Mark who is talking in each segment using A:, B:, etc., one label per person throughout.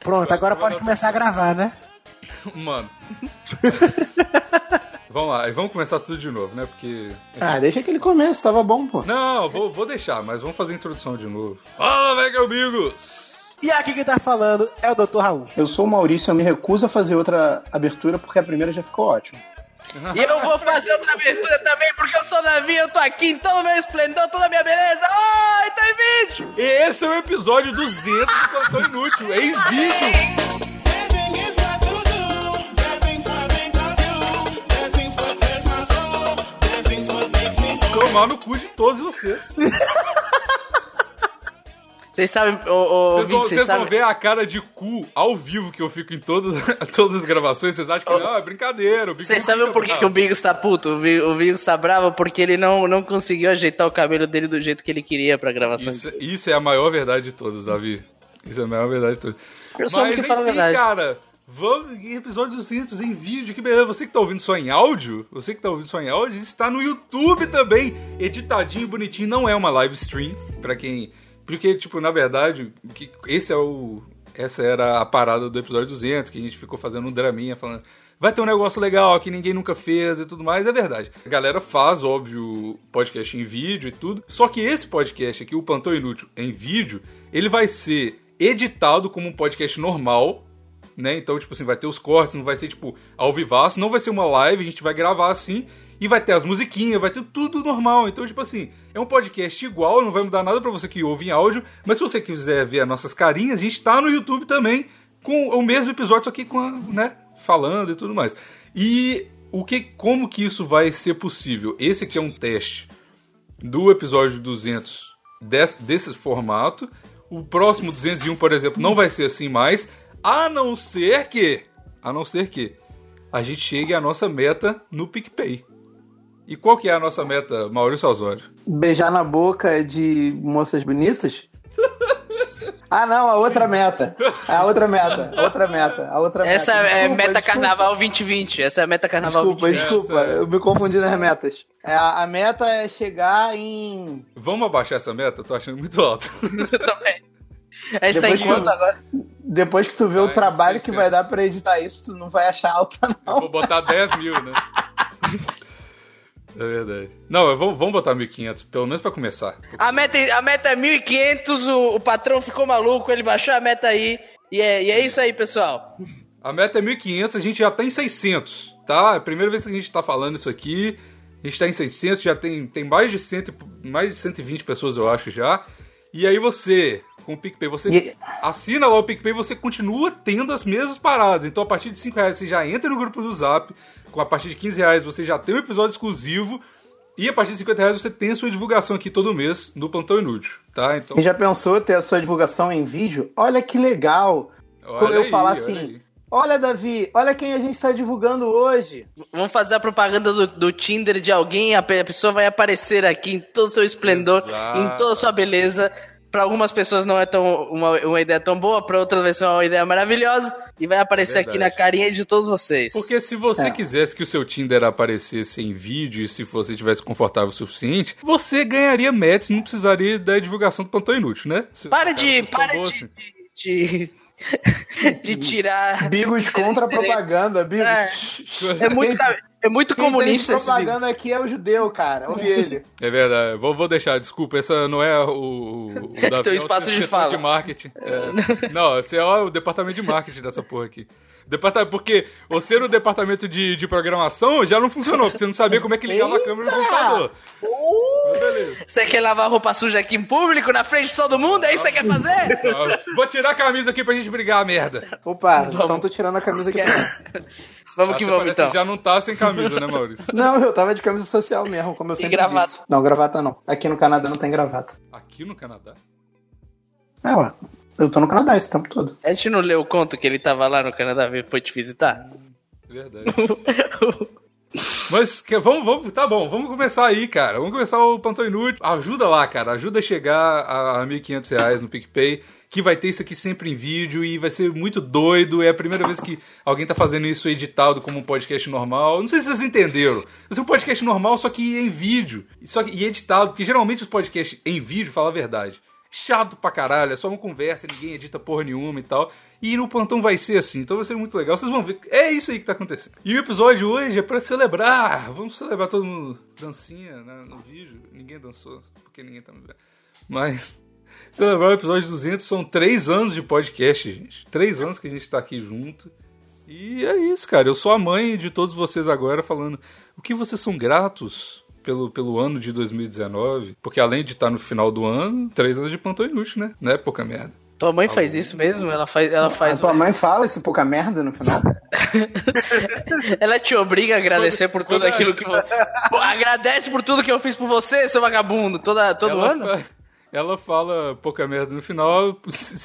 A: Pronto, agora pode começar a gravar, né?
B: Mano. vamos lá, e vamos começar tudo de novo, né? Porque.
C: Ah, deixa que ele comece, tava bom, pô.
B: Não, vou, vou deixar, mas vamos fazer a introdução de novo. Fala, velho amigos!
A: E aqui quem tá falando é o Dr. Raul.
C: Eu sou o Maurício, eu me recuso a fazer outra abertura porque a primeira já ficou ótima.
D: E eu vou fazer outra abertura também, porque eu sou Davi, eu tô aqui em todo o meu esplendor, toda a minha beleza. Oi, tá em vídeo!
B: E esse é o episódio 200 do Plantão Inútil, é em vídeo! Tomar no cu de todos vocês.
D: Vocês sabem, ô, ô,
B: Vocês vão,
D: ouvinte,
B: vocês vão
D: sabem-
B: ver a cara de cu ao vivo que eu fico em todas, todas as gravações. Vocês acham que não, é brincadeira. o Big
D: Vocês
B: Fica
D: sabem por que,
B: bravo.
D: que o Bigos tá puto? O Bi- o Bigos tá bravo porque ele não, não conseguiu ajeitar o cabelo dele do jeito que ele queria pra gravação.
B: Isso, isso é a maior verdade de todas, Davi. Isso é a maior verdade de todas.
D: Eu sou homem que fala a verdade.
B: cara, vamos em episódios 200 em vídeo, que beleza. Você que tá ouvindo só em áudio, você que tá ouvindo só em áudio, está no YouTube também, editadinho, bonitinho. Não é uma live stream, pra quem... Porque, tipo, na verdade, que esse é o... Essa era a parada do episódio 200, que a gente ficou fazendo um draminha, falando... Vai ter um negócio legal que ninguém nunca fez e tudo mais, é verdade. A galera faz, óbvio, podcast em vídeo e tudo. Só que esse podcast aqui, o Plantão Inútil em vídeo, ele vai ser editado como um podcast normal, né? Então, tipo assim, vai ter os cortes, não vai ser, tipo, ao vivaço, não vai ser uma live, a gente vai gravar assim, e vai ter as musiquinhas, vai ter tudo normal. Então, tipo assim, é um podcast igual, não vai mudar nada pra você que ouve em áudio, mas se você quiser ver as nossas carinhas, a gente tá no YouTube também, com o mesmo episódio, só que com a, né, falando e tudo mais. E o que, como que isso vai ser possível? Esse aqui é um teste do episódio 200 des- desse formato. O próximo 201, por exemplo, não vai ser assim mais, a não ser que, a não ser que a gente chegue à nossa meta no PicPay. E qual que é a nossa meta, Maurício Osório?
C: Beijar na boca é de moças bonitas? Ah, não, a outra meta. A outra meta, a outra meta, a outra meta.
D: Essa é
C: Desculpa,
D: meta
C: desculpa.
D: Carnaval 2020. Essa é a meta Carnaval
C: Desculpa,
D: 2020.
C: desculpa, eu me confundi nas metas. É, A, a meta é chegar em.
B: Vamos abaixar essa meta? Eu tô achando muito alto.
D: Eu também. A gente tá em
C: Depois
D: quanto
C: que-
D: agora?
C: Depois que tu vê
B: Vai,
C: o trabalho que
B: 600.
C: vai dar pra editar isso, tu não vai achar alta,
B: Eu
C: não.
B: vou botar 10 mil, né? É verdade. Não, eu vou- vamos botar 1.500, pelo menos pra começar.
D: A meta, a meta é 1.500, o, o patrão ficou maluco, ele baixou a meta aí. E é, e é isso aí, pessoal.
B: A meta é 1.500, a gente já tá em 600, tá? É a primeira vez que a gente tá falando isso aqui. A gente tá em 600, já tem, tem mais, de 100, e p- mais de 120 pessoas, eu acho, já. E aí você, com o PicPay, você
C: E-
B: assina lá o PicPay, você continua tendo as mesmas paradas. Então, a partir de 5 reais, você já entra no grupo do Zap. Com a partir de 15 reais, você já tem um episódio exclusivo. E a partir de 50 reais, você tem a sua divulgação aqui todo mês no Plantão Inútil, tá? Então,
C: E já pensou ter a sua divulgação em vídeo? Olha que legal!
B: olha
C: eu
B: aí,
C: falar
B: olha
C: assim,
B: aí.
C: Olha, Davi, olha quem a gente tá divulgando hoje.
D: Vamos fazer a propaganda do, do Tinder de alguém, a pe- a pessoa vai aparecer aqui em todo o seu esplendor,
B: Exato.
D: em toda a sua beleza. Pra algumas pessoas não é tão uma, uma ideia tão boa, pra outras vai ser uma ideia maravilhosa e vai aparecer
B: Verdade.
D: aqui na carinha de todos vocês.
B: Porque se você
C: É.
B: quisesse que o seu Tinder aparecesse em vídeo e se você tivesse confortável o suficiente, você ganharia match, não precisaria da divulgação do plantão inútil, né? Se- cara,
D: Para de,
B: fosse tão
D: para
B: boa
D: de,
B: assim.
D: de, de tirar.
C: Bigos contra a propaganda, Bigos.
D: É. É muito, ca- é muito
C: Quem tem
D: comunista esse vídeo.
C: propaganda aqui é o judeu, cara. Ouve ele.
B: É verdade, vou, vou deixar, desculpa, essa não é o, o, o Davi,
D: Teu
B: é o
D: espaço de
B: setor
D: fala.
B: de marketing. É. não, você é o departamento de marketing dessa porra aqui. Departa- Porque você no departamento de, de programação já não funcionou, porque você não sabia como é que ligava a câmera do
C: Eita! Uh!
B: computador. Mas beleza.
D: Você quer lavar roupa suja aqui em público, na frente de todo mundo? É isso que você quer fazer?
B: Ah, Vou tirar a camisa aqui pra gente brigar, merda.
C: Opa, então tô tirando a camisa aqui.
D: Quer- vamos que
B: Até
D: vamos
B: parece
D: então.
B: já não tá sem camisa, né, Maurício?
C: Não, eu tava de camisa social mesmo, como eu sempre
D: gravata.
C: disse. Não, gravata não. Aqui no Canadá não tem gravata.
B: Aqui no Canadá?
C: É, ué. Eu tô no Canadá esse tempo todo.
D: A gente não leu o conto que ele tava lá no Canadá e foi te visitar?
B: É Verdade. Mas que- vamos, vamos, tá bom, vamos começar aí, cara. Vamos começar o Plantão Inútil. Ajuda lá, cara. Ajuda a chegar a, a 1.500 reais no PicPay, que vai ter isso aqui sempre em vídeo e vai ser muito doido. É a primeira vez que alguém tá fazendo isso editado como um podcast normal. Não sei se vocês entenderam. Vai ser um podcast normal, só que em vídeo. Só que, e editado, porque geralmente os podcasts em vídeo, fala a verdade, chato pra caralho, é só uma conversa, ninguém edita porra nenhuma e tal. E no plantão vai ser assim, então vai ser muito legal. Vocês vão ver, é isso aí que tá acontecendo. E o episódio hoje é pra celebrar, vamos celebrar todo mundo. Dancinha né, no vídeo, ninguém dançou, porque ninguém tá me vendo. Mas celebrar o episódio 200 são três anos de podcast, gente. Três anos que a gente tá aqui junto. E é isso, cara. Eu sou a mãe de todos vocês agora falando o que vocês são gratos pelo, pelo ano de 2019. Porque além de estar no final do ano, três anos de plantão inútil, né? Não é pouca merda.
D: Tua mãe faz isso mesmo? Ela faz. Ela,
C: Tá A
D: faz um-
C: tua mãe fala esse pouca merda no final.
D: ela te obriga a agradecer por tudo
B: quando-
D: aquilo que. você. Pô, Agradece por tudo que eu fiz por você, seu vagabundo, toda,
C: É
D: todo
B: Ela
D: ano?
B: fa- Ela fala pouca merda no final. Se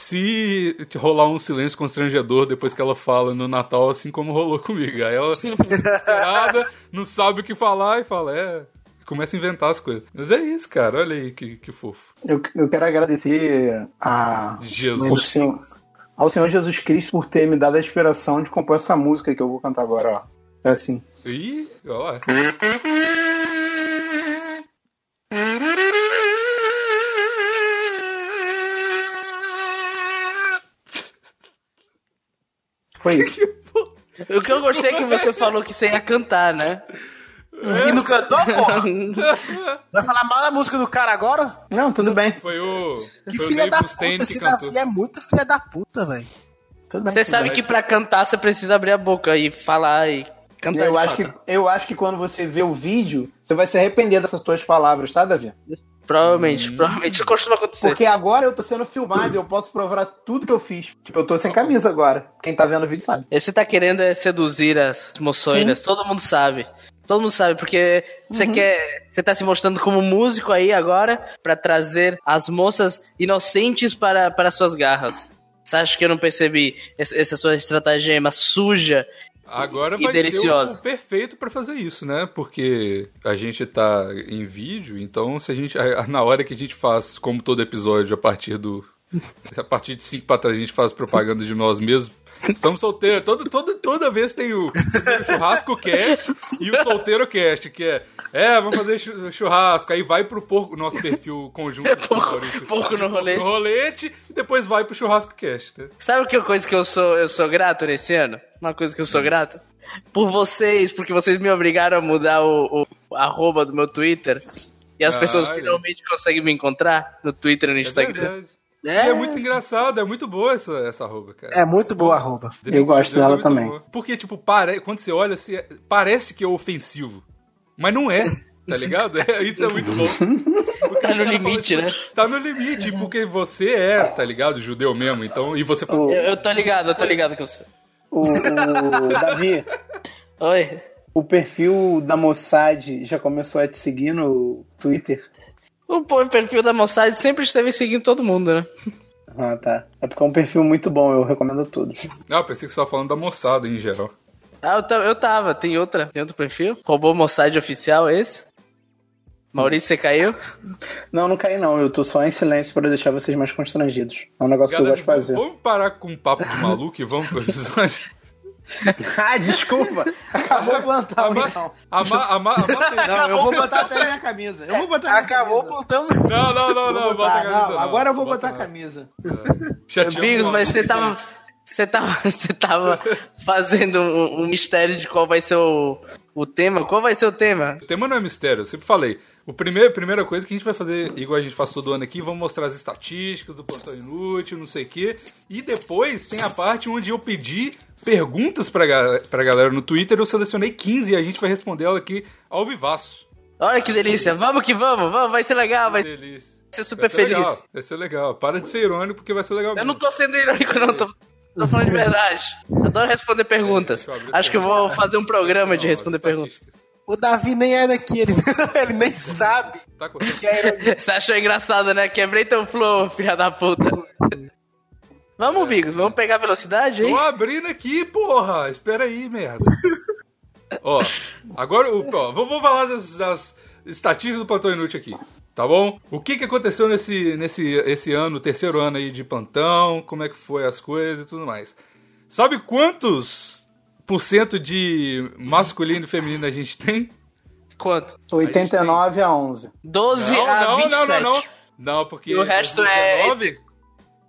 B: se rolar um silêncio constrangedor depois que ela fala no Natal, assim como rolou comigo. Aí ela desesperada, não sabe o que falar e fala, é. Começa a inventar as coisas. Mas é isso, cara. Olha aí que, que fofo.
C: Eu, eu quero agradecer a mãe do
B: Jesus.
C: Senhor- ao Senhor Jesus Cristo por ter me dado a inspiração de compor essa música que eu vou cantar agora, ó. É assim.
B: Ih, ó lá.
C: Foi isso.
D: O que eu gostei é que você falou que você ia cantar, né?
A: E não cantou, porra? Vai falar mal da música do cara agora?
C: Não, tudo bem.
B: Foi o.
A: Que
B: foi o
A: filha
B: Dave
A: da
B: Mustaine
A: puta,
B: que
A: esse
B: cantou.
A: Davi é muito filha da puta, velho.
C: Tudo bem.
D: Você
C: tudo
D: sabe
C: bem.
D: que pra cantar você precisa abrir a boca e falar e cantar.
C: Eu
D: de
C: acho
D: fato.
C: que, eu acho que quando você vê o vídeo, você vai se arrepender dessas tuas palavras, tá, Davi?
D: Provavelmente, provavelmente. Isso é- costuma acontecer.
C: Porque agora eu tô sendo filmado e eu posso provar tudo que eu fiz. Tipo, eu tô sem camisa agora. Quem tá vendo o vídeo sabe.
D: Você tá querendo é seduzir as moçoilas,
C: Sim.
D: todo mundo sabe. Todo mundo sabe, porque você quer. Você tá se mostrando como músico aí agora pra trazer as moças inocentes para, para suas garras. Você acha que eu não percebi essa, essa sua estratagema suja?
B: Agora
D: E
B: vai
D: deliciosa.
B: ser o perfeito pra fazer isso, né? Porque a gente tá em vídeo, então se a gente a- na hora que a gente faz, como todo episódio, a partir do a partir de 5 pra trás a gente faz propaganda de nós mesmos. Estamos solteiros. Todo, todo, toda vez tem o churrasco cast e o solteiro cast, que é, é, vamos fazer chu- churrasco. Aí vai pro porco, nosso perfil conjunto. com o
D: É, Porco-
B: Maurício.
D: porco no rolete.
B: No rolete e depois vai pro churrasco cast, né?
D: Sabe que coisa que eu sou, eu sou grato nesse ano? Uma coisa que eu sou grato? Por vocês, porque vocês me obrigaram a mudar o, o arroba do meu Twitter. E as pessoas
B: Caralho.
D: finalmente conseguem me encontrar no Twitter e no
B: É
D: Instagram.
B: verdade. E é muito engraçado, é muito boa essa, essa arroba, cara.
A: É muito boa a roupa.
C: Eu gosto
B: Deus,
C: dela
B: muito
C: também.
B: boa. Porque, tipo, pare... quando você olha, você- parece que é ofensivo. Mas não é, tá ligado? É, isso é muito bom. Porque
D: Tá no
B: o cara
D: limite,
B: fala,
D: né?
B: tipo, Tá no limite, porque você é, tá ligado? Judeu mesmo, então. E você fala.
C: O,
D: Eu, eu tô ligado, eu tô ligado que eu sou.
C: o, o- Davi,
D: Oi.
C: o perfil da Mossad já começou a te seguir no Twitter?
D: O pô- perfil da Mossad sempre esteve seguindo todo mundo, né?
C: Ah, tá. É porque é um perfil muito bom, eu recomendo a todos.
B: Ah, pensei que você tava falando da moçada em geral.
D: Ah, eu, ta- eu tava. Tem outra? Tem outro perfil? Roubou Mossad oficial, é esse? Maurício, você caiu?
C: Não, não caí não, eu tô só em silêncio pra deixar vocês mais constrangidos. É um negócio que eu
B: Galera,
C: gosto de fazer.
B: Vamos parar com um papo de maluco e vamos pro episódio.
C: ah, desculpa! Acabou o plantão,
B: Ama-
C: então.
B: ama- ama- ama-
C: Não, eu vou botar até minha camisa.
D: É,
C: Eu vou botar minha
A: Acabou o
C: camisa.
A: plantão.
B: Não, não, não, não.
C: Vou
B: bota a
C: botar,
B: camisa,
C: não,
B: não.
C: agora eu vou
B: Bota
C: botar a
B: não.
C: camisa.
B: Chateamos
D: Amigos,
B: o
D: mas
B: maluco.
D: você tava. Você tava, você tava fazendo um, um mistério de qual vai ser o, o tema? Qual vai ser o tema?
B: O tema não é mistério, eu sempre falei. O primeiro, a primeira coisa que a gente vai fazer, igual a gente faz todo ano aqui, vamos mostrar as estatísticas do plantão inútil, não sei o quê. E depois tem a parte onde eu pedi perguntas pra, ga- pra galera no Twitter, eu selecionei 15 e a gente vai responder ela aqui ao vivaço.
D: Olha que delícia. Vamos que vamos, vamos, vai ser legal, vai
B: Delícia.
D: ser
B: Vai
D: super
B: ser
D: feliz.
B: legal, vai ser legal. Para de ser irônico porque vai ser legal
D: Eu
B: mesmo.
D: não tô sendo irônico, não. Tô, tô falando de verdade. Adoro responder perguntas.
B: Deixa eu abrir
D: Acho que eu vou fazer um programa de
B: Não,
D: responder perguntas.
B: estatísticas.
A: O Davi nem é daqui, ele, ele nem sabe
B: Tá acontecendo.
A: que é ironia.
D: Você achou engraçado, né? Quebrei teu flow, filha da puta.
B: É.
D: Vamos, Bigos, vamos pegar a velocidade,
B: Tô
D: hein?
B: abrindo aqui, porra! Espera aí, merda. ó, agora o- ó, vou, vou falar das, das estatísticas do Plantão Inútil aqui, tá bom? O que, que aconteceu nesse, nesse esse ano, terceiro ano aí de plantão, como é que foi as coisas e tudo mais. Sabe quantos por cento de masculino e feminino a gente tem?
D: Quanto?
C: 89 a 11.
D: 12 a 27.
B: não, não, não. Não, porque.
D: E o resto é
B: 2019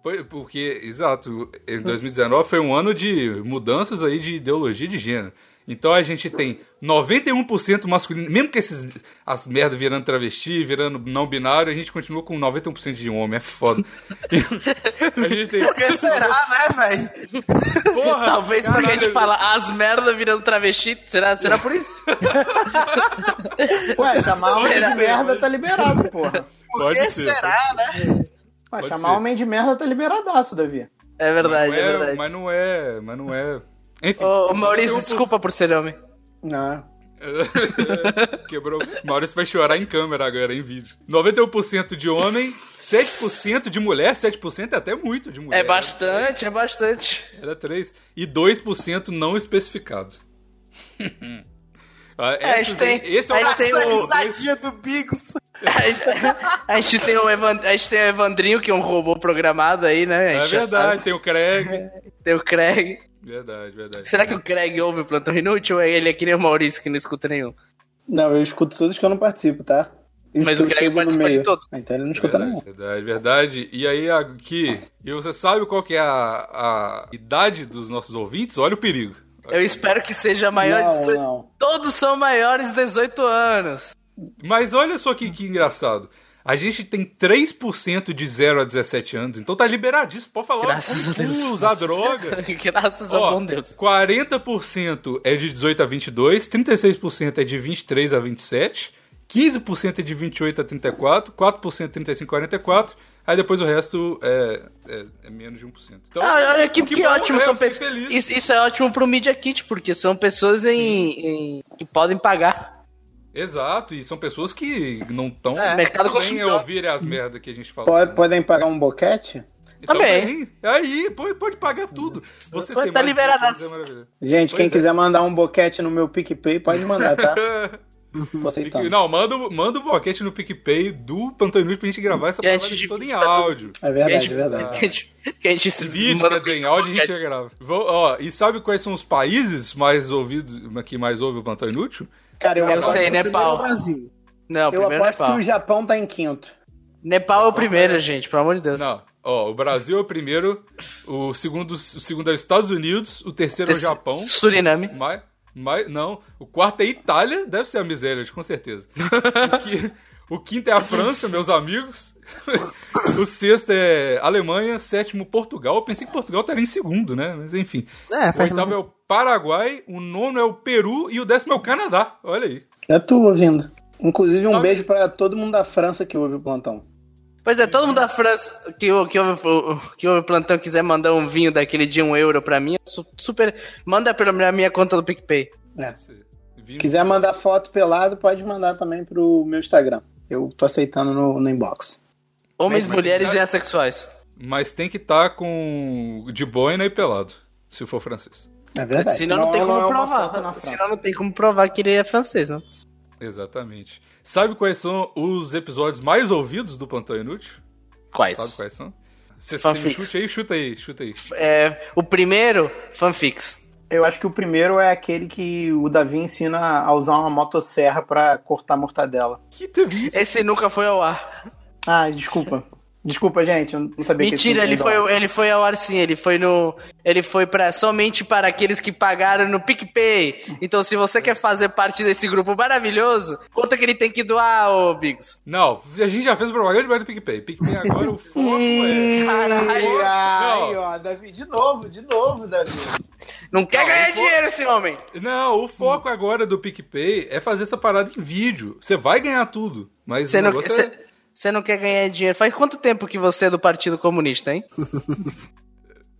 B: Foi porque, exato, em 2019 foi um ano de mudanças aí de ideologia de gênero. Então a gente tem 91% masculino, mesmo que esses as merdas virando travesti, virando não binário, a gente continua com 91% de homem, é foda. a gente tem
A: Por que será, né, velho?
B: porra.
D: Talvez porque a gente
B: caralho.
D: fala as merda virando travesti. Será, será por isso?
C: Ué, chamar homem
D: Será?
C: de merda tá liberado, porra.
A: Por
B: Pode
A: que
B: ser.
A: será, né?
C: Ué,
B: Pode
C: chamar
B: ser.
C: homem de merda tá liberadaço, Davi.
D: É verdade,
B: Mas
D: é,
B: não
D: verdade.
B: Mas não é, mas não é. Enfim.
D: Ô, ô, Maurício,
B: 91%.
D: desculpa por ser homem. É
C: Não.
B: Quebrou. Maurício vai chorar em câmera agora, em vídeo. 91% de homem, 7% de mulher, 7% é até muito de mulher. né?
D: É bastante, é bastante.
B: Era 3. E 2% não especificado. Ah,
D: É, a gente
B: esses-
D: tem-
B: esse é o
D: a gente tem
A: Nossa,
D: o-
A: que sadia do Bigos.
D: A gente, a gente tem o Evan- a gente tem o Evandrinho, que é um robô programado aí, né? A
B: É
D: gente já
B: verdade, tem o Craig.
D: sabe. Tem o Craig.
B: Verdade, verdade.
D: É. Será que o Craig ouve o Plantão Inútil ou é ele é que nem o Maurício que não escuta nenhum?
C: Não, eu escuto todos que eu não participo, tá? Eu
D: Mas o Greg
C: chego no
D: participa de
C: meio.
D: todos.
C: Ah, Então ele não
D: tá
C: escuta
B: Verdade,
C: nenhum.
B: verdade, verdade. E aí, aqui, e você sabe qual que é a, a idade dos nossos ouvintes? Olha o perigo.
D: Eu espero que seja maior de
C: não,
D: 18.
C: não.
D: Todos são maiores de 18 anos.
B: Mas olha só que, que engraçado. A gente tem 3% de 0 a 17 anos, então tá liberadíssimo. Pode falar
D: Graças
B: o que
D: a Deus.
B: tu usar droga.
D: Graças
B: Ó,
D: a bom Deus.
B: 40% é de 18 a 22, 36% é de 23 a 27, 15% é de 28 a 34, 4% é 35 a 44, aí depois o resto é, é- é menos de 1%. Então,
D: Ah, olha que,
B: que
D: que,
B: bom,
D: ótimo.
B: eu
D: são
B: fiquei
D: pessoas-
B: feliz.
D: Isso, isso é ótimo pro Media Kit, porque são pessoas em, em- que podem pagar.
B: Exato, e são pessoas que não estão
A: É.
D: Mercado
B: nem
D: consumidor.
B: ouvirem é as merdas que a gente fala.
C: Po- Podem pagar um boquete?
B: Então,
D: Também.
B: é Aí, pô, pode pagar tudo. Você
D: Pô,
B: tem
D: tá
B: mais
D: liberadaço.
B: uma coisa maravilhosa.
C: Gente,
B: Pois
C: quem
B: é.
C: quiser mandar um boquete no meu PicPay, pode mandar, tá? Tô aceitando.
B: Não, manda, o- manda o boquete no PicPay do Plantão Inútil pra gente gravar essa
D: Gente, tá
B: parada
D: de-
B: toda em áudio.
C: É
D: Que a
C: verdade,
D: gente-
C: é verdade.
D: Que a gente, que a gente se
B: Esse vídeo,
D: manda
B: quer dizer, em áudio a gente grava. Vão- ó, e sabe quais são os países mais ouvidos, que mais ouve o Plantão Inútil?
C: Cara, eu,
D: Eu
C: aposto,
D: sei,
A: Primeiro
D: Nepal.
A: o Brasil.
D: Não,
C: eu
D: primeiro é
C: aposto
D: Nepal.
C: que o Japão tá em quinto.
D: Nepal é o primeiro, gente, pelo amor de Deus.
B: Não. Ó, o Brasil é o primeiro, o segundo, o segundo é os Estados Unidos, o terceiro é o
D: Esse-
B: Japão.
D: Suriname.
B: Mas, mas não, o quarto é Itália, deve ser a miséria, com certeza. O, qui- o quinto é a França, meus amigos. O sexto é Alemanha, sétimo Portugal. Eu pensei que Portugal estaria em segundo, né? Mas enfim.
A: É,
B: O
A: faz
B: oitavo é o Paraguai, o nono é o Peru e o décimo é o Canadá. Olha aí.
C: Eu tô É ouvindo. Inclusive, um
B: Sabe-
C: beijo pra todo mundo da França que ouve o plantão.
D: Pois é, todo mundo da França que, ouve- que, ouve, o- que ouve o plantão quiser mandar um vinho daquele de um euro pra mim, eu sou super. Manda pela minha- minha conta do PicPay.
C: É.
B: Vim-
C: Quiser mandar foto pelado, pode mandar também pro meu Instagram. Eu tô aceitando no, no inbox.
D: Homens,
A: Mas-
D: mulheres
B: mas-
D: e assexuais.
B: Mas tem que estar com de boina e pelado, se for francês.
C: É verdade.
D: Senão não tem como
C: é uma foto na
D: provar.
C: França.
D: Senão não tem como provar que ele é francês, não.
B: Exatamente. Sabe quais são os episódios mais ouvidos do Plantão Inútil?
D: Quais?
B: Sabe quais são? Você tem um
D: Fanfics.
B: chute aí? Chuta aí, chuta aí.
D: É, o primeiro, fanfics.
C: Eu acho que o primeiro é aquele que o Davi ensina a usar uma motosserra pra cortar mortadela.
B: Que teve isso?
D: Esse nunca foi ao ar.
C: Ah, desculpa. Desculpa, gente. Eu não sabia
D: Mentira,
C: que
D: ele
C: esse tinha ido
D: foi, ele foi ao ar sim, ele foi no. Ele foi para somente para aqueles que pagaram no PicPay. Então, se você quer fazer parte desse grupo maravilhoso, conta que ele tem que doar, ô Bigos.
B: Não, a gente já fez propaganda demais do PicPay. PicPay agora o
C: ao
B: foco
C: ar. Ih,
B: é.
C: Caralho,
B: Não.
C: aí, ó, Davi, de novo, de novo, Davi.
D: Não quer
B: Não,
D: ganhar
B: eu vou-
D: dinheiro esse homem!
B: Não, o foco agora do PicPay é fazer essa parada em vídeo. Você vai ganhar tudo, mas
D: Você
B: o
D: não,
B: negócio é-
D: você- você não quer ganhar dinheiro. Faz quanto tempo que você é do Partido Comunista, hein?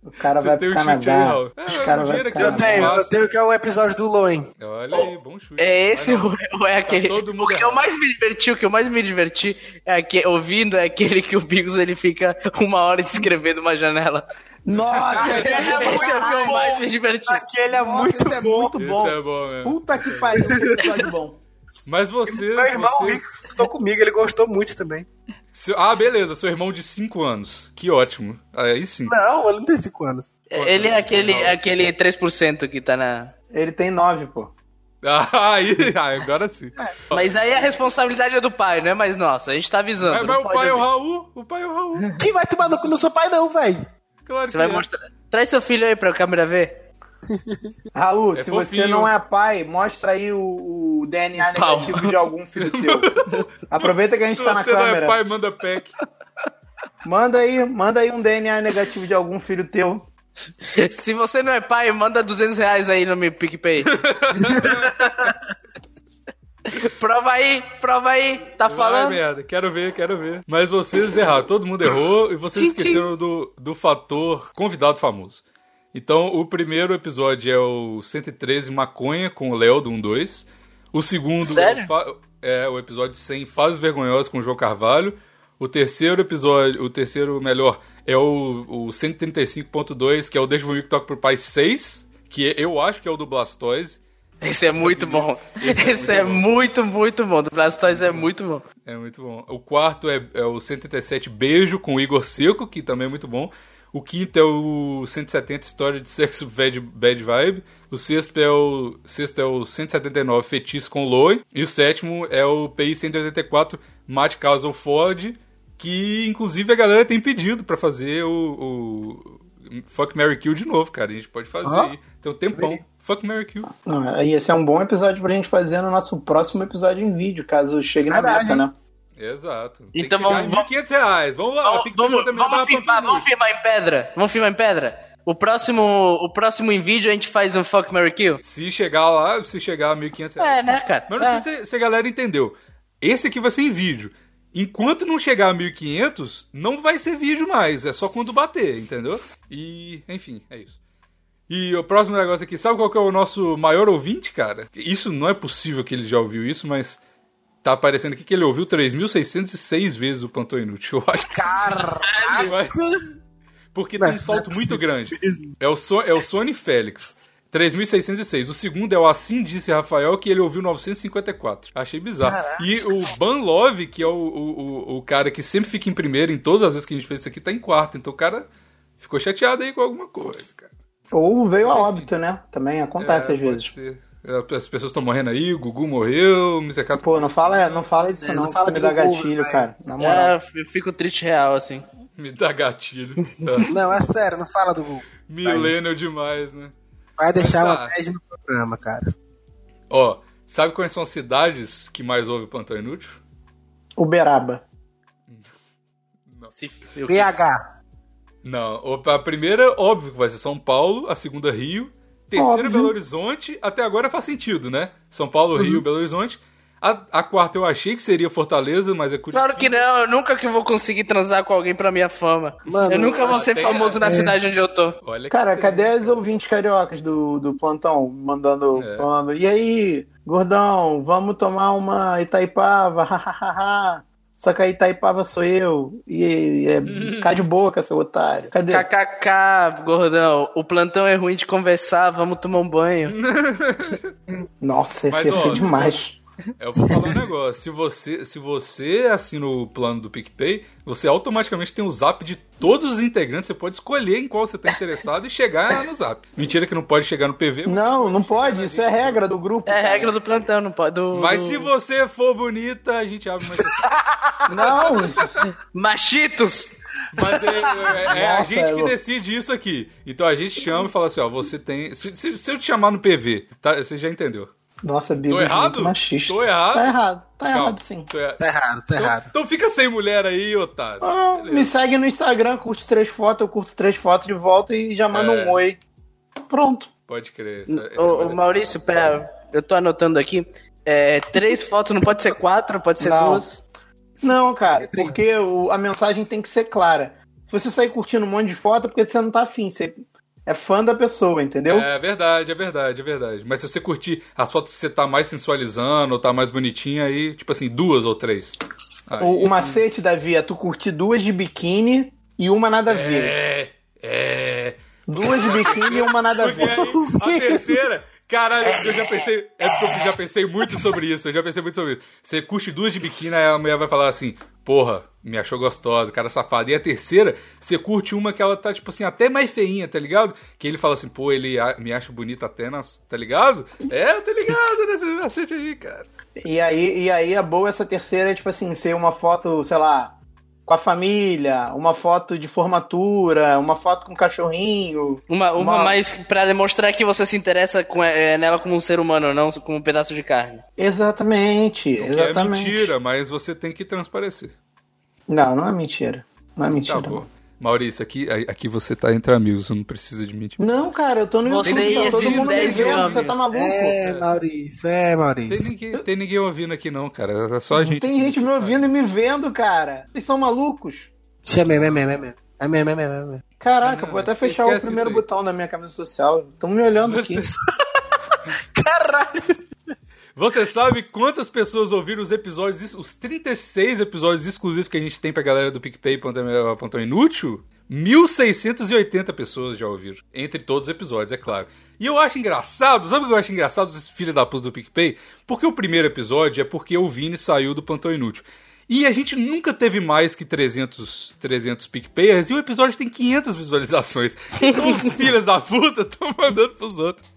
C: O cara
B: Você
C: vai
B: tem
C: pro
B: um chute aí,
C: Canadá.
B: Raul?
C: Os
B: É, o
C: caras vão
B: dinheiro aqui
C: pro
A: Eu
B: Cara,
C: Canadá.
A: tenho, eu
B: massa.
A: tenho que é o episódio do Loen.
B: Olha aí, bom chute.
D: É esse
B: Mas não, Tá
D: ou é- ou é aquele?
B: todo mundo
D: o que eu
B: errado.
D: mais me diverti, o que eu mais me diverti é aque- ouvindo é aquele que o Bigos ele fica uma hora descrevendo uma janela.
C: Nossa, esse é
A: muito
D: Esse é o que eu
A: bom.
D: mais me diverti.
A: Aquele é muito
C: esse é
A: bom.
C: muito bom.
B: Esse é bom mesmo.
C: Puta que pariu, que episódio é bom.
B: Mas você.
A: Meu irmão
B: você-
A: Rico escutou comigo, ele gostou muito também.
B: seu- Ah, beleza, seu irmão de 5 anos. Que ótimo. Aí sim.
A: Não, ele não tem 5 anos.
D: Ele é aquele, aquele 3% que tá na.
C: Ele tem nove, pô.
B: Ah, aí, ah, agora sim.
D: Mas aí a responsabilidade é do pai, não é mais nossa. A gente tá avisando.
B: Mas, mas
D: não
B: o
D: pode
B: pai é o
D: abrir.
B: Raul? O pai é o Raul.
A: Quem vai tomar no cu? Não sou pai, não, velho.
B: Claro
D: Você
B: que é.
D: vai mostrar. Traz seu filho aí pra câmera ver.
C: Raul, se
B: fofinho.
C: você não é pai, mostra aí o, o DNA
D: Pau.
C: negativo de algum filho teu. Aproveita que a gente
B: Se
C: tá na
B: você não é
C: câmera.
B: pai, manda pack.
C: Manda aí, manda aí um DNA negativo de algum filho teu.
D: Se você não é pai, manda 200 reais aí no meu PicPay. prova aí, prova aí. Tá
B: Vai,
D: falando?
B: merda. Quero ver, quero ver. Mas vocês erraram. Todo mundo errou e vocês
D: Tchim, tchim.
B: esqueceram do, do fator convidado famoso. Então, o primeiro episódio é o 113 Maconha com o Léo do 12. O segundo
D: Sério?
B: é o fa- é o episódio 100 Fases Vergonhosas com o João Carvalho. O terceiro episódio, o terceiro melhor, é o, o 135.2, que é o Deixa Vomico Toque por Pai 6, que eu acho que é o do Blastoise.
D: Esse é muito bom. Esse, é, muito, muito bom. Do Blastoise é muito bom.
B: É muito bom. O quarto é, é o 137 Beijo com o Igor Seco, que também é muito bom. O quinto é o 170 História de Sexo Bad, Bad Vibe. O sexto é o, sexto é o 179 Fetiz com Loe. E o sétimo é o PI 184 Matt Castle Ford, que inclusive a galera tem pedido pra fazer o, o Fuck Mary Kill de novo, cara. A gente pode fazer
A: Hã?
B: aí. Tem um tempão. Fuck Mary Kill.
C: Não, e esse é um bom episódio pra gente fazer no nosso próximo episódio em vídeo, caso chegue na
A: Verdade,
C: meta, né?
B: Exato. tem
D: Então
B: que chegar
D: vamos-
B: em 1.500 reais. Vamos lá.
D: Vamos,
B: tem que
D: vamos,
B: também
D: vamos
B: dar uma
D: firmar,
B: panturrilha.
D: vamos firmar em pedra. Vamos firmar em pedra. O próximo, o próximo em vídeo a gente faz um Fuck Mary Kill.
B: Se chegar lá, se chegar a 1.500 reais.
D: É, né, cara?
B: Mas não
D: É.
B: sei se, se a galera entendeu. Esse aqui vai ser em vídeo. Enquanto não chegar a 1.500, não vai ser vídeo mais. É só quando bater, entendeu? E, enfim, é isso. E o próximo negócio aqui, sabe qual que é o nosso maior ouvinte, cara? Isso não é possível que ele já ouviu isso, mas tá aparecendo aqui que ele ouviu 3.606 vezes o Plantão Inútil. Eu acho que ele vai... Porque tem um
A: Mas não é
B: salto muito
A: possível.
B: grande.
A: Mesmo.
B: É o, so é o Sony Félix. 3.606. O segundo é o Assim Disse Rafael, que ele ouviu 954. Achei bizarro.
A: Caraca.
B: E o Ban Love, que é o, o, o- o cara que sempre fica em primeiro em todas as vezes que a gente fez isso aqui, tá em quarto. Então o cara ficou chateado aí com alguma coisa, cara.
C: Ou veio a óbito, né? Também acontece
B: É,
C: às
B: pode
C: vezes.
B: ser. É, As pessoas estão morrendo aí, o Gugu morreu, o Misecato.
C: Pô, não fala, não fala disso
A: É,
C: não,
A: não
C: que
A: fala
C: você me
A: do
C: dá
A: povo,
C: gatilho,
A: vai.
C: cara. Na moral.
D: É, eu fico triste real, assim.
B: Me dá gatilho. Tá.
A: Não, é sério, não fala do Google.
B: Milênio demais, né?
A: Vai deixar
B: Tá.
A: uma bad no programa, cara.
B: Ó, sabe quais são as cidades que mais ouve o Plantão Inútil?
C: Uberaba.
D: Se- eu-
A: BH.
B: Não, o- a primeira, óbvio que vai ser São Paulo, a segunda, Rio. Terceira,
C: Óbvio.
B: Belo Horizonte. Até agora faz sentido, né? São Paulo,
C: Uhum.
B: Rio, Belo Horizonte. A, a quarta eu achei que seria Fortaleza, mas é Curitiba.
D: Claro que não, eu nunca que vou conseguir transar com alguém pra minha fama.
A: Mano,
D: eu nunca vou
B: ah,
D: ser
B: tem-
D: famoso na cidade onde eu tô.
B: Olha que né,
C: Cara,
B: beleza.
C: cadê as ouvintes cariocas do, do plantão? Mandando,
B: É.
C: falando, e aí, gordão, vamos tomar uma Itaipava, hahaha. Só que a Itaipava sou eu. E, é, cá de boca, seu otário. Cadê?
D: KKK, gordão, o plantão é ruim de conversar, vamos tomar um banho.
C: Nossa, esse
B: Mas,
C: ia ser
B: ó,
C: demais.
B: Eu vou falar um negócio. Se você, se você assina o plano do PicPay, você automaticamente tem o zap de todos os integrantes. Você pode escolher em qual você tá interessado e chegar no zap. Mentira que não pode chegar no PV. mas-
C: Não, não pode. Isso é regra do grupo.
D: É
C: cara.
D: regra do plantão, não pode. Do,
B: Mas
D: do-
B: se você for bonita, a gente abre mais.
C: Não,
D: Machitos!
B: Mas é, é- é a
C: Nossa,
B: gente que
C: Elô.
B: decide isso aqui. Então a gente chama e fala assim: ó, você tem. Se, se- se eu te chamar no PV, tá, você já entendeu.
C: Nossa, Bíblia.
B: Tô
C: é muito
B: errado?
C: Machista.
B: Tô errado?
C: Tá errado. Tá
B: Calma,
C: errado, sim.
B: tô errado.
A: Tá errado, tá
B: Então,
A: errado.
B: então fica sem mulher aí, otário.
C: Ah,
B: Beleza.
C: me segue no Instagram, curte três fotos, eu curto três fotos de volta e já manda
B: É.
C: um oi. Pronto.
B: Pode crer. é, essa- essa
D: Ô,
B: coisa-
D: ô, Maurício, pera, eu tô anotando aqui. É, três fotos, não pode ser quatro, pode ser
C: Não.
D: duas.
C: Não, cara,
A: Trinta.
C: porque o- a mensagem tem que ser clara. Se você sair curtindo um monte de foto, é porque você não tá afim, você é fã da pessoa, entendeu?
B: É verdade, é verdade, é verdade. Mas se você curtir as fotos que você tá mais sensualizando ou tá mais bonitinha aí, tipo assim, duas ou três. Aí-
C: O, o macete, Davi, é tu curtir duas de biquíni e uma nada a ver.
B: É, é.
C: Duas de biquíni e uma nada a
B: Porque
C: ver.
B: aí, a terceira. Caralho, eu já pensei. É porque eu já pensei muito sobre isso. Eu já pensei muito sobre isso. Você curte duas de biquíni, aí a mulher vai falar assim: porra, me achou gostosa, cara safado. E a terceira, você curte uma que ela tá, tipo assim, até mais feinha, tá ligado? Que ele fala assim, pô, ele a- me acha bonita até nas. Tá ligado? É, tá ligado, né? Você aceita aí, cara.
C: E aí, e aí a boa essa terceira é tipo assim, ser uma foto, sei lá, com a família, uma foto de formatura, uma foto com um cachorrinho.
D: Uma, uma,
C: Uma-
D: mais pra demonstrar que você se interessa com, é, nela como um ser humano, não como um pedaço de carne.
C: Exatamente,
B: O que é
C: exatamente.
B: mentira, mas você tem que transparecer.
C: Não, não é mentira. Não é
B: Tá
C: mentira.
B: bom. Maurício, aqui, a- aqui você tá entre amigos, você não precisa de mentir.
C: não, cara, eu tô no
D: Você
C: YouTube,
D: e
C: tá todo
D: esses
C: mundo me
D: 10 mil
C: vendo, você tá
D: amigos.
C: maluco?
A: É, Maurício, é,
B: Tem
A: Maurício.
B: ninguém, tem ninguém ouvindo aqui, não, cara. É só a gente.
C: Tem gente me ouvindo e me vendo, cara. Vocês são malucos?
A: É mesmo, é mesmo, é mesmo. É mesmo, é mesmo, é mesmo.
C: Caraca,
B: Não,
C: vou até
B: esque-
C: fechar o
B: esquece
C: primeiro
B: isso aí.
C: botão da minha camisa social. Estão me olhando aqui.
A: Caralho!
B: Você sabe quantas pessoas ouviram os episódios, ex- os 36 episódios exclusivos que a gente tem pra galera do PicPay.me Inútil? 1.680 pessoas já ouviram. Entre todos os episódios, é claro. E eu acho engraçado, sabe o que eu acho engraçado, esses filhos da puta do PicPay? Porque o primeiro episódio é porque o Vini saiu do Plantão Inútil. E a gente nunca teve mais que 300, 300 PicPayers e o episódio tem 500 visualizações. Então os filhos da puta estão mandando pros outros.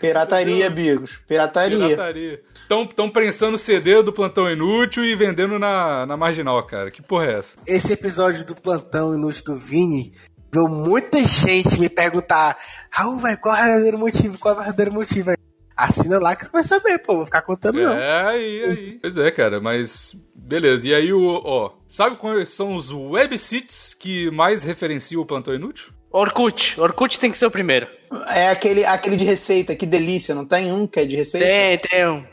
C: Pirataria, Bigos. Pirataria.
B: Pirataria. Tão, tão prensando CD do Plantão Inútil e vendendo na, na Marginal, cara. Que porra é essa?
A: Esse episódio do plantão inútil do Vini viu muita gente me perguntar: Raul, vai, qual é o verdadeiro motivo? Qual é o verdadeiro motivo? Aí, Assina lá que você vai saber, pô. Vou ficar contando, não.
B: É, aí, aí. Pois é, cara, mas... Beleza, e aí o... Ó, sabe quais são os websites que mais referenciam o Plantão Inútil?
D: Orkut. Orkut tem que ser o primeiro.
C: É aquele, aquele de receita, que delícia. Não tem um que é de receita?
D: Tem, tem um.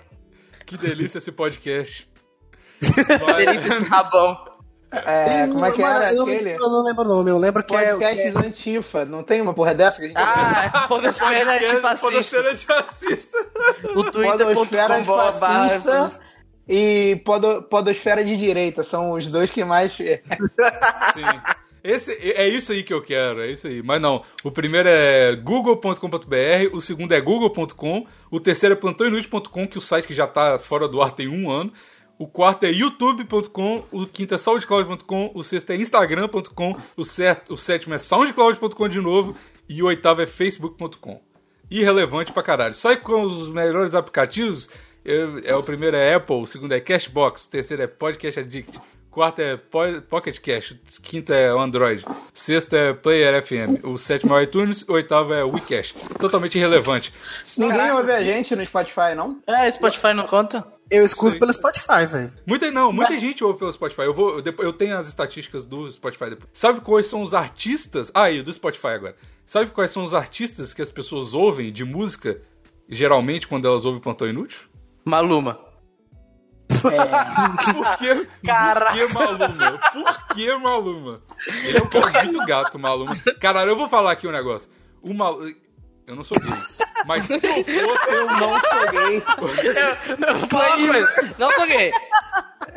B: Que delícia esse podcast.
D: Delícia esse rabão.
C: É, como é que
A: Mano,
C: era
A: eu não,
C: aquele?
A: Eu não lembro o nome, eu lembro que é. que
C: Podcasts
A: é-
C: antifa. Não tem uma porra dessa que a gente...
D: Ah, Podosfera
B: É,
D: antifascista.
B: Podosfera antifascista.
D: O
C: Podosfera
D: twitter.com barra-
C: fascista e podo, podosfera de direita. São os dois que mais...
B: Sim. Esse, é isso aí que eu quero, é isso aí. Mas não, o primeiro é google.com.br, o segundo é google.com, o terceiro é plantãoinútil.com, que o site que já tá fora do ar tem um ano. O quarto é youtube.com, o quinto é soundcloud.com, o sexto é instagram.com, o, set- o sétimo é soundcloud.com de novo e o oitavo é facebook.com. Irrelevante pra caralho. Sai com os melhores aplicativos. É, é, o primeiro é Apple, o segundo é Cashbox, o terceiro é Podcast Addict, o quarto é Po- Pocket Cash, o quinto é Android, o sexto é Player FM, o sétimo é iTunes, o oitavo é WeCash. Totalmente irrelevante.
C: Ninguém
A: Caraca.
C: ouve a gente no Spotify, não?
D: É, Spotify não conta?
A: Eu escuto pelo Spotify, velho.
B: Muita não, muita gente ouve pelo Spotify. Eu vou eu depois eu tenho as estatísticas do Spotify depois. Sabe quais são os artistas? Ah, e do Spotify agora. Sabe quais são os artistas que as pessoas ouvem de música geralmente quando elas ouvem Plantão Inútil?
D: Maluma.
B: Por que,
A: Caraca.
B: por que Maluma? Por que Maluma? Ele é um cara muito gato, Maluma. Caralho, eu vou falar aqui um negócio. O Mal... Eu não sou gay. Mas se eu fosse, eu não...
C: Não sou gay.
D: Eu vou falar uma coisa. Não sou gay.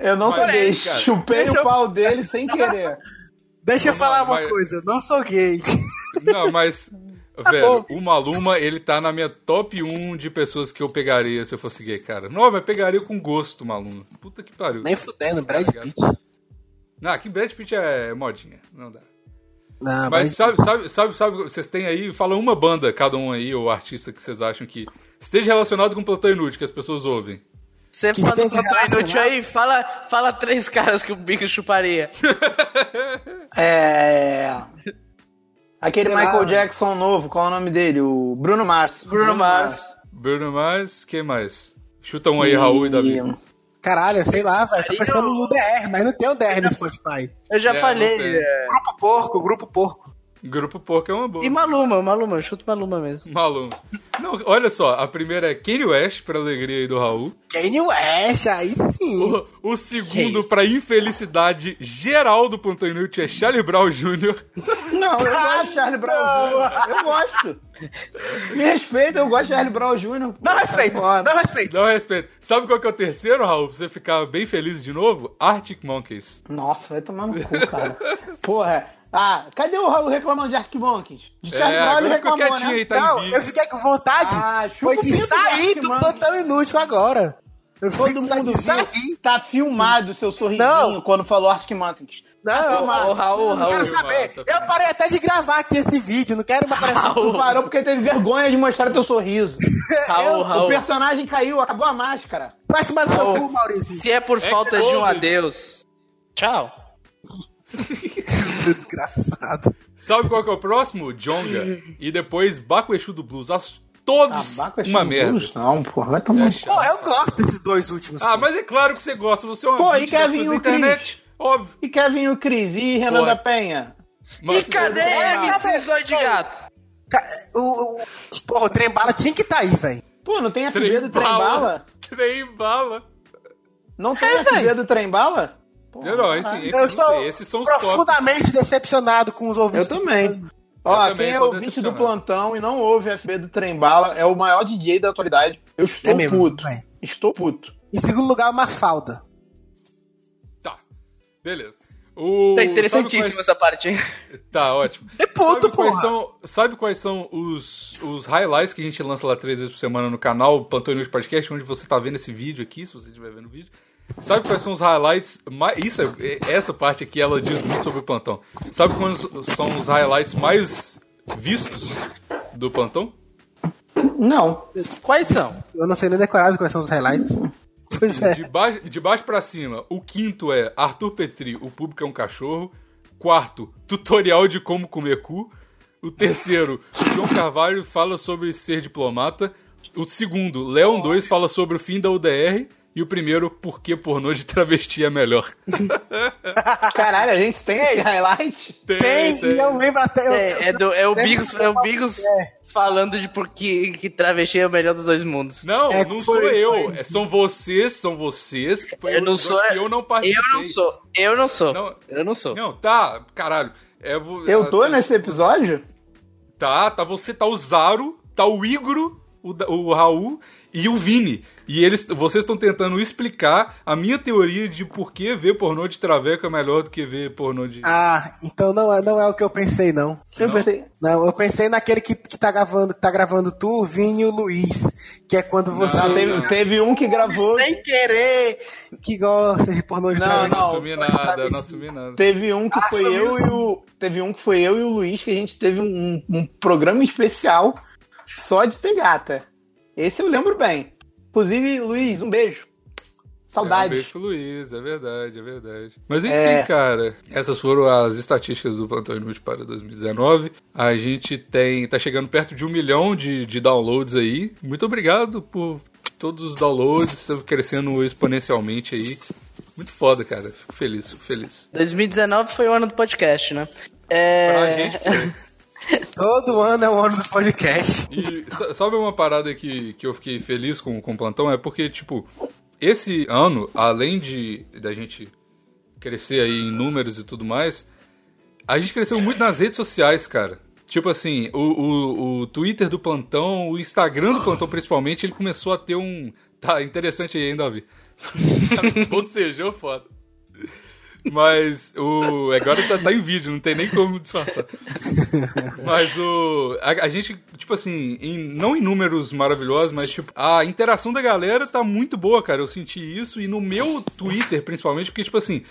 C: Eu não sou
B: Mas,
C: gay.
B: cara,
C: Chupei
A: deixa
C: o
A: eu-
C: pau dele sem querer.
A: Deixa eu
B: Não,
A: falar uma
B: mas-
A: coisa, eu não sou gay.
B: Não, mas... Velho,
A: Tá bom.
B: o Maluma, ele tá na minha top 1 de pessoas que eu pegaria se eu fosse gay, cara. Não, mas pegaria com gosto o Maluma. Puta que pariu.
A: Nem fudendo, Brad
B: Tá ligado?
A: Pitt.
B: Não, aqui Brad Pitt é modinha. Não dá.
A: Não,
B: Mas
A: Ah, mas.
B: sabe, sabe, sabe, sabe, vocês têm aí, fala uma banda, cada um aí, ou artista que vocês acham que esteja relacionado com o Plantão Inútil, que as pessoas ouvem.
D: Você
A: Que
D: fala
A: tem
D: do
A: esse
D: Plantão
A: relacionado?
D: Inútil aí, fala, fala três caras que o Bico chuparia.
C: É. Aquele
A: Sei lá,
C: Michael
A: mano.
C: Jackson novo, qual é o nome dele? O Bruno Mars.
D: Bruno Mars.
B: Bruno Mars, quem mais? Chuta um aí, Raul e Davi.
A: Caralho, sei lá, velho. Tô
D: Aí
A: pensando
D: eu-
A: em UDR, mas não tem UDR no Spotify.
D: Eu já
B: É,
D: falei.
B: não tem.
D: é.
A: Grupo Porco, Grupo Porco.
B: Grupo Porco é uma boa.
D: E Maluma, Maluma, eu chuto Maluma mesmo.
B: Malum. Não, olha só, a primeira é Kanye West, pra alegria aí do Raul.
A: Kanye West, aí sim.
B: O, o
D: Que
B: segundo,
D: isso?
B: pra infelicidade geral do Plantão Inútil, é Charlie Brown Jr.
C: Não, eu gosto de Charlie Brown Jr. Eu gosto. Me respeita, eu gosto de Charlie Brown Jr.
A: Dá respeito,
C: Foda.
A: dá respeito.
B: Dá um respeito. Sabe qual que é o terceiro, Raul? Pra você ficar bem feliz de novo? Arctic Monkeys.
C: Nossa, vai tomar no cu, cara. Porra. Ah, cadê o Raul reclamando de Arquimonkeys? De
B: É,
C: Charlie Brown ele
B: agora ficou
C: reclamou,
B: quietinho
C: né?
B: aí, tá em
A: Não,
B: vídeo.
A: eu fiquei com vontade
C: Ah, chupa
A: foi
C: o
A: de
C: pinto do
A: sair
C: Arquimanco.
A: do plantão inútil agora. Eu
C: Todo
A: fico
C: mundo
A: de
C: viu.
A: sair.
C: Tá filmado o seu sorrisinho
A: Não.
C: quando falou Arctic Monkeys.
A: Não, eu,
D: Ô, Raul,
A: não quero
D: Raul.
A: saber.
B: Raul,
A: Eu parei até de gravar aqui esse vídeo, não quero mais aparecer.
C: Tu parou porque teve vergonha de mostrar teu sorriso.
D: Raul,
C: O
D: Raul.
C: personagem caiu, acabou a máscara.
A: Vai tomar no seu
D: Raul.
A: cu, Maurício.
D: Se é por falta de um
B: Exposed.
D: adeus. Tchau.
A: Desgraçado.
B: Sabe qual que é o próximo? Jonga. e depois Baco Exu do Blues. As- todos
C: Tabaco é
B: uma
C: cheiro de
B: merda.
C: luz? Não, porra, vai tomar.
A: Pô, eu gosto desses dois últimos.
B: Ah, mas é claro que você gosta. Você é um
C: Pô,
B: amante
C: e
B: das coisas
C: Kevin e
B: da
C: o Chris?
B: internet. Óbvio.
C: E Kevin e o Cris? E Renan
B: Pô,
C: da Penha?
D: E
B: Mas-
D: cadê
A: É,
D: esse
A: cadê?
D: episódio de gato?
A: Ca- O, o, porra, o trem bala tinha que tá aí, velho.
C: Pô, não tem FB
B: Trem
C: do Trem
B: bala.
C: Bala?
B: Trem bala.
C: Não
A: É,
C: tem FB do Trem Bala? Porra,
B: Não, não, esse,
C: caralho.
A: Eu
B: esse,
A: estou
B: esses são os top.
A: profundamente decepcionado com os
C: Eu
A: ouvintes.
C: também. Ó,
B: Eu também
C: quem é
B: tô
C: ouvinte do
B: decepcionado.
C: plantão e não ouve FB do Trem Bala é o maior DJ da atualidade. Eu estou
A: É mesmo,
C: puto.
A: vai.
C: Estou puto.
A: Em segundo lugar, uma falda.
B: Tá. Beleza. O,
D: Tá
B: sabe
D: interessantíssimo
B: quais-
D: essa parte, hein?
B: Tá, ótimo.
A: É puto,
B: sabe quais
A: porra.
B: são, sabe quais são os, os highlights que a gente lança lá três vezes por semana no canal Plantão Inútil Podcast, onde você tá vendo esse vídeo aqui, se você estiver vendo o vídeo. Sabe quais são os highlights? mais- Isso, é- essa parte aqui, ela diz muito sobre o plantão. Sabe quais são os highlights mais vistos do plantão?
C: Não.
D: Quais são?
A: Eu não sei nem decorado quais são os highlights. Pois é.
B: De baixo, de baixo pra cima, o quinto é Arthur Petri, o público é um cachorro. Quarto, tutorial de como comer cu. O terceiro, João Carvalho fala sobre ser diplomata. O segundo, Leon 2 fala sobre o fim da UDR. E o primeiro, por que pornô de travesti é melhor.
A: Ah,
C: Caralho, a gente tem esse highlight?
A: Tem, e eu lembro até. eu-
D: É, é do- é o
A: deve
D: Bigos,
A: ser
D: é o
A: uma-
D: Bigos
A: é.
D: falando de por que, que travesti é o melhor dos dois mundos.
B: Não,
A: É,
B: não sou
A: foi-
B: eu.
A: foi.
B: É, são vocês, são vocês. Foi
D: Eu
B: um
D: não
B: episódio
D: sou.
B: que eu não participei.
D: Eu não sou. Eu não sou.
B: Não.
D: Eu não sou.
B: Não, tá, caralho. É, vo-
C: Eu tô
B: as-
C: nesse episódio?
B: Tá, tá você, tá o Zaro, tá o Igro, o, Da- o Raul e o Vini. E eles, vocês estão tentando explicar a minha teoria de por que ver pornô de traveco é melhor do que ver pornô de.
A: Ah, então não é, não é o que eu pensei, não.
C: Eu
B: Não.
C: pensei,
A: Não, eu pensei naquele que, que tá gravando, que tá gravando tu, o Vini e o Luiz. Que é quando você.
C: Não, teve, teve um que gravou.
A: Sem querer que gosta de pornô de
C: Não,
A: travesti.
B: não
C: não,
B: assumi
A: pornô de
B: nada,
A: travesti.
B: não assumi nada.
C: Teve um que
A: Ah,
C: foi
A: sumiu
C: eu e
A: sim.
C: o. Teve um que foi eu e o Luiz que a gente teve um, um programa especial só de ter gata. Esse eu lembro bem. Inclusive, Luiz, um
B: É,
C: beijo.
B: um beijo
C: Saudades.
B: pro Luiz, é verdade, é verdade. Mas enfim,
C: É.
B: cara, essas foram as estatísticas do Plantão Inútil para 2019. A gente tem, tá chegando perto de um milhão de, de downloads aí. Muito obrigado por todos os downloads, estamos crescendo exponencialmente aí. Muito foda, cara. Fico feliz, fico feliz.
D: 2019 foi o ano do podcast, né? É...
B: Pra gente, foi.
A: Todo ano é o ano do podcast.
B: E sa- sabe uma parada que, que eu fiquei feliz com, com o plantão? É porque, tipo, esse ano, além de da gente crescer aí em números e tudo mais, a gente cresceu muito nas redes sociais, cara. Tipo assim, o, o, o Twitter do plantão, o Instagram do plantão principalmente, ele começou a ter um. Tá, interessante aí, hein, Davi? Ou seja, eu foda. Mas o. Agora tá, tá em vídeo, não tem nem como disfarçar. Mas o. A, a gente, tipo assim, em- não em números maravilhosos, mas tipo, a interação da galera tá muito boa, cara. Eu senti isso. E no meu Twitter, principalmente, porque, tipo assim,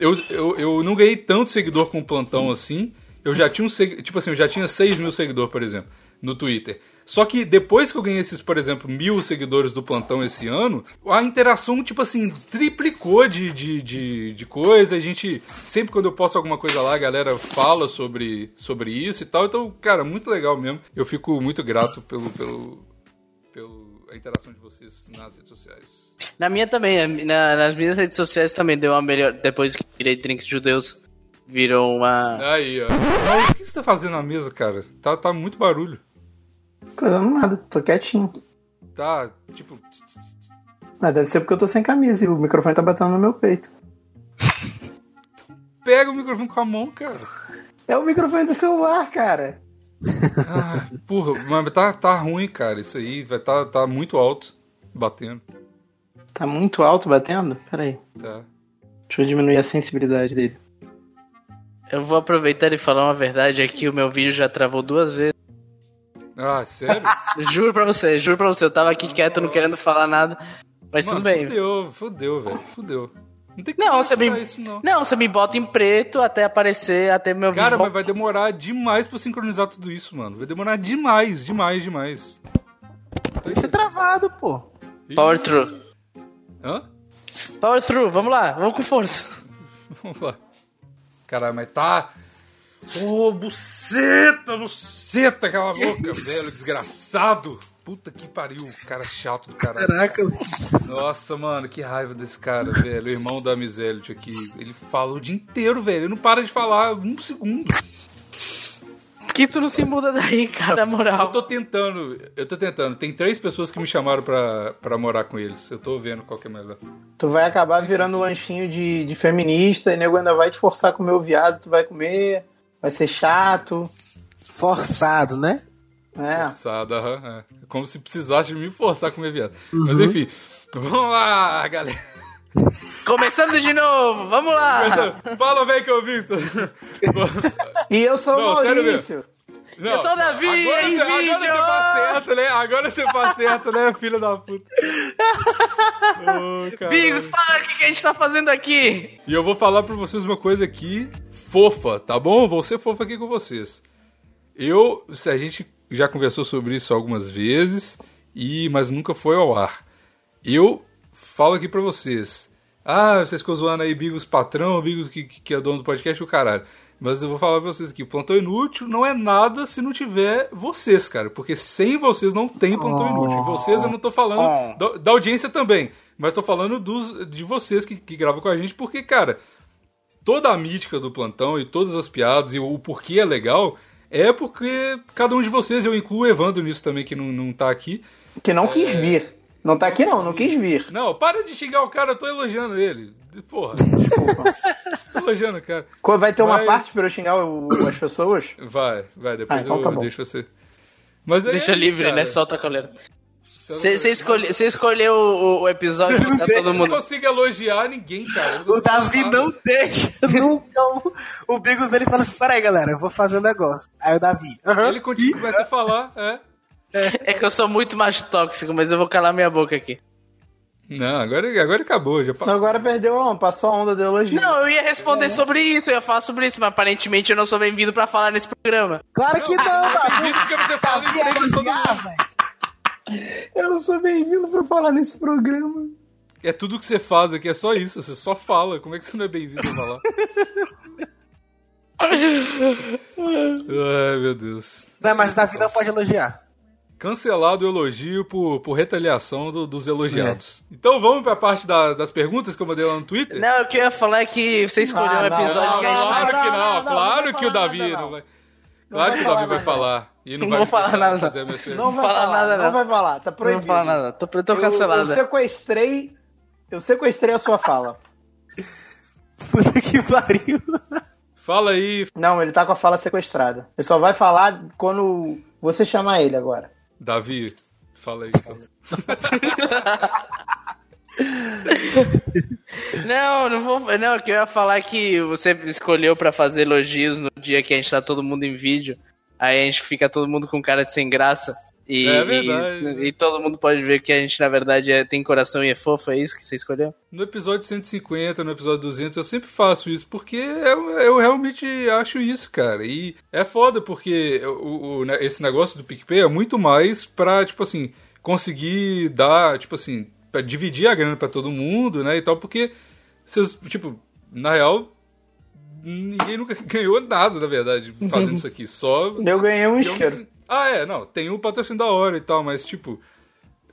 B: eu, eu, eu não ganhei tanto seguidor com o plantão assim. Eu já tinha um segu- Tipo assim, eu já tinha 6 mil seguidores, por exemplo, no Twitter. Só que depois que eu ganhei esses, por exemplo, mil seguidores do plantão esse ano, a interação, tipo assim, triplicou de, de, de, de coisa. A gente, sempre quando eu posto alguma coisa lá, a galera fala sobre, sobre isso e tal. Então, cara, muito legal mesmo. Eu fico muito grato pelo, pelo, pelo a interação de vocês nas redes sociais.
D: Na minha também, na- na- nas minhas redes sociais também deu uma melhor. Depois que virei Drink Judeus, virou uma.
B: Aí, ó. Mas o que você tá fazendo na mesa, cara? Tá, tá muito barulho.
C: Tô fazendo nada, tô quietinho.
B: Tá, tipo. tss, tss, tss.
C: Mas deve ser porque eu tô sem camisa e o microfone tá batendo no meu peito.
B: Pega o microfone com a mão, cara.
C: É o microfone do celular, cara.
B: Ah, porra, mas tá, tá ruim, cara. Isso aí vai tá, tá muito alto batendo.
C: Tá muito alto batendo? Peraí.
B: Tá.
C: Deixa eu diminuir a sensibilidade dele.
D: Eu vou aproveitar e falar uma verdade aqui: o meu vídeo já travou duas vezes.
B: Ah, sério?
D: Juro pra você, juro pra você, eu tava aqui quieto, não querendo falar nada. Mas
B: Mano,
D: tudo bem.
B: Fudeu, fudeu, velho. Fudeu. Não tem
D: Não,
B: como
D: você me-
B: mudar isso, não.
D: Não, você me bota em preto até aparecer, até meu
B: Cara,
D: vo-
B: mas vai demorar demais pra eu sincronizar tudo isso, mano. Vai demorar demais, demais, demais. é
A: Deixa travado, pô.
B: Ih,
D: Power through.
B: Hã?
D: Power through, vamos lá, vamos com força.
B: Vamos lá. Caralho, mas tá. Ô, buceta, buceta, aquela boca, velho, desgraçado. Puta que pariu, cara é chato do caralho.
A: Caraca,
B: Nossa, mano, que raiva desse cara, velho. O irmão da Miselio aqui. Ele fala o dia inteiro, velho. Ele não para de falar um segundo.
D: Que tu não se muda daí, cara, na
B: Eu
D: moral.
B: tô tentando, eu tô tentando. Tem três pessoas que me chamaram pra, pra morar com eles. Eu tô vendo qual que é melhor.
C: Tu vai acabar virando um lanchinho de, de feminista e nego ainda vai te forçar a comer o viado, tu vai comer, vai ser chato,
A: forçado, né?
C: né?
B: Forçado, aham, é. Como se precisasse de me forçar a comer viado. Mas enfim, vamos lá, galera.
D: Começando de novo, vamos lá.
B: Fala, velho, que eu vi.
C: E eu sou
B: Não,
C: o
B: sério
C: Maurício.
B: Não,
D: Eu sou o Davi,
B: agora
D: hein,
B: você, agora você
D: vídeo?
B: faz certo, né? Agora você faz certo, né, filho da puta? Ô, caralho.
D: Bigos, fala o que que a gente tá fazendo aqui.
B: E eu vou falar pra vocês uma coisa aqui fofa, tá bom? Vou ser fofa aqui com vocês. Eu, se a gente já conversou sobre isso algumas vezes, e mas nunca foi ao ar. Eu falo aqui pra vocês. Ah, vocês ficam zoando aí Bigos patrão, Bigos que, que que é dono do podcast, o caralho. Mas eu vou falar pra vocês aqui, plantão inútil não é nada se não tiver vocês, cara. Porque sem vocês não tem plantão inútil. E vocês eu não tô falando da, da audiência também, mas tô falando dos, de vocês que, que gravam com a gente, porque, cara, toda a mítica do plantão e todas as piadas e o porquê é legal é porque cada um de vocês, eu incluo o Evandro nisso também, que não, não tá aqui.
C: Que não quis vir. Não tá aqui não, não quis vir.
B: Não, para de xingar o cara, eu tô elogiando ele. Porra, desculpa. tô elogiando o cara.
C: Co- Vai ter uma
B: Mas-
C: parte pra eu xingar o- as pessoas?
B: Vai, vai, depois
C: Ah, então
B: eu
C: tá bom.
B: deixo você. Mas aí
D: Deixa
B: é isso,
D: livre,
B: cara.
D: né? Solta a coleira.
B: Você é
D: Você você escolhe- você escolheu o, o episódio que tá todo
B: Eu não
D: mundo.
B: consigo elogiar ninguém, cara. Eu não
A: O Davi
B: consigo falar
A: não deixa nunca o, o Bigos dele fala assim: peraí, galera, eu vou fazer um negócio. Aí o Davi.
B: nada.
A: aham.
B: Ele continua, começa a falar, é.
D: É que eu sou muito macho tóxico, mas eu vou calar minha boca aqui.
B: Não, agora, agora acabou, já
C: Senão
B: passou.
C: agora perdeu a onda, passou a onda de elogio.
D: Não, eu ia
B: É.
D: responder sobre isso, eu ia falar sobre isso, mas aparentemente eu não sou bem-vindo pra falar nesse programa.
A: Claro que não,
B: Duvido
A: Davi.
B: que você fala em
A: Davi
B: frente de todo mundo.
A: elogiar, velho.
C: Eu não sou bem-vindo pra falar nesse programa.
B: É tudo que você faz aqui, é só isso. Você só fala. Como é que você não é bem-vindo a falar? Ai, meu Deus.
A: Não, mas o Davi não pode elogiar.
B: Cancelado o elogio por, por retaliação do- dos elogiados. Então vamos pra parte da- das perguntas que eu mandei lá no Twitter?
D: Não, o que eu ia falar é que você escolheu
C: Não,
D: um
C: não,
D: episódio
B: Ah, Não,
D: que a gente
B: claro
D: tava-
B: que
C: não,
B: não.
C: não, não
B: Claro
C: vai
B: que o
C: falar
B: Davi
C: nada,
B: não
C: não.
B: vai.
C: Não
B: Claro
C: vai
B: que o Davi
C: falar
B: vai
C: nada,
B: falar. E não
D: Não
B: vai
D: vou
B: me
D: falar
B: deixar
D: nada.
B: fazer as minhas perguntas.
C: Não vai
D: fala
C: falar,
D: nada,
C: não.
D: não.
C: vai falar, tá
D: Não
C: proibido.
D: vou falar nada, tô, eu tô
C: Eu, eu
D: cancelada.
C: sequestrei, eu sequestrei a sua fala.
A: Puta que pariu.
B: Fala aí,
C: Não, ele tá com a fala sequestrada. Ele só vai falar quando você chamar ele agora.
B: Davi. Fala aí. então.
D: Não, não vou. Não, o que eu ia falar é que você escolheu pra fazer elogios no dia que a gente tá todo mundo em vídeo. Aí a gente fica todo mundo com cara de sem graça. E,
B: É verdade.
D: e- e todo mundo pode ver que a gente, na verdade, é- tem coração e é fofo, é isso que você escolheu?
B: No episódio 150, no episódio 200, eu sempre faço isso porque eu, eu realmente acho isso, cara. E é foda porque o, o- né, esse negócio do PicPay é muito mais pra, tipo assim, conseguir dar, tipo assim, pra dividir a grana pra todo mundo, né, e tal, porque vocês, tipo, na real, ninguém nunca ganhou nada, na verdade, fazendo isso aqui. Só
C: Eu ganhei um
B: eu me
C: isqueiro.
B: sin- Ah, é, não, tem o patrocínio da hora e tal, mas tipo,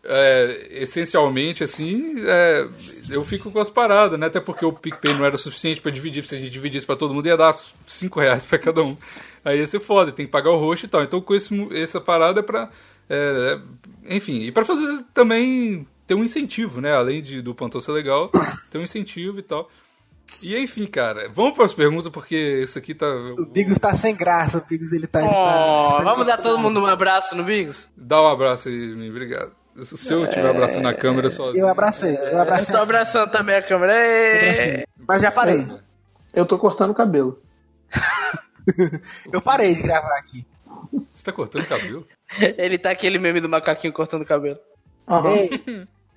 B: é, essencialmente, assim, é, eu fico com as paradas, né? Até porque o PicPay não era suficiente pra dividir, se a gente dividisse pra todo mundo, ia dar 5 reais pra cada um. Aí ia ser foda, tem que pagar o roxo e tal. Então, com esse, mu- essa parada é pra. é, é, enfim, e pra fazer também ter um incentivo, né? Além de, do Pantão ser legal, ter um incentivo e tal. E enfim, cara, vamos pras perguntas, porque isso aqui tá.
A: O Bigos tá sem graça. O Bigos ele tá. ele tá-
D: Oh, vamos dar todo mundo um abraço no Bigos?
B: Dá um abraço aí, mim. Obrigado. Se eu estiver abraçando a câmera sozinho.
A: Eu abracei. Eu
C: Tá
D: Eu
A: abracei.
D: tô abraçando também a câmera. Ê!
A: Mas já parei.
C: Eu tô cortando o cabelo.
A: Eu parei de gravar aqui.
B: Você tá cortando o cabelo?
D: Ele tá aquele meme do macaquinho cortando o cabelo.
C: Aham.
A: Ei,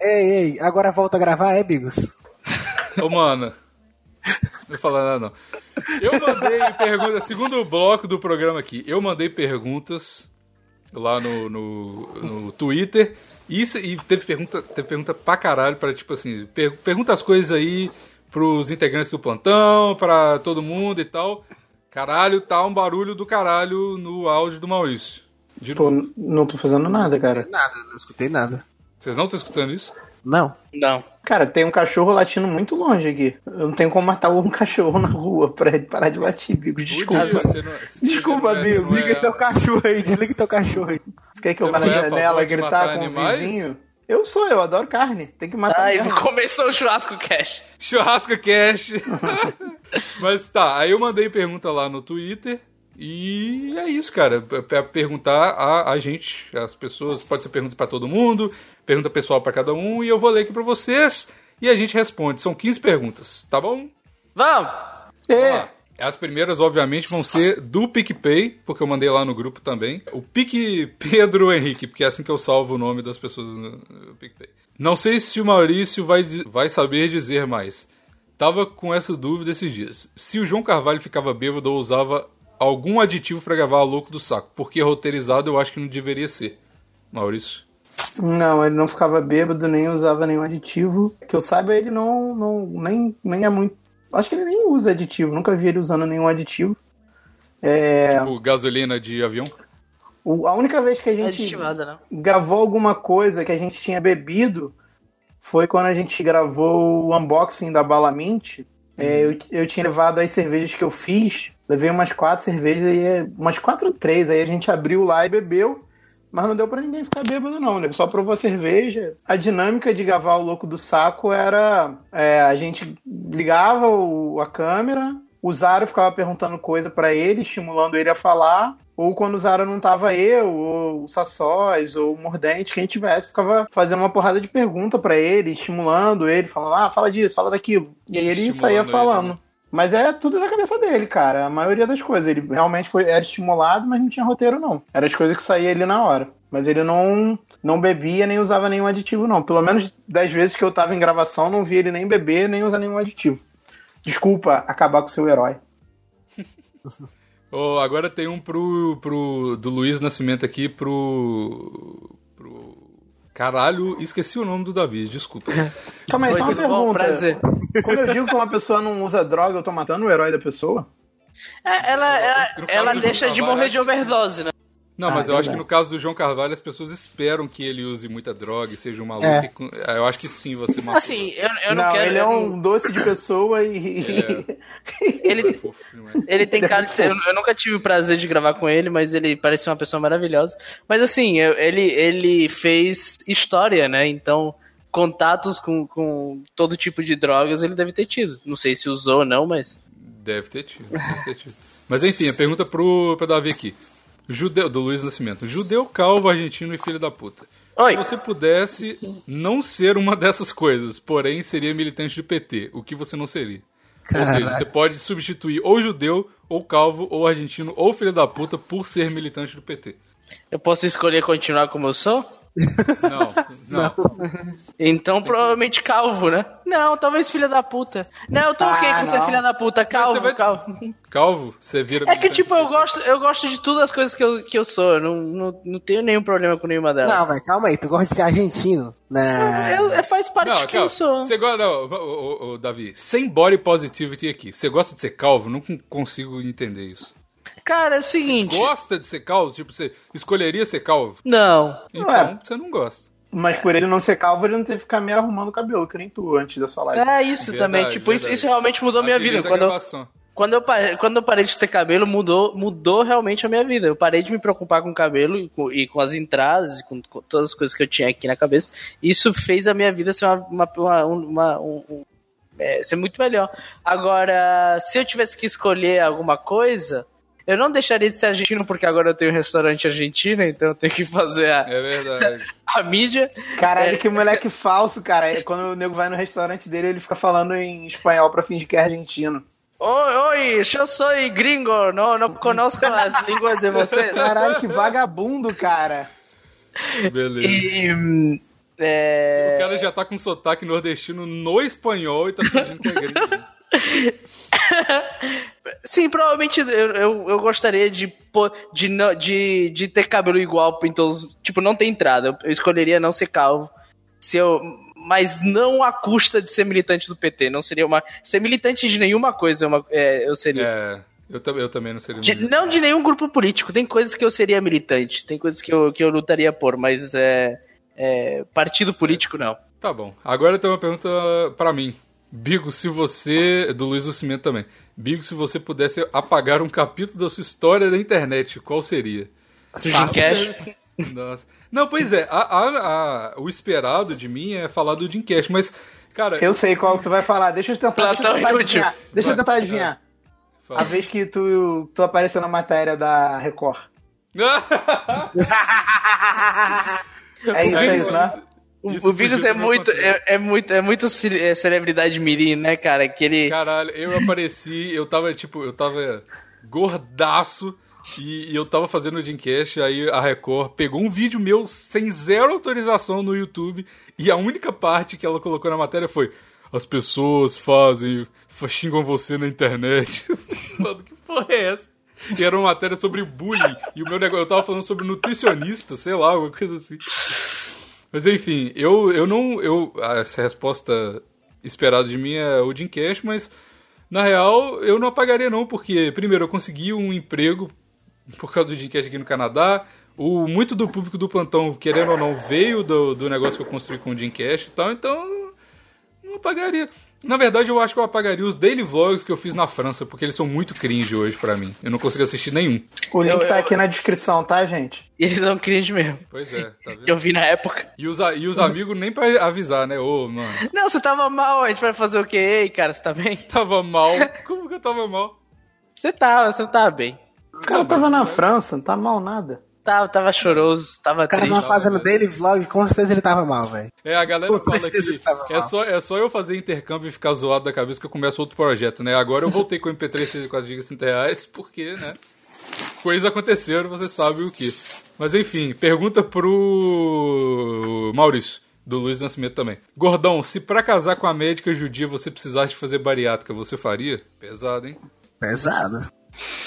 A: Ei, ei, agora volta a gravar, é, Bigos?
B: Ô, mano. Não vou falar nada, não. Eu mandei perguntas, segundo bloco do programa aqui, eu mandei perguntas lá no, no, no Twitter. E, isso- e teve, pergunta, teve pergunta pra caralho, pra tipo assim, per- pergunta as coisas aí pros integrantes do plantão, pra todo mundo e tal. Caralho, tá um barulho do caralho no áudio do Maurício. Juro.
C: Pô, não tô fazendo nada, cara.
A: Nada, não escutei nada.
B: Vocês não estão escutando isso?
A: Não.
D: Não.
C: Cara, tem um cachorro latindo muito longe aqui. Eu não tenho como matar um cachorro na rua pra ele parar de latir, Bigos. Desculpa.
B: Putz, você não- você
C: Desculpa,
B: não é-
C: amigo.
B: não é-
A: Liga teu cachorro aí, desliga teu cachorro aí.
C: Você quer que eu
B: Você
C: vá na
B: não é a favor
C: janela
B: de matar
C: gritar com
B: animais?
C: o vizinho? Eu sou, eu adoro carne. Tem que matar um
D: Ai,
C: mesmo.
D: começou o churrasco cash.
B: Churrasco Cash. Mas tá, aí eu mandei pergunta lá no Twitter. E é isso, cara. Pra- Pra perguntar a, a gente, as pessoas. Pode ser pergunta pra todo mundo, pergunta pessoal pra cada um. E eu vou ler aqui pra vocês. E a gente responde. São 15 perguntas, tá bom?
D: Vamos!
C: É,
B: As primeiras, obviamente, vão ser do PicPay, porque eu mandei lá no grupo também. O Pique Pedro Henrique, porque é assim que eu salvo o nome das pessoas no no PicPay. Não sei se o Maurício vai, di- vai saber dizer mais. Tava com essa dúvida esses dias. Se o João Carvalho ficava bêbado ou usava algum aditivo pra gravar louco do saco, porque roteirizado eu acho que não deveria ser. Maurício.
C: Não, ele não ficava bêbado, nem usava nenhum aditivo. Que eu saiba, ele não, não nem, nem é muito. Acho que ele nem usa aditivo, nunca vi ele usando nenhum aditivo.
B: Tipo, gasolina de avião.
C: O- a única vez que a
D: Não é
C: gente
D: aditivada, não.
C: gravou alguma coisa que a gente tinha bebido foi quando a gente gravou o unboxing da Bala Mint. É, eu, eu tinha levado as cervejas que eu fiz, levei umas quatro cervejas, aí, é- umas quatro ou três, aí a gente abriu lá e bebeu, mas não deu pra ninguém ficar bêbado não, né? Só provou a cerveja. A dinâmica de gravar o Louco do Saco era, é, a gente ligava o- a câmera, o Zaro ficava perguntando coisa pra ele, estimulando ele a falar, ou quando o Zaro não tava eu, ou o Sassóis, ou o Mordente, quem tivesse, ficava fazendo uma porrada de pergunta pra ele, estimulando ele, falando, ah, fala disso, fala daquilo. E aí ele
B: Estimulando
C: saía
B: ele,
C: falando.
B: né?
C: Mas é tudo na cabeça dele, cara. A maioria das coisas. Ele realmente foi, era estimulado, mas não tinha roteiro, não. Era as coisas que saía ali na hora. Mas ele não, não bebia nem usava nenhum aditivo, não. Pelo menos das vezes que eu tava em gravação, não vi ele nem beber, nem usar nenhum aditivo. Desculpa acabar com seu herói.
B: Ô, agora tem um pro, pro. do Luiz Nascimento aqui pro. pro. Caralho, esqueci o nome do Davi, desculpa.
C: Calma aí,
D: Oi,
C: só uma
D: tudo bom?
C: pergunta.
D: Prazer.
C: Quando eu digo que uma pessoa não usa droga, eu tô matando o herói da pessoa?
D: É, ela ela,
B: No caso
D: ela
B: do
D: deixa
B: João
D: de
B: Carvalho,
D: morrer de
B: acho que sim.
D: overdose, né?
B: Não, mas
C: Ah,
B: eu acho que
C: verdade.
B: no caso do João Carvalho as pessoas esperam que ele use muita droga e seja um maluco.
A: É.
B: e com- Ah, Eu acho que sim, você matou.
D: Assim, eu, eu não, quero.
C: ele é
D: eu
C: um
D: não-
C: doce de pessoa e.
B: Ele é
D: Ele,
B: fofo, não é?
D: ele tem cara de ser. Eu, eu nunca tive o prazer de gravar com ele, mas ele parece uma pessoa maravilhosa. Mas assim, eu- ele, ele fez história, né? Então, contatos com, com todo tipo de drogas ele deve ter tido. Não sei se usou ou não, mas.
B: Deve ter tido, deve ter tido. Mas enfim, a pergunta pro, pro Davi aqui. Judeu, do Luiz Nascimento. Judeu, calvo, argentino e filho da puta.
D: Oi!
B: Se você pudesse não ser uma dessas coisas, porém seria militante do PT, o que você não seria? Ou seja, você pode substituir ou judeu, ou calvo, ou argentino, ou filho da puta por ser militante do PT.
D: Eu posso escolher continuar como eu sou?
B: Não, não.
D: Então, provavelmente calvo, né? Não, talvez filha da puta. Não, eu tô ok
C: Ah,
D: com ser
C: não.
D: filha da puta, calvo,
B: você vai-
D: calvo.
B: Calvo, você vira
D: É que,
B: militante
D: tipo,
B: do
D: eu
B: PT.
D: gosto, eu gosto de todas as coisas que eu, que eu sou. Eu não, não, não tenho nenhum problema com nenhuma delas.
A: Não, vai, calma aí, tu gosta de ser argentino? Né? Não.
D: Eu- eu- faz parte
B: Não,
D: de quem eu
B: calma.
D: sou.
B: Você gosta, não, ô, ô, ô, Davi, sem body positivity aqui. Você gosta de ser calvo? Não con- consigo entender isso.
D: Cara, é o seguinte.
B: Gosta de ser calvo? Tipo, você escolheria ser calvo?
D: Não.
B: Então,
C: Ué.
B: você não gosta.
C: Mas por ele não ser calvo, ele não teve que ficar me arrumando o cabelo, que nem tu antes dessa live.
D: É isso
B: Verdade,
D: também. Tipo, isso,
B: verdade.
D: isso realmente mudou a minha vida.
B: Agiliza a
D: Quando eu,
B: gravação.
D: quando, eu parei, quando eu parei de ter cabelo, mudou, mudou realmente a minha vida. Eu parei de me preocupar com o cabelo e com, e com as entradas e com, com todas as coisas que eu tinha aqui na cabeça. Isso fez a minha vida ser uma. uma- uma- uma- um- um- é, ser muito melhor. Agora, se eu tivesse que escolher alguma coisa. Eu não deixaria de ser argentino, porque agora eu tenho um restaurante argentino, então eu tenho que fazer a,
B: É verdade.
D: a mídia. É.
C: Caralho, que moleque falso, cara. É Quando o nego vai no restaurante dele, ele fica falando em espanhol pra fingir que é argentino.
D: Oi, oi, eu sou gringo, não, não conosco as línguas de vocês.
C: Caralho, que vagabundo, cara.
B: Beleza.
D: E, hum, É...
B: O cara já tá com sotaque nordestino no espanhol e tá fingindo que é gringo.
D: Sim, provavelmente eu, eu, eu gostaria de, pô- de, não- de, de ter cabelo igual em todos. Tipo, não ter entrada. Eu- Eu escolheria não ser calvo. Se eu, mas não à custa de ser militante do PT. Não seria uma. Ser militante de nenhuma coisa é uma- é, eu seria.
B: É, eu, tam- eu também não seria.
D: De-
B: muito-
D: não de nenhum grupo político. Tem coisas que eu seria militante. Tem coisas que eu, que eu lutaria por, mas é. é, partido político, não.
B: Tá bom. Agora tem uma pergunta pra mim. Bigo, se você. Do Luiz Lucimento também. Bigo, se você pudesse apagar um capítulo da sua história da internet, qual seria?
A: Fácil.
D: Cash.
B: Nossa. Não, pois é. a- a- a- o esperado de mim é falar do Jim Cash, mas, cara.
C: Eu sei qual que tu vai falar. Deixa eu tentar, deixa eu
D: Platão
C: tentar
D: inútil.
C: adivinhar. Deixa eu
B: Vai,
C: tentar adivinhar.
B: fala.
C: A vez que tu, tu apareceu na matéria da Record. É isso, é isso, né?
D: O,
B: Isso
D: o Vírus
B: fugiu
D: é
B: do meu
D: muito,
B: controle.
D: é, é muito, é muito ce- é celebridade mirim, né, cara? Que ele
B: Caralho, eu apareci, eu tava, tipo, eu tava gordaço e, e eu tava fazendo o Dreamcast, aí a Record pegou um vídeo meu sem zero autorização no YouTube e a única parte que ela colocou na matéria foi as pessoas fazem, fa- xingam você na internet. Mano, que porra é essa? E era uma matéria sobre bullying. E o meu negócio, eu tava falando sobre nutricionista, sei lá, alguma coisa assim. Mas enfim, eu, eu não. Eu, essa resposta esperada de mim é o Jim Cash, mas na real eu não apagaria não, porque primeiro eu consegui um emprego por causa do Jim Cash aqui no Canadá. O, muito do público do plantão, querendo ou não, veio do, do negócio que eu construí com o Jim Cash e tal, então não apagaria. Na verdade, eu acho que eu apagaria os daily vlogs que eu fiz na França, porque eles são muito cringe hoje pra mim. Eu não consigo assistir nenhum.
C: O link
D: Eu-
C: tá
D: eu-
C: aqui na descrição, tá, gente?
D: eles são cringe mesmo.
B: Pois é, tá
D: Que eu
B: vendo?
D: vi na época.
B: E os, a- e os amigos nem pra avisar, né? Ô, mano.
D: Não, você tava mal, a gente vai fazer o quê? Ei, cara, você tá bem?
B: Tava mal? Como que eu tava mal?
D: Você tava, você tava bem.
C: O
D: Uhum.
C: cara tava na França, não tá mal nada.
D: Tava, tava choroso, tava
A: O cara
D: triste.
A: tava fazendo
D: né?
A: dele vlog, com certeza ele tava mal, velho.
B: É, a galera
A: Com
B: fala
A: certeza ele tava
B: que é
A: mal.
B: só, é só eu fazer intercâmbio e ficar zoado da cabeça que eu começo outro projeto, né? Agora eu voltei com o MP3 64 GB 30 reais, porque, né? Coisas aconteceram, você sabe o que. Mas enfim, pergunta pro Maurício, do Luiz Nascimento também. Gordão, se pra casar com a médica judia você precisasse fazer bariátrica, você faria? Pesado, hein?
A: Pesado.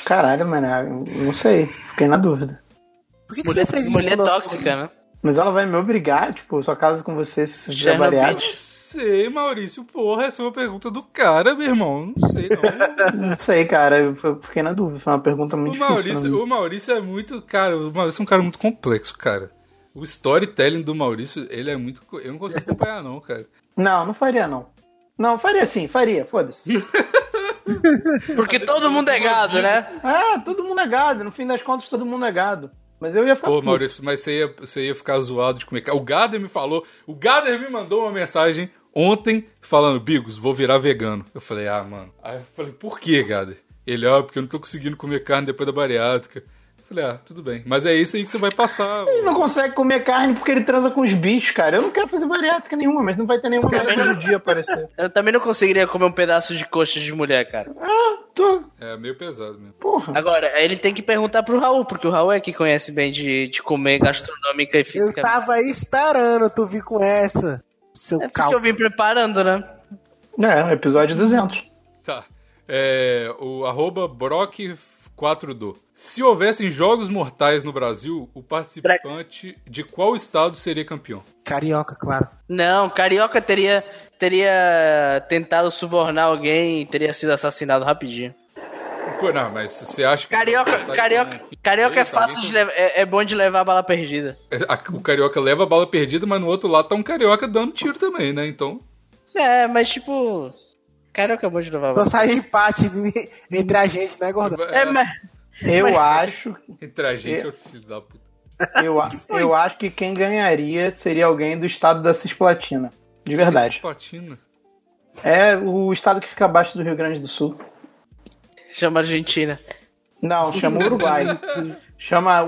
C: Caralho, mano, eu não sei. Fiquei na dúvida.
A: Por que, que
D: Mulher,
A: você fez isso?
D: mulher
A: com o nosso-
D: tóxica, né?
C: Mas ela vai me obrigar, tipo, eu só caso com você se você tipo, fizer
D: Chernobyl.
C: bariátrica.
B: Sei, Maurício, porra, essa é uma pergunta do cara, meu irmão. Não sei, não.
C: Não sei, cara, eu eu fiquei na dúvida. Foi uma pergunta muito
B: O
C: difícil. pra mim.
B: Maurício, o Maurício é muito. Cara, o Maurício é um cara muito complexo, cara. O storytelling do Maurício, ele é muito. co- Eu não consigo acompanhar, não, cara.
C: Não, não faria, não. Não, faria sim, faria, foda-se.
D: Porque todo mundo é gado, né?
C: ah, todo mundo é gado, no fim das contas todo mundo é gado. Mas eu ia ficar.
B: Pô,
C: Tá puto.
B: Maurício, mas você ia, você ia ficar zoado de comer. ca- é. O Gader me falou. O Gader me mandou uma mensagem ontem falando: Bigos, vou virar vegano. Eu falei: ah, mano. Aí eu falei: por que, Gader? Ele, ah, porque eu não tô conseguindo comer carne depois da bariátrica. Eu falei: ah, tudo bem. Mas é isso aí que você vai passar.
C: Ele não consegue comer carne porque ele transa com os bichos, cara. Eu não quero fazer bariátrica nenhuma, mas não vai ter nenhuma merda no dia aparecer.
D: Eu também não conseguiria comer um pedaço de coxa de mulher, cara.
C: Ah, tô.
B: É meio pesado mesmo.
C: Porra.
D: Agora, ele tem que perguntar pro Raul, porque o Raul é que conhece bem de, de comer gastronômica e
A: Eu
D: fisicamente.
A: tava esperando tu vir com essa, seu
D: É porque
A: calvo.
D: eu vim preparando, né?
C: É, episódio 200.
B: Tá. É, o arroba Brock4do. Se houvessem jogos mortais no Brasil, o participante de qual estado seria campeão?
A: Carioca, claro.
D: Não, Carioca teria, teria tentado subornar alguém e teria sido assassinado rapidinho.
B: Pô, não, mas você acha que. jogos
D: Carioca,
B: mortais
D: carioca,
B: são-
D: carioca é
B: Tá né? Eita,
D: fácil
B: alguém-
D: de levar, é, é bom de levar a bala perdida.
B: É, A- O carioca leva a bala perdida, mas no outro lado tá um carioca dando tiro também, né? Então.
D: É, mas tipo, carioca é bom de levar a
A: Então
D: bala.
A: saiu empate de- entre a gente, né, gordão?
D: É, mas
C: Eu
D: Mas-
C: acho.
B: Entre a gente, é o filho da puta.
C: Eu, a- eu acho que quem ganharia seria alguém do estado da Cisplatina. De verdade.
B: Patina.
C: É o estado que fica abaixo do Rio Grande do Sul.
D: chama a Argentina.
C: Não, chama Uruguai. chama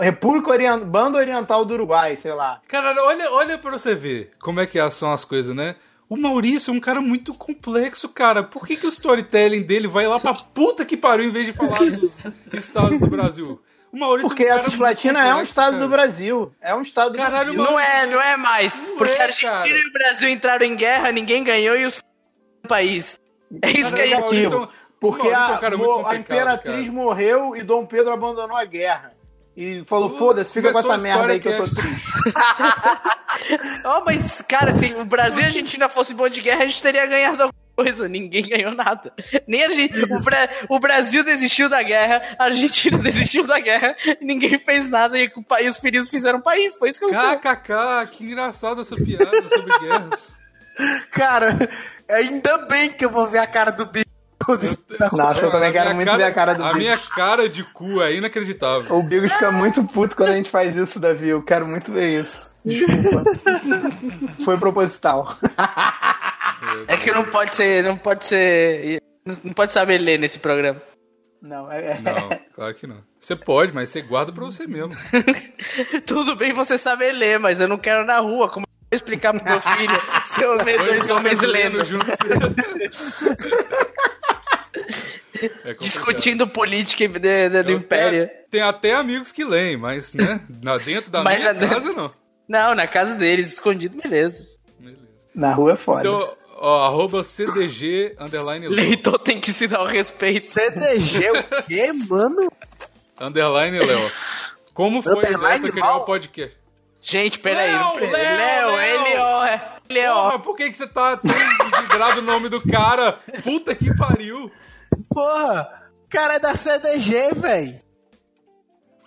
C: República Orien- Banda Oriental do Uruguai, sei lá.
B: Caralho, olha, olha pra você ver como é que são as coisas, né? O Maurício é um cara muito complexo, cara. Por que, que o storytelling dele vai lá pra puta que pariu em vez de falar dos estados do Brasil? O Maurício
C: Porque
B: é um cara
C: essas
B: muito
C: platinas é um
B: complexo,
C: estado
B: cara.
C: do Brasil. É um estado do
B: Caralho,
C: Brasil.
B: mano.
D: Não é, não é mais.
B: Não
D: porque
B: é,
D: a Argentina
B: cara.
D: e o Brasil entraram em guerra, ninguém ganhou e os f- do país. É isso que a
B: Caralho, o
C: negativo,
D: gente.
B: Maurício é um- o
C: Porque
B: Maurício é
C: a,
B: um cara
C: mo-
B: muito
C: a
B: complicado,
C: imperatriz
B: cara.
C: morreu e Dom Pedro abandonou a guerra. E falou,
B: Uh,
C: foda-se, fica com
B: começou a
C: essa merda aí que eu tô
B: história
C: triste.
D: Ó, Oh, mas, cara, se o Brasil e a Argentina fossem bom de guerra, a gente teria ganhado alguma coisa. Ninguém ganhou nada. Nem a gente. O, Bra- o Brasil desistiu da guerra, a Argentina desistiu da guerra, ninguém fez nada e, o país- os feridos fizeram o país. Foi isso que aconteceu.
B: KKK, que engraçada essa piada sobre guerras.
A: Cara, ainda bem que eu vou ver a cara do bicho. quando ele tá-
C: Nossa, eu também quero muito ver a cara do
B: A
C: Bigo.
B: minha cara de cu é inacreditável.
C: O Bigo fica muito puto quando a gente faz isso, Davi. Eu quero muito ver isso. Desculpa. Foi proposital.
D: É que não pode ser. Não pode ser. Não pode saber ler nesse programa.
C: Não, é, é-
B: Não, claro que não. Você pode, mas você guarda pra você mesmo.
D: Tudo bem você saber ler, mas eu não quero na rua. Como eu vou explicar pro meu filho se eu ver dois homens lendo,
B: juntos. É complicado.
D: discutindo política de- de- do
B: Eu
D: Império?
B: tenho- Tem até amigos que leem, mas, né? Na dentro da
D: Mas
B: minha
D: na dentro-
B: casa, não.
D: Não, na casa deles, escondido, beleza.
B: Beleza.
C: Na rua é foda.
B: Então, ó, arroba CDG underline Léo.
D: Leitor tem que se dar o respeito.
A: CDG, o quê, mano?
B: Underline Léo. Como foi a ideia
A: Underline
B: pra criar
A: Léo?
B: um podcast?
D: Gente, peraí.
B: Léo,
D: não precisa-
B: Léo,
D: Léo,
B: Léo.
D: L.O. é.
B: Pô,
D: L.O.
B: mas por que, que você tá tão vidrado no nome do cara? Puta que pariu!
A: Porra, o cara é da CDG, velho.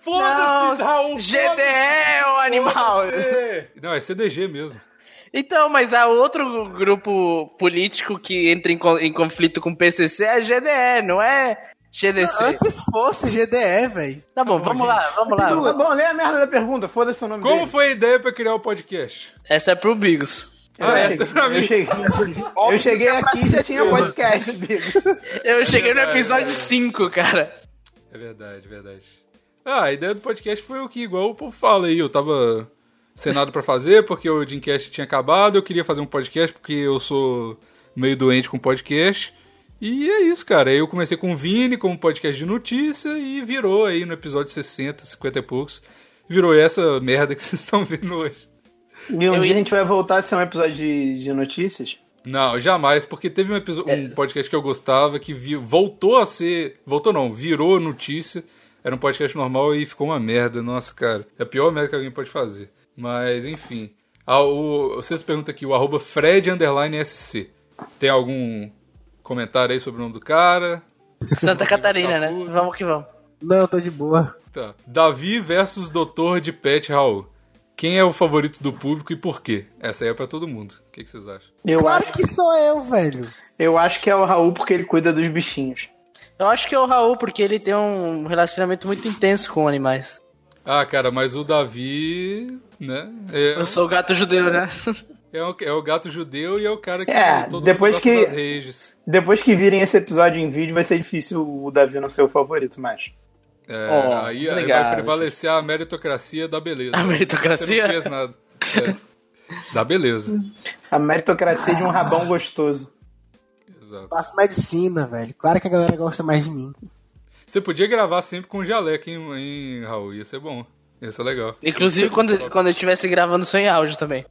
B: Foda-se,
D: Não,
B: Raul!
D: GDE é o animal.
B: foda-se. Não, é CDG mesmo.
D: Então, mas há outro grupo político que entra em, co- em conflito com o PCC é a GDE, não é GDC.
A: Antes fosse GDE, velho.
D: Tá bom, vamos lá, vamos lá.
C: Tá bom, lê a merda da pergunta. Foda-se o nome
B: Como
C: dele.
B: foi a ideia pra criar o podcast?
D: Essa é pro Bigos.
C: Eu
B: Ah,
C: cheguei-
B: essa é pra mim.
C: Eu cheguei,
B: tá
C: eu cheguei aqui e já tinha podcast, Bigo.
D: Eu cheguei no
B: verdade,
D: episódio
B: é.
D: 5, cara.
B: É verdade, é verdade. Ah, a ideia do podcast foi o que, igual o povo fala aí, eu tava senado pra fazer porque o Dreamcast tinha acabado, eu queria fazer um podcast porque eu sou meio doente com podcast. E é isso, cara. Aí Eu comecei com o Vini, com um podcast de notícia, e virou aí no episódio 60, 50 e poucos, virou essa merda que vocês estão vendo hoje.
C: E um
D: Eu
C: dia
D: ia-
C: a gente vai voltar a ser um episódio de, de notícias.
B: Não, jamais, porque teve um, episo- um podcast que eu gostava que vi- voltou a ser. Voltou não, virou notícia. Era um podcast normal e ficou uma merda. Nossa, cara. É a pior merda que alguém pode fazer. Mas, enfim. Ah, o, vocês perguntam aqui, o arroba Fred underline SC. Tem algum comentário aí sobre o nome do cara?
D: Santa Catarina, né?
B: puto.
D: Vamos que vamos.
A: Não, tô de boa.
B: Tá. Davi versus Doutor de Pet Raul. Quem é o favorito do público e por quê? Essa aí é pra todo mundo. O que, que vocês acham?
C: Eu,
A: Claro
C: acho,
A: que sou eu, velho.
C: eu acho que é o Raul porque ele cuida dos bichinhos.
D: Eu acho que é o Raul, porque ele tem um relacionamento muito intenso com animais.
B: Ah, cara, mas o Davi, né? É,
D: Eu sou o gato judeu, né?
B: É o, é o gato judeu e é o cara que
C: É, depois
B: gosta
C: que-
B: das rages.
C: Depois que virem esse episódio em vídeo, vai ser difícil o Davi não ser o favorito mais.
B: É,
D: Ó,
B: aí, aí
D: obrigado.
B: vai prevalecer a meritocracia da beleza.
D: A meritocracia?
B: Você não fez nada. É. Da beleza.
C: A meritocracia de um rabão gostoso.
B: Exato.
A: Faço medicina, velho. Claro que a galera gosta mais de mim.
B: Você podia gravar sempre com jaleco, hein, hein, Raul? Ia ser bom. Ia ser legal.
D: Inclusive quando, quando eu estivesse gravando só em áudio também.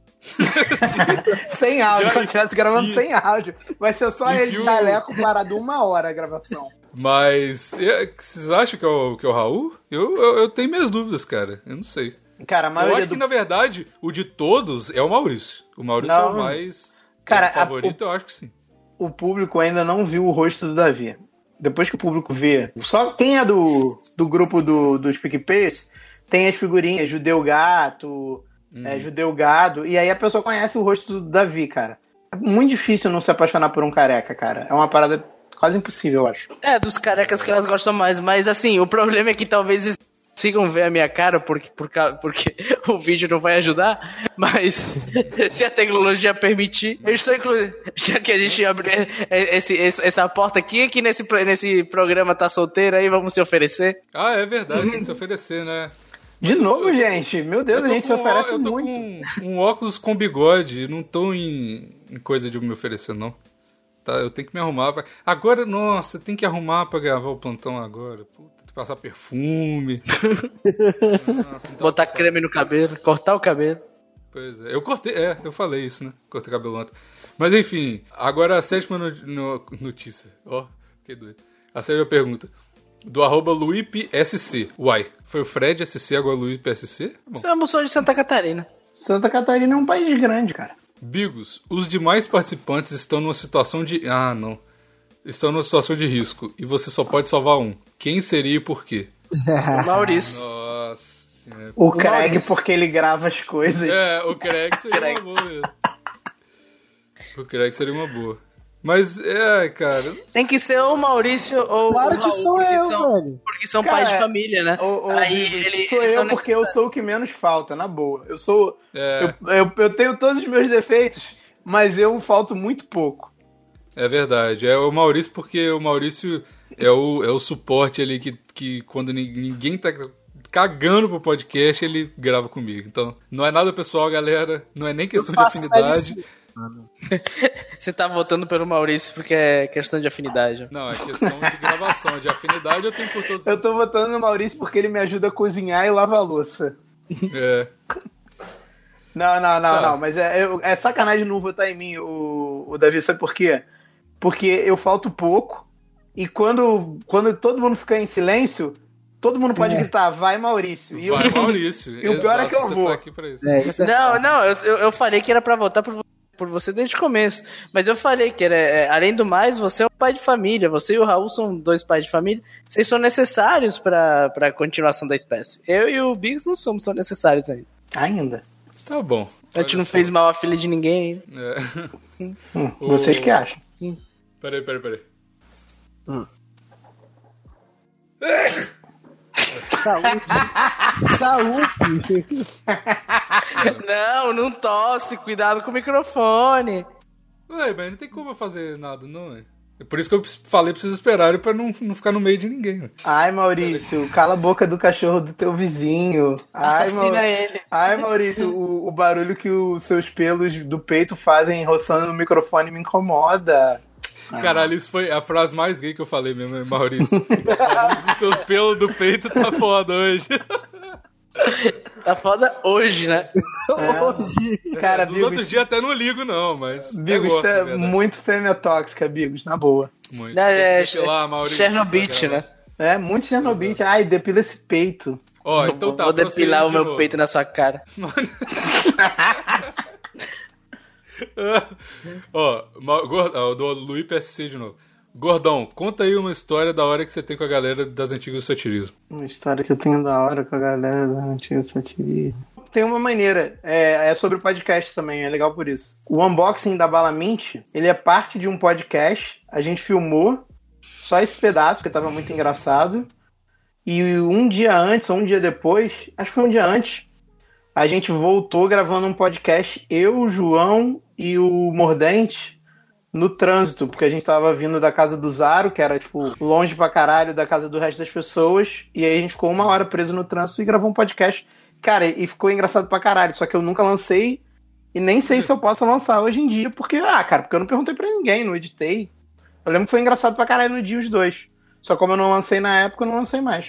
C: Sem áudio,
B: Já-
C: quando estivesse gravando
B: e-
C: sem áudio. Vai ser só
B: e
C: ele
B: viu-
C: de jaleco parado uma hora a gravação.
B: Mas é, vocês acham que é o, que é o Raul? Eu, eu, eu tenho minhas dúvidas, cara. Eu não sei.
C: Cara, a
B: Eu
C: maioria
B: acho
C: do.
B: que, na verdade, o de todos é o Maurício. O Maurício é o
C: Não.
B: mais
C: Cara,
B: é o
C: a-
B: favorito, eu acho que sim.
C: O público ainda não viu o rosto do Davi. Depois que o público vê. Só quem é do, do grupo do, dos PicPays tem as figurinhas Judeu Gato,
B: Uhum.
C: é, Judeu Gado. E aí a pessoa conhece o rosto do Davi, cara. É muito difícil não se apaixonar por um careca, cara. É uma parada quase impossível, eu acho.
D: É, dos carecas que elas gostam mais, mas assim, o problema é que talvez eles consigam ver a minha cara porque, por ca- porque o vídeo não vai ajudar, mas se a tecnologia permitir, eu estou inclusive, já que a gente abriu esse- esse- essa porta aqui, que nesse, pro- nesse programa tá solteiro aí, vamos se oferecer.
B: Ah, é verdade, tem que se oferecer, né?
C: De novo, gente. Meu Deus, a
B: tô
C: gente se
B: com ó-
C: oferece
B: eu tô
C: muito.
B: com um óculos com bigode, não tô em, em coisa de me oferecer, não. tá? Eu tenho que me arrumar. Pra... Agora, nossa, tem que arrumar pra gravar o plantão agora. Puta, tem que passar perfume. Nossa, então-
D: Botar creme no cabelo, cortar o cabelo.
B: Pois é. Eu cortei, é, eu falei isso, né? Cortei o cabelo ontem. Mas enfim, agora a sétima no- no- notícia. Ó, fiquei doido. A sétima pergunta. Do arroba LuipSC. Uai, foi o Fred SC, agora o LuipSC? Bom.
D: Isso é uma moção de Santa Catarina.
C: Santa Catarina é um país grande, cara.
B: Bigos, os demais participantes estão numa situação de. Ah, não. Estão numa situação de risco e você só pode salvar um. Quem seria e por quê?
C: Ah.
D: Maurício.
B: Nossa senhora.
C: O Craig, porque ele grava as coisas.
B: É, o Craig seria
D: Craig.
B: uma boa mesmo. O Craig seria uma boa. Mas, é, cara.
D: Tem que ser ou Maurício ou.
A: Claro
D: o
A: que
D: Raul,
A: sou
D: porque
A: eu,
D: são-
A: velho.
D: Porque são
C: Cara,
D: pais de família, né?
C: Ô, ô,
D: Aí
C: Vivi,
D: ele.
C: sou
D: eles
C: eu
D: são
C: porque eu sou o que menos falta, na boa. Eu sou.
B: É,
C: Eu, eu, eu tenho todos os meus defeitos, mas eu falto muito pouco.
B: é verdade. É o Maurício, porque o Maurício é o, é o suporte ali que, que quando ni- ninguém tá cagando pro podcast, ele grava comigo. Então, não é nada pessoal, galera. Não é nem questão de
A: faço
B: afinidade.
A: LC.
D: Você tá votando pelo Maurício porque é questão de afinidade.
B: Não, é questão de gravação, de afinidade eu tenho por todos.
C: Eu tô votando no Maurício porque ele me ajuda a cozinhar e lavar a louça.
B: É,
C: Não, não, não,
B: Tá.
C: não. Mas é, eu- é sacanagem não votar em mim, o, o Davi. Sabe por quê? Porque eu falto pouco e quando, quando todo mundo fica em silêncio, todo mundo pode
A: É.
C: gritar, vai Maurício. E eu-
B: vai, Maurício.
C: E o pior é que eu
B: você
C: vou.
B: Tá aqui pra isso.
A: É, isso é
D: Não, não, eu, eu, eu falei que era pra votar por, vo- por você desde o começo. Mas eu falei que era. é, além do mais, você é um pai de família. Você e o Raul são dois pais de família. Vocês são necessários pra, pra continuação da espécie. Eu e o Biggs não somos tão necessários ainda.
C: Ainda.
B: Tá bom.
D: A gente
B: Olha
D: não
B: só.
D: fez mal à filha de ninguém. hein?
B: É.
C: Hum, Vocês que acham.
B: Peraí, peraí, peraí.
A: saúde. saúde.
D: Não, não tosse. Cuidado com o microfone.
B: Ué, mas não tem como eu fazer nada, não, é? É Por isso que eu falei pra vocês esperarem pra não, não ficar no meio de ninguém, ué.
C: Ai, Maurício, cala a boca do cachorro do teu vizinho. Ai,
D: Assassina
C: Mau-
D: ele.
C: Ai, Maurício, o, o barulho que os seus pelos do peito fazem roçando no microfone me incomoda.
B: Caralho, isso foi a frase mais gay que eu falei mesmo, né, Maurício. Maurício, Seu pelo do peito tá foda hoje.
D: Tá foda hoje, né?
A: Hoje.
C: É. Cara,
B: É, Dos outros
C: Bigos,
B: dias até não ligo, não, mas. até
C: Bigos
B: gosto,
C: você é
B: na verdade.
C: muito fêmea tóxica, Bigos, na boa.
B: Muito.
D: Não, é,
B: Tem que depilar, Maurício,
D: Chernobyl,
B: pra
D: né?
B: caralho.
C: É, muito Chernobyl. Ai, depila esse peito.
B: Ó,
D: Vou-
B: então tá.
D: Vou
B: prosseguindo
D: depilar o
B: de
D: meu
B: novo.
D: peito na sua cara.
B: Ó, ma- gor- ó, do Luiz PSC de novo. Gordão, conta aí uma história da hora que você tem com a galera das antigas do satirismo.
C: Uma história que eu tenho da hora com a galera da antiga satiria. Tem uma maneira, é, é sobre o podcast também, é legal por isso. O unboxing da Bala Mint, ele é parte de um podcast, a gente filmou só esse pedaço, porque tava muito engraçado. E um dia antes, ou um dia depois, acho que foi um dia antes, a gente voltou gravando um podcast, eu, o João e o Mordente, no trânsito, porque a gente tava vindo da casa do Zaro, que era, tipo, longe pra caralho da casa do resto das pessoas, e aí a gente ficou uma hora preso no trânsito e gravou um podcast. Cara, e ficou engraçado pra caralho, só que eu nunca lancei, e nem sei se eu posso lançar hoje em dia, porque, ah, cara, porque eu não perguntei pra ninguém, não editei. Eu lembro que foi engraçado pra caralho no dia os dois. Só como eu não lancei na época, eu não lancei mais.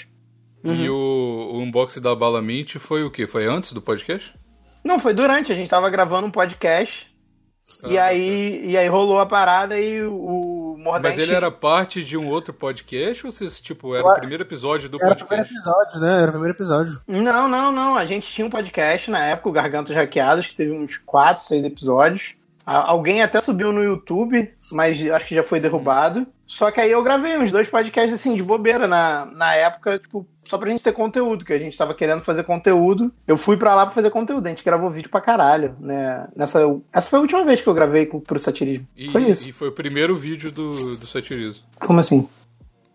B: E o, o unboxing da Bala Mint foi o quê? Foi antes do podcast?
C: Não, foi durante, a gente tava gravando um podcast, e,
B: Ah,
C: aí, é e aí rolou a parada e o o
B: tá.
C: Mordente...
B: Mas ele era parte de um outro podcast ou vocês, tipo, era
A: Eu-
B: o primeiro episódio do
A: Era o primeiro
B: podcast?
A: episódio, né? Era o primeiro episódio.
C: Não, não, não. A gente tinha um podcast na época, o Gargantos Hackeados, que teve uns 4, 6 episódios. A- Alguém até subiu no YouTube, mas acho que já foi derrubado. Só que aí eu gravei uns dois podcasts assim, de bobeira na, na época, tipo, só pra gente ter conteúdo, que a gente tava querendo fazer conteúdo. Eu fui pra lá pra fazer conteúdo, a gente gravou vídeo pra caralho, né? Nessa, essa foi a última vez que eu gravei com, pro satirismo.
B: E,
C: foi isso.
B: e foi o primeiro vídeo do, do satirismo.
C: Como assim?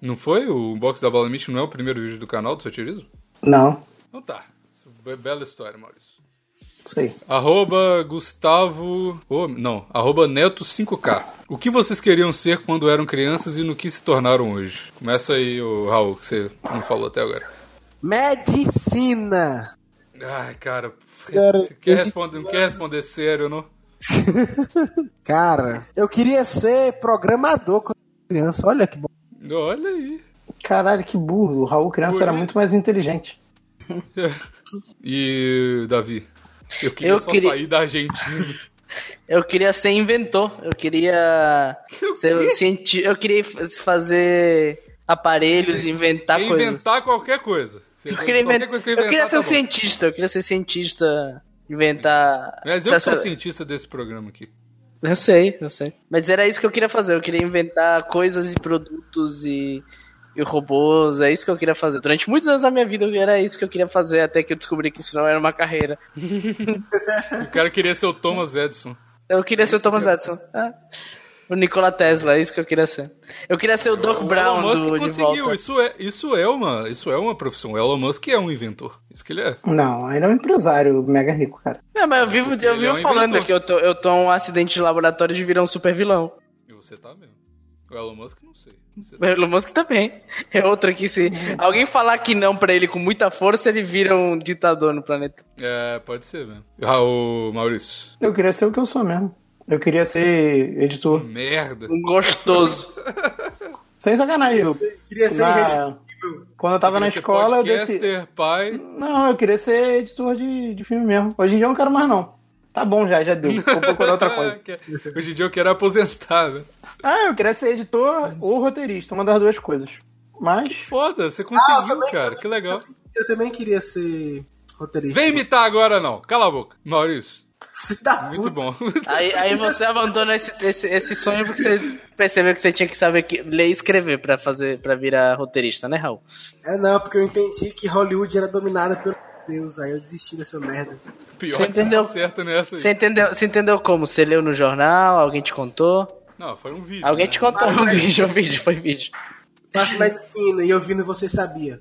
B: Não foi? O unboxing da Bala Mint não é o primeiro vídeo do canal do satirismo?
C: Não, não
B: Então tá. Be- Bela história, Maurício.
C: sei.
B: Arroba Gustavo. Ô, não, arroba Neto5K. O que vocês queriam ser quando eram crianças e no que se tornaram hoje? Começa aí, o Raul, que você não falou até agora.
A: Medicina.
B: Ai, cara,
A: Cara,
B: quer
A: eu-
B: responder, não quer responder sério, não?
A: Cara, eu queria ser programador quando era criança. Olha que bom.
B: Olha aí.
C: Caralho, que burro. O Raul criança
B: Burro,
C: era
B: né?
C: muito mais inteligente.
B: E, Davi, eu queria
D: Eu
B: só
D: queria-
B: sair da Argentina.
D: Eu queria ser inventor. Eu queria ser cientista. Eu queria f- fazer aparelhos, inventar
B: Quer
D: coisas.
B: inventar qualquer coisa. Você-
D: Eu queria,
B: qualquer
D: invent-
B: coisa que
D: eu
B: inventar,
D: queria ser
B: tá
D: um
B: bom.
D: cientista, eu queria ser cientista, inventar.
B: Mas eu que sou
D: essa-
B: cientista desse programa aqui.
D: Eu sei, eu sei. Mas era isso que eu queria fazer, eu queria inventar coisas e produtos e, e robôs, é isso que eu queria fazer. Durante muitos anos da minha vida era isso que eu queria fazer, até que eu descobri que isso não era uma carreira.
B: O cara queria ser o Thomas Edison.
D: Eu queria ser o Thomas Edison. Ah, o Nikola Tesla, é isso que eu queria ser. Eu queria ser o Doc
B: o
D: Brown
B: Elon Musk
D: do De
B: conseguiu.
D: Volta.
B: Isso é, isso, é uma, isso é uma profissão. O Elon Musk é um inventor. Isso que ele é.
C: Não, ele é um empresário mega rico, cara.
D: Não, mas eu vivo, eu
B: Ele
D: vivo
B: é um
D: falando
B: inventor.
D: que eu tô, eu tô um acidente de laboratório de virar um super vilão.
B: E você tá mesmo. O Elon Musk, não sei. Você
D: O Elon Musk também. É outro que se alguém falar que não pra ele com muita força, ele vira um ditador no planeta.
B: É, pode ser mesmo. Ah, o Maurício.
C: Eu queria ser o que eu sou mesmo. Eu queria ser editor.
B: Merda.
D: Um gostoso.
C: Sem sacanagem. Eu,
A: Queria ser irresistível.
C: na- Quando eu tava na
B: Queria ser
C: escola, eu
B: podcaster,
C: decidi.
B: pai.
C: Não, eu queria ser editor de, de filme mesmo. Hoje em dia eu não quero mais, não. Tá bom já, já deu. Vou procurar outra coisa.
B: Hoje em dia eu quero aposentar, né?
C: Ah, eu queria ser editor ou roteirista, uma das duas coisas. Mas.
B: Foda, você
C: Ah,
A: eu
B: conseguiu,
A: também-
B: cara. Que legal.
A: Eu também queria ser roteirista.
B: Vem imitar agora, não. Cala a boca. Maurício,
A: Filho da
B: muito
A: puta.
B: bom.
D: Aí, aí você abandona esse, esse, esse sonho porque você percebeu que você tinha que saber que- ler e escrever pra fazer para virar roteirista, né, Raul?
A: É não, porque eu entendi que Hollywood era dominada pelo Deus. Aí eu desisti dessa merda.
B: Pior
D: Você
B: que você
D: entendeu?
B: tá certo nessa aí.
D: Você entendeu, você entendeu como? Você leu no jornal, alguém te contou?
B: Não, foi um vídeo.
D: Alguém
B: né?
D: te contou
A: Mas,
D: um
A: mas-
D: vídeo, um vídeo, foi vídeo.
A: Faço medicina e ouvindo você sabia.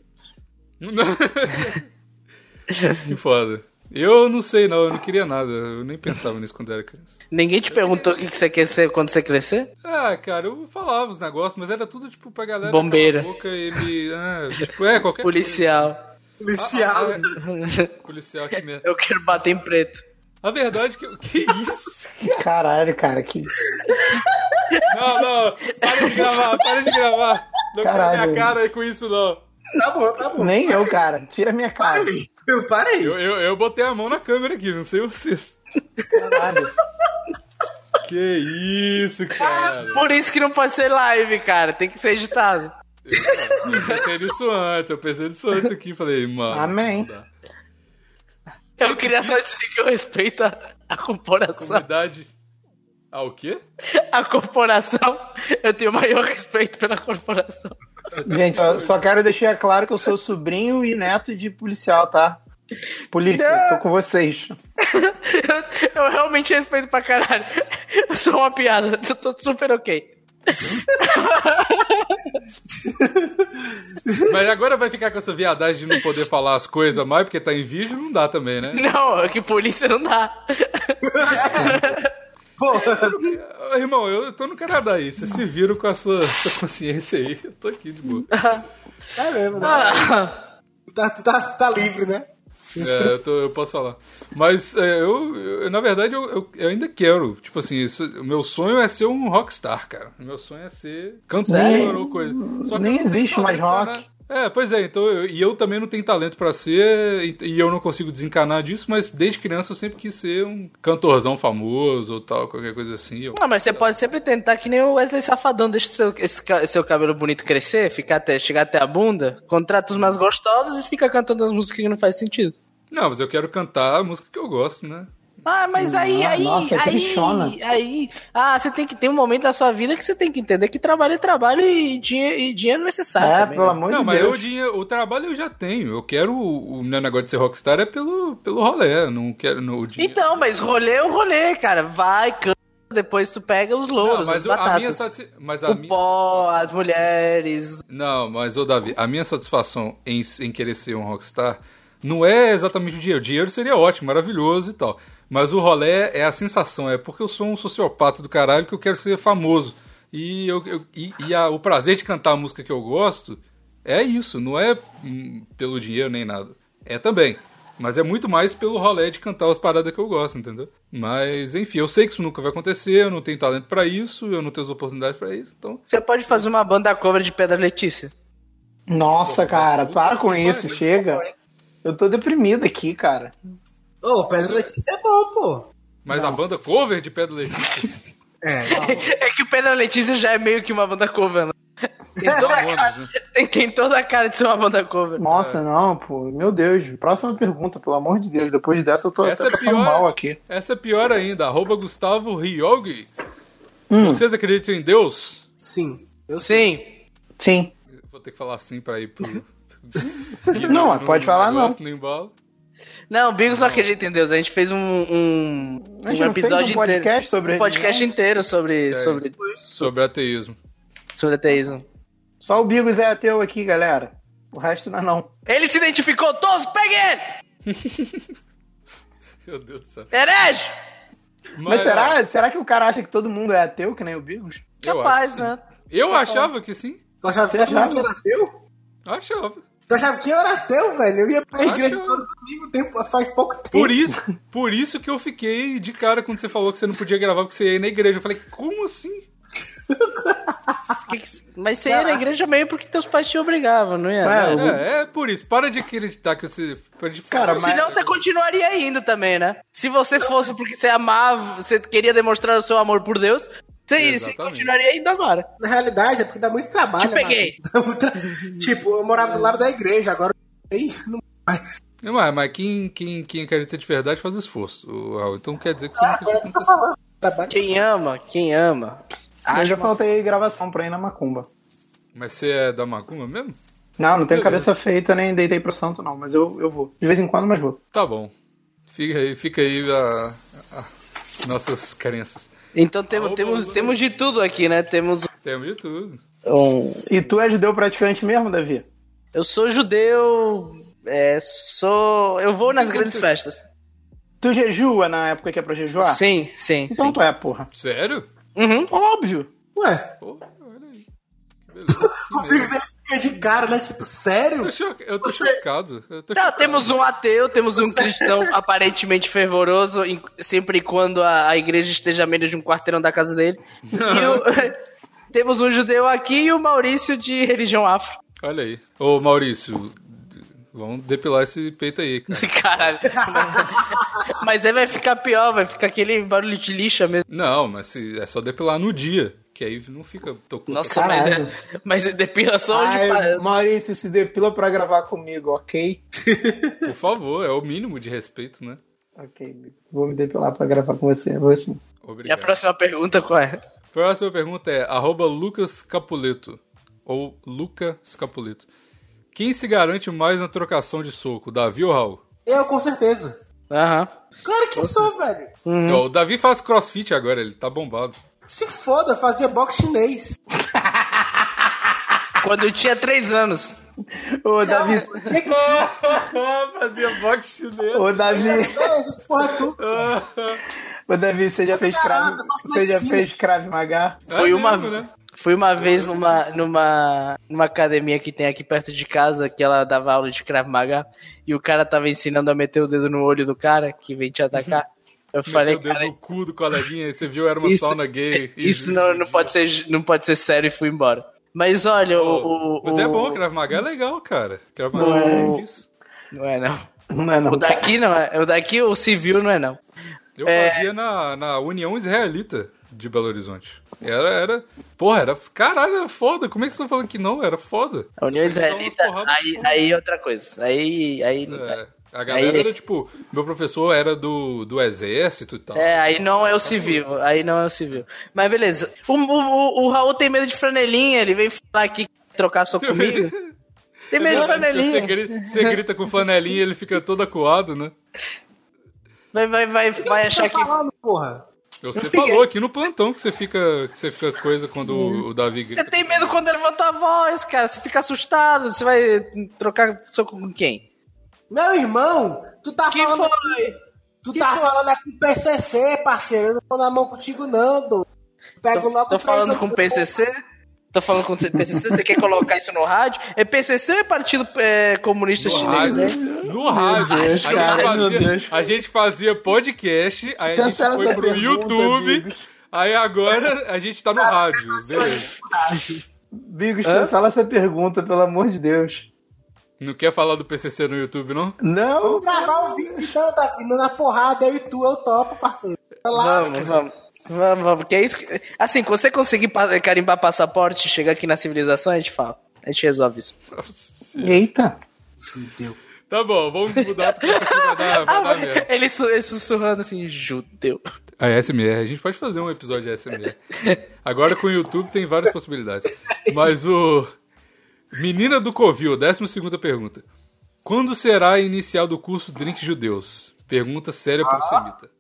B: que foda. Eu não sei, não. Eu não queria nada. Eu nem pensava nisso quando era criança.
D: Ninguém te perguntou o que que você quer ser quando você crescer?
B: Ah, cara, eu falava os negócios, mas era tudo tipo pra galera.
D: Bombeiro.
B: calar a Boca e me. Ah, tipo, é, qualquer
D: Policial.
B: Ah,
A: Policial.
B: coisa. É, Policial que merda.
D: Eu quero bater em preto.
B: A verdade é que. eu- Que isso?
C: Caralho, cara, que.
B: Não, não. Para de gravar, para de gravar. Não quero
C: Caralho.
B: minha cara com isso, não.
A: Tá bom, tá bom.
C: Nem eu, cara. Tira minha cara.
A: Parei. Eu parei.
B: Eu, eu, eu botei a mão na câmera aqui, não sei vocês.
C: Caralho.
B: Que isso, cara.
D: Por isso que não pode ser live, cara. Tem que ser editado.
B: Eu pensei nisso antes, eu pensei nisso antes aqui. Falei, mano.
C: Amém.
B: não dá.
D: Eu queria só dizer que eu respeito a, a corporação.
B: Comunidade. Ah, o quê?
D: A corporação, eu tenho o maior respeito pela corporação.
C: Gente, só, só quero deixar claro que eu sou sobrinho e neto de policial, tá? Polícia, tô com vocês.
D: Eu, eu realmente respeito pra caralho. Eu sou uma piada, eu tô super ok.
B: Mas agora vai ficar com essa viadagem de não poder falar as coisas mais, porque tá em vídeo, não dá também, né?
D: Não, é que polícia não dá.
A: Porra.
B: Ô, Irmão, eu tô no Canadá aí, vocês se viram com a sua, sua consciência aí, eu tô aqui de boa.
A: É mesmo, né?
D: Ah,
A: Tu tá, tu tá- tu tá livre, né?
B: É, eu, tô- eu posso falar. Mas é, eu, eu- na verdade, eu, eu- eu ainda quero. Tipo assim, isso- o meu sonho é ser um rockstar, cara. O meu sonho é ser cantor
C: Sério?
B: ou coisa. Só que
C: Nem
B: eu não tenho
C: existe mais
B: talento
C: rock.
B: pra- É, pois é, então eu- e eu também não tenho talento pra ser, e, e eu não consigo desencanar disso, mas desde criança eu sempre quis ser um cantorzão famoso ou tal, qualquer coisa assim. Eu-
D: não, mas você pode sempre tentar que nem o Wesley Safadão. Deixa o seu, esse ca- seu cabelo bonito crescer, ficar até, chegar até a bunda, contrata os mais gostosos e fica cantando as músicas que não faz sentido.
B: Não, mas eu quero cantar a música que eu gosto, né?
D: Ah, mas aí,
C: Ah,
D: aí,
C: nossa, que
D: aí,
C: bichona.
D: aí, ah, você tem que ter um momento da sua vida que você tem que entender que trabalho é trabalho e dinheiro, e dinheiro é necessário
C: É,
D: também,
C: pelo
D: né?
C: amor de
B: não,
C: Deus.
B: mas eu, dinhe- o trabalho eu já tenho. Eu quero. O, o meu negócio de ser rockstar é pelo, pelo rolê. Eu não quero. No, o dinheiro.
D: Então, mas rolê é um rolê, cara, vai, canta, depois tu pega os louros,
B: Não, mas
D: as
B: eu- a minha
D: batatas,
B: satisfação. Mas a
D: o
B: minha
D: pó,
B: satisfação-
D: as mulheres,
B: Não, mas, ô Davi, a minha satisfação em, em querer ser um rockstar não é exatamente o dinheiro. O dinheiro seria ótimo, maravilhoso e tal. Mas o rolê é a sensação, é porque eu sou um sociopata do caralho que eu quero ser famoso. E, eu, eu- e, e a- o prazer de cantar a música que eu gosto é isso, não é hum, pelo dinheiro nem nada. É também. Mas é muito mais pelo rolê de cantar as paradas que eu gosto, entendeu? Mas, enfim, eu sei que isso nunca vai acontecer, eu não tenho talento pra isso, eu não tenho as oportunidades pra isso, então.
D: Você pode fazer uma banda cover de Pedra Letícia.
C: Nossa, cara, para com isso,
B: né?
C: chega.
B: é.
C: Eu tô deprimido aqui, cara.
A: Ô, Pedro Letícia é bom, pô.
B: Mas a banda cover de Pedro Letícia.
A: É, não.
D: É que o Pedra Letícia já é meio que uma banda cover, né? Tem toda, a cara,
B: né?
D: tem, tem toda a cara de ser uma banda cover.
B: É.
C: Nossa, não, pô. Meu Deus. Próxima pergunta, pelo amor de Deus. Depois dessa eu tô
B: Essa
C: até
B: é
C: passando
B: pior.
C: mal aqui.
B: Essa é pior ainda, arroba Gustavo Ryogi.
C: Hum.
B: Vocês acreditam em Deus?
A: Sim. Eu sei.
D: Sim.
C: Sim.
B: Eu Vou ter que falar assim pra ir pro.
C: Não, mas pode falar não.
B: não. embalo.
D: Não, o Bigos não acredita em Deus. A gente fez um, um,
C: A gente não fez um podcast
D: inteiro.
C: sobre
D: Um podcast
C: religião?
D: inteiro sobre,
B: É.
D: sobre,
B: Sobre ateísmo.
D: sobre ateísmo.
C: Só o Bigos é ateu aqui, galera. O resto não é não.
D: Ele se identificou todos, pegue ele!
B: Meu Deus do céu.
D: Herege!
B: é.
C: Mas será, será que o cara acha que todo mundo é ateu, que nem o Bigos?
B: Eu
D: Capaz,
B: acho que sim.
D: né?
B: Eu achava que sim.
A: Tu achava que
C: Você
A: todo mundo
C: achava?
A: era teu?
B: Achava.
A: Tu achava que eu era teu, velho? Eu ia pra
B: Acho.
A: igreja todo domingo tempo, faz pouco tempo.
B: Por isso, por isso que eu fiquei de cara quando você falou que você não podia gravar porque você ia na igreja. Eu falei, como assim?
D: Que que- Mas você ia na igreja meio porque teus pais te obrigavam, não ia? né?
C: Ué,
D: Não.
C: o-
B: É, é por isso. Para de acreditar que você. Para de
C: Cara, mas-
D: Senão você continuaria indo também, né? Se você fosse porque você amava, você queria demonstrar o seu amor por Deus, você, você
B: Exatamente.
D: continuaria indo agora.
A: Na realidade, é porque dá muito trabalho.
D: Te peguei.
A: mano. Dá muito tra- tipo, eu morava do lado da igreja, agora eu Ei, não mais.
B: Não, Mas, mas quem, quem, quem acredita de verdade faz esforço. o Raul. Então quer dizer que você
A: Ah,
B: não
A: agora
B: acredita.
A: eu tô falando. Trabalho.
D: Quem ama, quem ama.
C: eu já faltei gravação pra ir na Macumba.
B: Mas você é da Macumba mesmo?
C: Não, não tenho
B: Meu
C: cabeça feita, nem deitei pro santo, não. Mas eu, eu vou. De vez em quando, mas vou.
B: Tá bom. Fica aí, fica aí a, a- nossas crenças.
D: Então temos,
B: Alô,
D: temos,
B: alô.
D: temos de tudo aqui, né? Temos
B: Temos de tudo.
D: um.
C: E tu é judeu praticante mesmo, Davi?
D: Eu sou judeu. É, sou. Eu vou nas grandes festas.
C: Tu jejua na época que é pra jejuar?
D: Sim, sim.
C: Então
D: sim.
C: tu é, porra. É
B: Sério?
D: Uhum.
C: Óbvio.
A: Ué,
B: Pô, olha aí. Que beleza.
A: o Fix ele fica de cara, né? Tipo, sério?
B: Eu tô, cho- eu tô chocado. Eu tô
D: Não,
B: chocado.
D: temos um ateu, temos um cristão aparentemente fervoroso, em- sempre e quando a, a igreja esteja a menos de um quarteirão da casa dele. E o- temos um judeu aqui e o Maurício de religião afro.
B: Olha aí. Ô, Maurício, vamos depilar esse peito aí, cara.
D: Caralho. Mas aí vai ficar pior, vai ficar aquele barulho de lixa mesmo.
B: Não, mas se- é só depilar no dia, que aí não fica tocando.
D: Nossa, mas,
C: Caralho.
D: é, mas é depilação de
C: Ai,
D: parada.
C: Maurício, se depila pra gravar comigo, ok?
B: Por favor, é o mínimo de respeito, né?
C: Ok, Bigo. vou me depilar pra gravar com você. Vou sim.
D: E a
B: Obrigado.
D: próxima pergunta qual é?
B: Próxima pergunta é arroba Lucas Capuleto. Ou Luca Capuleto. Quem se garante mais na trocação de soco, Davi ou Raul?
A: Eu, com certeza.
D: Aham.
A: Claro que sou, velho.
D: Uhum.
B: Ó, o Davi faz crossfit agora, ele tá bombado.
A: Se foda, fazia boxe chinês.
D: Quando eu tinha três anos.
C: Ô,
D: Tá
C: Davi.
A: Não, o que que-
B: Fazia boxe chinês.
C: Ô, Davi.
A: é Não, essas porra tu.
C: Ô, Davi, você já fez crave.
A: Garota, faço
C: Você já
B: assim.
A: medicina.
C: fez crave magar?
B: É
D: Foi uma,
B: né?
D: foi uma vez numa, numa, numa academia que tem aqui perto de casa, que ela dava aula de Krav Maga, e o cara tava ensinando a meter o dedo no olho do cara que vem te atacar. Eu falei,
B: Meu Deus,
D: cara,
B: no cu do coleguinha, aí você viu, era uma
D: Isso- é,
B: sauna gay.
D: isso não, não, pode ser, não pode ser sério e fui embora. Mas olha, o... o
B: Mas é bom,
D: o-
B: Krav Maga é legal, cara. Krav Maga é difícil.
D: Não é não.
C: Não é não.
D: O daqui não é. O daqui, o civil, não é não.
B: Eu
D: É.
B: fazia na, na União Israelita de Belo Horizonte. Era, era. Porra, era. Caralho, era foda. Como é que vocês estão falando que não? Era foda.
D: A União
B: Você dava umas
D: Israelita,
B: porradas
D: aí,
B: foda.
D: aí outra coisa. Aí... aí
B: É, a galera
D: Aí-
B: era tipo. Meu professor era do, do exército e tal.
D: É, aí não é o civil, aí não é o civil. Mas beleza. O, o, o- o Raul tem medo de franelinha, ele vem falar aqui trocar soco comigo. Tem medo
B: assim, Porque
D: de
B: Você
D: franelinha.
B: grita, você grita com flanelinha e ele fica todo acuado, né?
D: Vai, vai, vai,
A: O
D: vai
A: que você
D: achar
A: tá
D: que.
A: falando, porra?
B: Você
D: fiquei.
B: falou aqui no plantão que você fica, que você fica coisa quando o- o Davi grita.
D: Você tem medo quando levanta a voz, cara. Você fica assustado, você vai trocar soco com quem?
A: Meu irmão, tu tá
D: Quem
A: falando
D: foi?
A: aqui. Tu
D: Quem
A: tá
D: foi?
A: falando aqui com o PCC, parceiro. Eu não tô na mão contigo, não, do. Pego
D: Tô,
A: logo
D: tô
A: três
D: falando
A: no
D: com o
A: cu.
D: PCC? Tô falando com o PCC, você quer colocar isso no rádio? É PCC ou é Partido é, Comunista
B: No
D: Chinês? né?
B: rádio. No rádio.
C: Meu Deus,
B: a,
C: cara,
B: gente
C: meu Deus.
B: fazia, a gente fazia podcast, aí a gente
C: Cancela
B: foi
C: essa
B: pro
C: pergunta,
B: YouTube,
C: Bigos.
B: aí agora a gente tá no rádio. Beleza.
C: Bigos,
D: Hã?
C: cancela essa pergunta, pelo amor de Deus.
B: Não quer falar do PCC no YouTube, não?
C: Não,
A: Vamos gravar o vídeo então, tá vindo na porrada, eu e tu, eu topo, parceiro. Vai lá,
D: Vamos, vamos. Vamos, vamos. Que é isso que... Assim, quando você conseguir pa- carimbar passaporte e chegar aqui na civilização, a gente fala. A gente resolve isso.
B: Nossa senhora.
C: eita.
A: Fudeu.
B: Tá bom, vamos mudar porque isso aqui vai
D: Ah,
B: dar, É, vai dar merda.
D: ele, su- ele sussurrando assim, judeu.
B: A SMR, a gente pode fazer um episódio de SMR. Agora com o YouTube tem várias possibilidades. Mas o. Menina do Covil, 12 pergunta. Quando será a inicial do curso Drink Judeus? Pergunta séria
C: Ah.
B: pro Semita.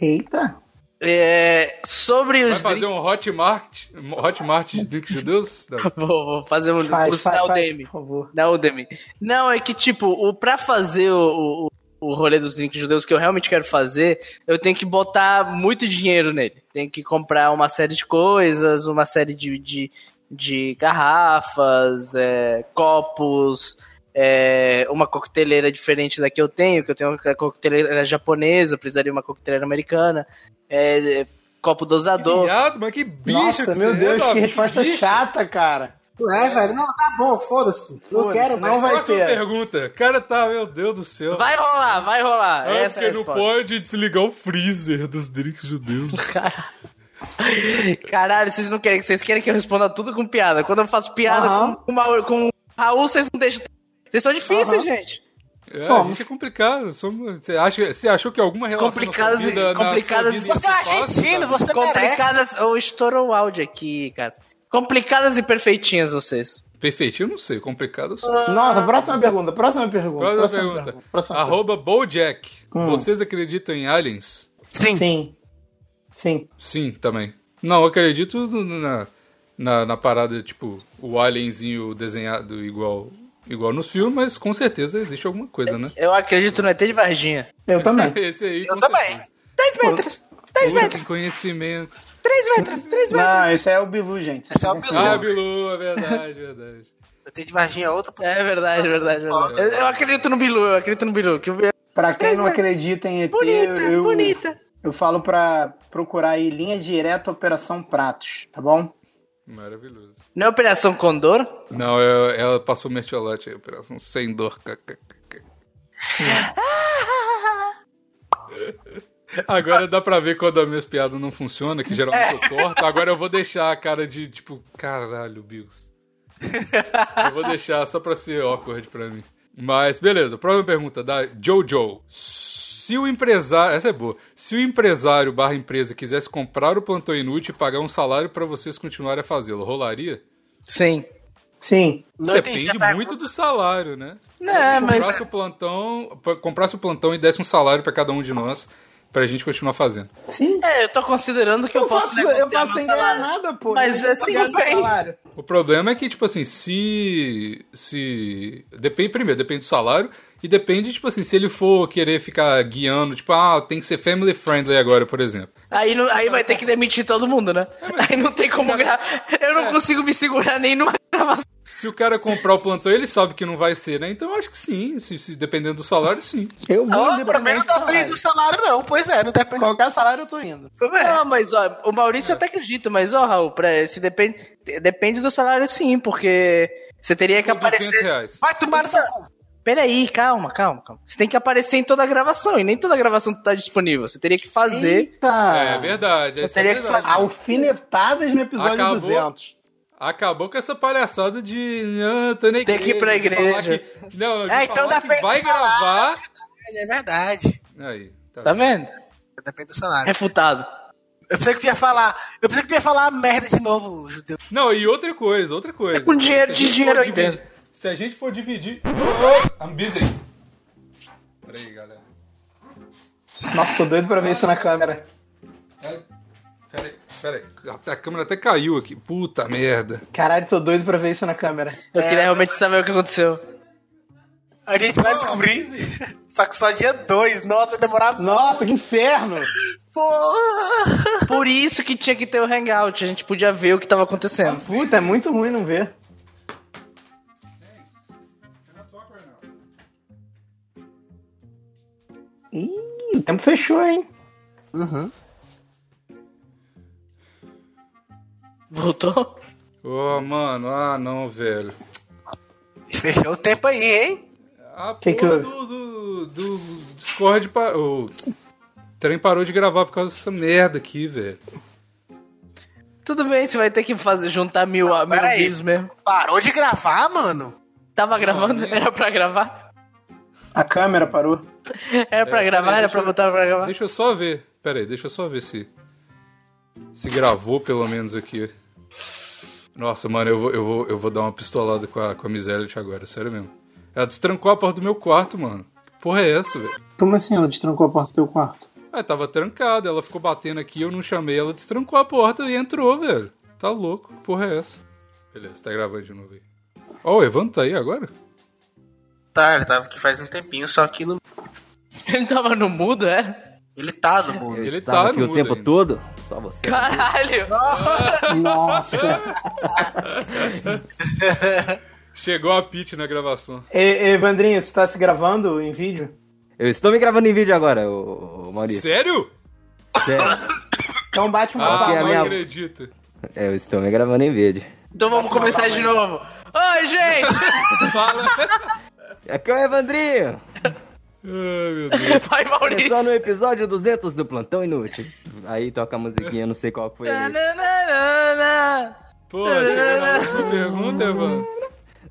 C: Eita.
D: É, sobre os
B: Vai fazer
D: drinks-
B: um Hotmart, Hotmart de Drink Judeus? Não.
D: Vou, vou fazer um
C: Faz,
D: curso
C: faz,
D: na
C: faz,
D: Udemy.
C: por favor.
D: Na Udemy. Não, é que, tipo, o, pra fazer o, o, o rolê dos drinks judeus que eu realmente quero fazer, eu tenho que botar muito dinheiro nele. Tenho que comprar uma série de coisas, uma série de, de, de garrafas, é, copos, é, uma coqueteleira diferente da que eu tenho, que eu tenho uma coqueteleira japonesa, eu precisaria de uma coqueteleira americana, é, é, copo
B: Que
D: dosador.
B: viado, mas que bicha
C: Nossa,
B: que
C: meu
B: você é,
C: Deus, que
B: Davi,
C: resposta
B: bicha.
C: chata, cara.
A: Não é, velho? Não, tá bom, foda-se. né? Não
C: Foda-se,
A: quero
C: não
A: mais.
C: vai
B: Próxima
C: ter.
B: pergunta. Cara, tá, meu Deus do céu.
D: Vai rolar, vai rolar.
B: Ah,
D: Essa é a
B: porque não
D: resposta.
B: pode desligar o freezer dos drinks judeus.
D: Caralho, vocês não querem, vocês querem que eu responda tudo com piada. Quando eu faço piada
C: Aham.
D: com, com, Mauro- com o Raul, vocês não deixam. Vocês são difíceis,
C: Aham.
D: gente.
B: É,
C: Somos.
B: a gente é complicado. Somos, você, acha, você achou que alguma relação
D: Complicadas
B: na sua
D: e-
B: vida, na sua
D: complicadas
B: vida
D: e-
B: ia
A: Você
B: ser
A: é
B: fácil,
A: argentino,
B: sabe?
A: você merece.
D: Complicadas. Ou estourou o áudio aqui, cara. Complicadas e perfeitinhas vocês.
B: Perfeito, eu não sei. Complicado eu sou.
C: Nossa, próxima pergunta, próxima pergunta.
B: Ah. Próxima, pergunta.
C: próxima
B: Arroba Bojack.
C: Hum.
B: Vocês acreditam em aliens?
A: Sim.
C: Sim. Sim.
B: Sim, também. Não, eu acredito no- na, na, na parada, tipo, o alienzinho desenhado igual, igual nos filmes, mas com certeza existe alguma coisa, né?
D: Eu acredito no ET de Varginha.
C: Eu também.
B: Esse aí,
A: Eu
B: com
A: também.
D: 10 metros! 10
B: certeza.
D: metros!
B: Busquem conhecimento.
D: 3 metros! 3 metros!
C: Não, esse é o Bilu, gente.
A: Esse é o
B: Ah,
A: piloto.
B: Bilu, é verdade, verdade.
A: Eu tenho de Varginha outra. pô.
D: É verdade, é verdade, é verdade. Eu, eu acredito no Bilu, eu acredito no Bilu. Que o Bilu é
C: Pra quem não acredita em ET,
D: bonita,
C: eu,
D: bonita.
C: eu falo pra procurar aí linha direta Operação Pratos, tá bom?
B: Maravilhoso.
D: Não é Operação Condor?
B: Não, eu- ela passou mertiolate aí, operação sem dor. kkkk. Agora dá pra ver quando as minhas piadas não funcionam, que geralmente eu corto. Agora eu vou deixar a cara de tipo, caralho, Bigos. Eu vou deixar só pra ser awkward pra mim. Mas beleza, próxima pergunta da Jojo. Se o empresário. Essa é boa. Se o empresário barra empresa quisesse comprar o plantão inútil e pagar um salário pra vocês continuarem a fazê-lo, rolaria?
D: Sim.
C: Sim.
A: Não entendi a
B: Depende
A: pergunta.
B: muito do salário, né?
D: Não, é,
B: Se
D: mas-
B: Comprasse o plantão, p- comprasse o plantão e desse um salário pra cada um de nós, pra gente continuar fazendo.
C: Sim.
D: É, eu tô considerando que eu,
C: Eu
D: posso
C: faço, eu
D: negociar
C: faço
D: meu
C: sem ganhar
D: salário.
C: nada, pô.
D: Mas
C: Eu
D: assim,
C: pago
A: eu bem.
C: salário.
B: O problema é que, tipo assim, se. se depende, primeiro, depende do salário. E depende, tipo assim, se ele for querer ficar guiando, tipo, ah, tem que ser family friendly agora, por exemplo.
D: Aí, não- aí vai ter que demitir todo mundo, né? Aí não tem como gravar. Eu não consigo me segurar nem numa gravação.
B: Se o cara comprar o plantão, ele sabe que não vai ser, né? Então eu acho que sim. Se, se- dependendo do salário, sim.
C: Eu vou
A: Não, pra mim
C: independente
A: não
C: do
A: depende
C: salário.
A: do salário, não. Pois é, não depende.
C: Qualquer salário eu tô indo.
D: Não, mas ó, o Maurício eu até acredito, mas ó, Raul, pra, se depende, depende do salário sim, porque você teria que
B: 200
D: aparecer.
B: reais.
A: Vai tomar no seu cu.
D: Peraí, calma, calma, calma. Você tem que aparecer em toda a gravação, e nem toda a gravação tá disponível. Você teria que fazer.
C: Eita.
B: É verdade. essa é
D: Ah, teria que
B: verdade.
D: fazer-
C: Alfinetadas no episódio
B: Acabou.
C: 200.
B: Acabou com essa palhaçada de. Ah, tô na
D: Tem
B: igreja,
D: que ir pra
B: de falar
D: igreja.
B: que- Não, de
A: É, então
B: falar
A: dá pra-
B: que vai gravar.
A: É verdade.
B: Aí. Tá.
D: Tá vendo? É
A: Depende do salário.
D: Refutado.
A: Eu pensei que tu ia falar. Eu pensei que tu ia falar merda de novo, judeu.
B: Não, e outra coisa, outra coisa.
D: É com dinheiro,
B: Se a
D: de
B: gente
D: dinheiro
B: for
D: aí
B: dividir-
D: dentro.
B: Se a gente for dividir. Oh, I'm busy. Peraí, galera.
C: Nossa, tô doido pra ver isso na câmera.
B: Ai, Peraí, peraí. A câmera até caiu aqui. Puta merda.
C: Caralho, tô doido pra ver isso na câmera.
D: Eu queria realmente saber o que aconteceu.
A: A gente vai descobrir. Só que só dia 2. Nossa, vai demorar.
C: Nossa, que inferno!
A: Porra!
D: Por isso que tinha que ter o hangout, a gente podia ver o que tava acontecendo.
C: Puta, é muito ruim não ver. Ih, o tempo fechou, hein?
D: Voltou?
B: Oh, mano, ah não, velho.
A: Fechou o tempo aí, hein?
B: A
C: Que que
B: porra
C: houve?
B: do, do, do Discord. Pa... O trem parou de gravar por causa dessa merda aqui, velho.
D: Tudo bem, você vai ter que fazer, juntar mil,
A: Não,
D: mil
A: peraí.
D: views mesmo.
A: Parou de gravar, mano?
D: Tava gravando?
B: né?
D: Era pra gravar?
C: A câmera parou.
D: Era pra
B: É,
D: gravar?
B: peraí,
D: Era
B: deixa
D: pra
B: eu-
D: botar pra gravar?
B: Deixa eu só ver. Pera aí, deixa eu só ver se. Se gravou pelo menos aqui. Nossa, mano, eu vou, eu vou, eu vou dar uma pistolada com a, com a Mizelite agora, sério mesmo. Ela destrancou a porta do meu quarto, mano. Que porra é essa, velho?
C: Como assim? Ela destrancou a porta do teu quarto?
B: Ah, tava trancada, ela ficou batendo aqui, eu não chamei, ela destrancou a porta e entrou, velho. Tá louco, que porra é essa? Beleza, tá gravando de novo aí. Ó, o Evan tá aí agora?
A: Tá, ele tava aqui faz um tempinho, só que no...
D: Ele tava no mudo, é?
A: ele tá no mundo.
B: Ele
E: Tava
B: tá
E: aqui
B: no
E: o
B: mudo
E: tempo
B: ainda.
E: todo? Só você.
D: Caralho!
C: Nossa!
B: Chegou a Pete na gravação.
C: E- Evandrinho, você tá se gravando em vídeo?
E: Eu estou me gravando em vídeo agora, ô, ô Maurício. é-
B: Sério?
E: Sério.
C: Então bate um
B: Ah,
E: Porque a
B: não
C: papo.
E: é minha-
B: acredito.
E: Eu estou me gravando em vídeo.
D: Então vamos começar de novo. Oi, gente!
B: Fala.
E: Aqui é o Evandrinho.
B: Ai, meu Deus.
D: Vai, Maurício!
E: Começou no episódio 200 do Plantão Inútil. Aí toca a musiquinha, não sei qual
D: É,
E: foi.
D: né?
E: aí.
D: Tananana.
B: Pô, chegou na última pergunta, Evan.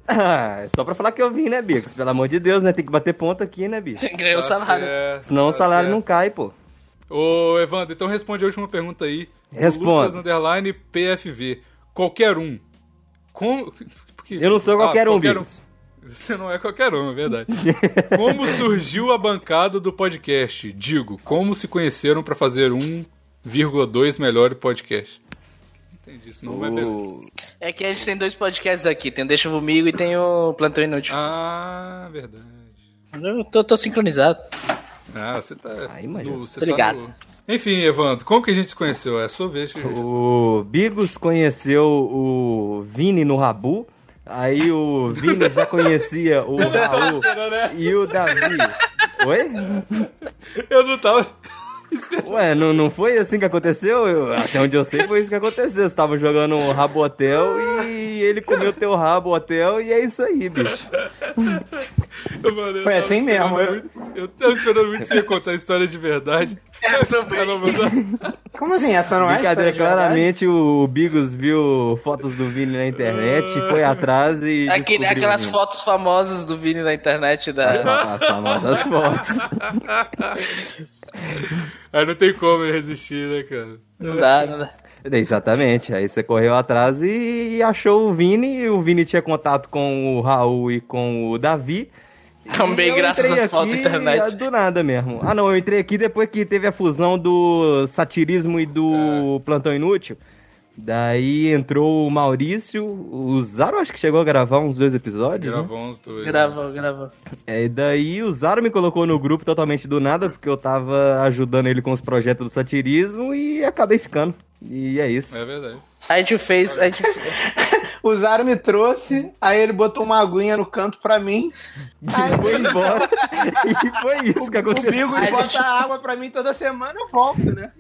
E: Ah, é só pra falar que eu vim, né, Bicos? Pelo amor de Deus, né? Tem que bater ponto aqui, né, bicho?
D: Ganhei
B: Tá
D: o salário.
B: é.
E: Senão o salário não cai, pô.
B: não... tá Ô, Evandro, então responde a última pergunta aí.
E: Responda.
B: Lucas, underline, PFV. Qualquer um. Com... Porque-
E: Eu não sou
B: Ah,
E: qualquer um, Bicos.
B: Você não é qualquer um, é verdade. como surgiu a bancada do podcast? Digo, como se conheceram pra fazer 1,2 melhor podcast? Entendi, isso não vai ter.
D: É que a gente tem dois podcasts aqui, tem o Deixa Vomigo e tem o Plantão Inútil.
B: Ah, verdade.
D: Eu tô, tô sincronizado.
B: Ah, você tá.
E: Aí, mano,
B: no- você
D: tô
B: tá
D: ligado.
B: no- Enfim, Evandro, como que a gente se conheceu? É a sua vez. Que...
E: O Bigos conheceu o Vini no Rabu. Aí o Vini já conhecia o Raul e o Davi. Oi?
B: Eu não tava.
E: Ué, não, não foi assim que aconteceu? Eu- até onde eu sei foi isso que aconteceu. Você tava jogando um rabo hotel e ele comeu teu rabo hotel e é isso aí, bicho.
B: Mano, eu
C: Foi
B: tava
C: assim
B: esperando
C: mesmo, eu-
B: muito- Eu tava esperando muito você contar a história de verdade. Tá
A: Eu também.
B: Ela mandou-
C: Como assim? Essa não é história
E: Brincadeira,
C: de verdade?
E: claramente o Bigos viu fotos do Vini na internet, foi atrás e.
D: Aquele-
E: descobriu
D: É aquelas
E: o Vini.
D: fotos né? famosas do Vini na internet da.
E: As famosas fotos.
B: Aí não tem como eu resistir, né, cara?
D: Não dá, não dá.
E: Exatamente, aí você correu atrás e achou o Vini, e o Vini tinha contato com o Raul e com o Davi.
D: Também
E: E eu
D: Então, graças
E: entrei
D: às fotos da
E: aqui, é,
D: internet.
E: Do nada mesmo. Ah não, eu entrei aqui depois que teve a fusão do satirismo e
D: Ah.
E: do plantão inútil. Daí entrou o Maurício, o Zaro acho que chegou a gravar uns dois episódios. né?
B: Gravou uns dois.
D: Gravou, gravou.
E: É, e daí o Zaro me colocou no grupo totalmente do nada, porque eu tava ajudando ele com os projetos do satirismo e acabei ficando. E é isso.
B: É verdade.
D: A gente fez. A gente,
C: O Zaro me trouxe, aí ele botou uma aguinha no canto pra mim.
E: E foi embora. e foi isso que
C: O
E: aconteceu.
C: Bigo
D: A gente-
C: bota água pra mim toda semana, eu volto, né?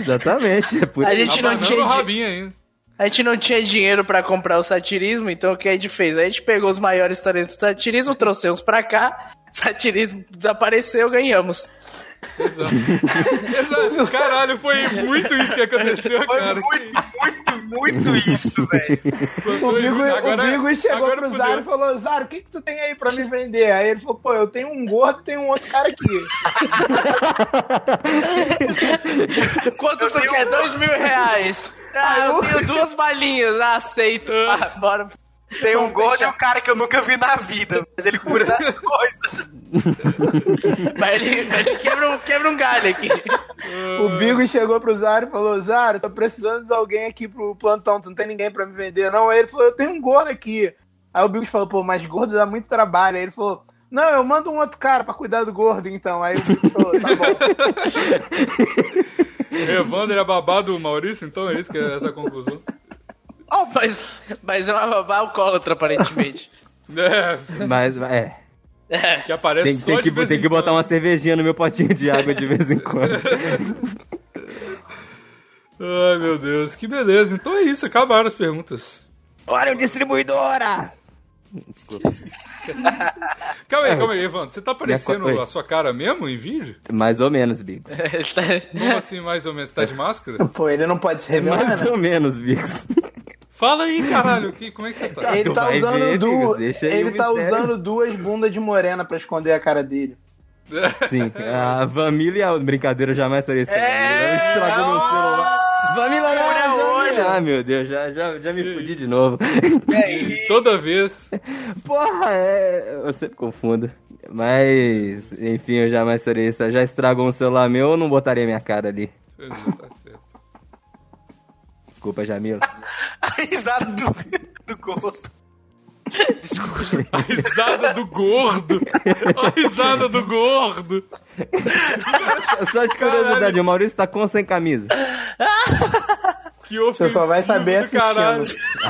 E: Exatamente. É por
D: A
E: aí.
D: gente não
B: Abanando
D: tinha
B: o
D: di-
B: rabinho ainda.
D: a gente não tinha dinheiro pra comprar o satirismo, então o que a gente fez? A gente pegou os maiores talentos do satirismo, trouxemos pra cá, satirismo desapareceu, ganhamos.
B: Exato. Exato. Caralho, foi muito isso que aconteceu,
A: Foi
B: cara.
A: muito, muito, muito isso, velho.
C: O Bigo,
B: Agora-
C: o Bigo chegou
B: agora
C: pro
B: fudeu.
C: Zaro e falou: Zaro, o que, que tu tem aí pra me vender? Aí ele falou: pô, eu tenho um gordo e tenho um outro cara aqui.
D: Quanto tu
A: um.
D: quer? Dois mil reais. Ah, eu tenho duas balinhas, ah, aceito. Ah, bora.
A: É. Tem um gordo e um cara que eu nunca vi na vida, mas ele cura das coisas.
D: Mas ele, mas ele quebra, um, quebra um galho aqui.
C: O Bigo chegou pro Zaro e falou: Zaro, tô precisando de alguém aqui pro plantão, tu não tem ninguém pra me vender, não? Aí ele falou: eu tenho um gordo aqui. Aí o Bigo falou: pô, mas gordo dá muito trabalho. Aí ele falou: Não, eu mando um outro cara pra cuidar do gordo, então. Aí o bicho falou, tá bom.
B: Evandro é babado do Maurício, então é isso que é essa conclusão.
D: Mas, mas é uma babá alcoólatra, aparentemente.
B: É,
E: Mas, é.
D: É.
B: que aparece
E: Tem,
B: só
E: tem
B: de
E: que,
B: vez
E: tem
B: em
E: que botar
B: quando.
E: uma cervejinha no meu potinho de água de vez em quando.
B: Ai, meu Deus, que beleza. Então é isso, acabaram as perguntas.
E: Olha o distribuidora!
B: Calma aí, calma
E: É.
B: aí, Evandro. Você tá aparecendo
E: Oi.
B: a sua cara mesmo em vídeo?
E: Mais ou menos, Biggs.
D: Ele tá-
B: Como assim, mais ou menos? Você tá de máscara?
C: Pô, ele não pode se
B: É,
C: revelar,
E: Mais
C: né?
E: ou menos, Biggs.
B: Fala aí, caralho, que, como é que você tá?
C: Ele
E: Tu
C: tá
E: vai
C: usando
E: ver, Bigos,
C: duas.
E: deixa aí
C: Ele
E: o
C: tá
E: mistério.
C: usando duas bundas de morena pra esconder a cara dele.
E: Sim, a Vamília e a brincadeira eu jamais seria escondida.
B: É,
E: Ela estragou
B: ah!
E: meu celular. Vamília, não,
D: Olha,
E: Vamília.
D: olha.
E: Ah, meu Deus, já, já, já me fudi de novo.
A: E
B: É.
A: aí?
B: Toda vez.
E: Porra, é. Eu sempre confundo. Mas, enfim, eu jamais seria isso. Já estragou um celular meu, eu não botaria minha cara ali.
B: Tá certo.
E: Desculpa, Jamila.
A: A risada do, do gordo.
B: A risada do gordo! A risada do gordo!
E: Só de curiosidade, o Maurício tá com ou sem camisa?
B: Que ofensivo
C: Você só vai saber
B: do Caralho.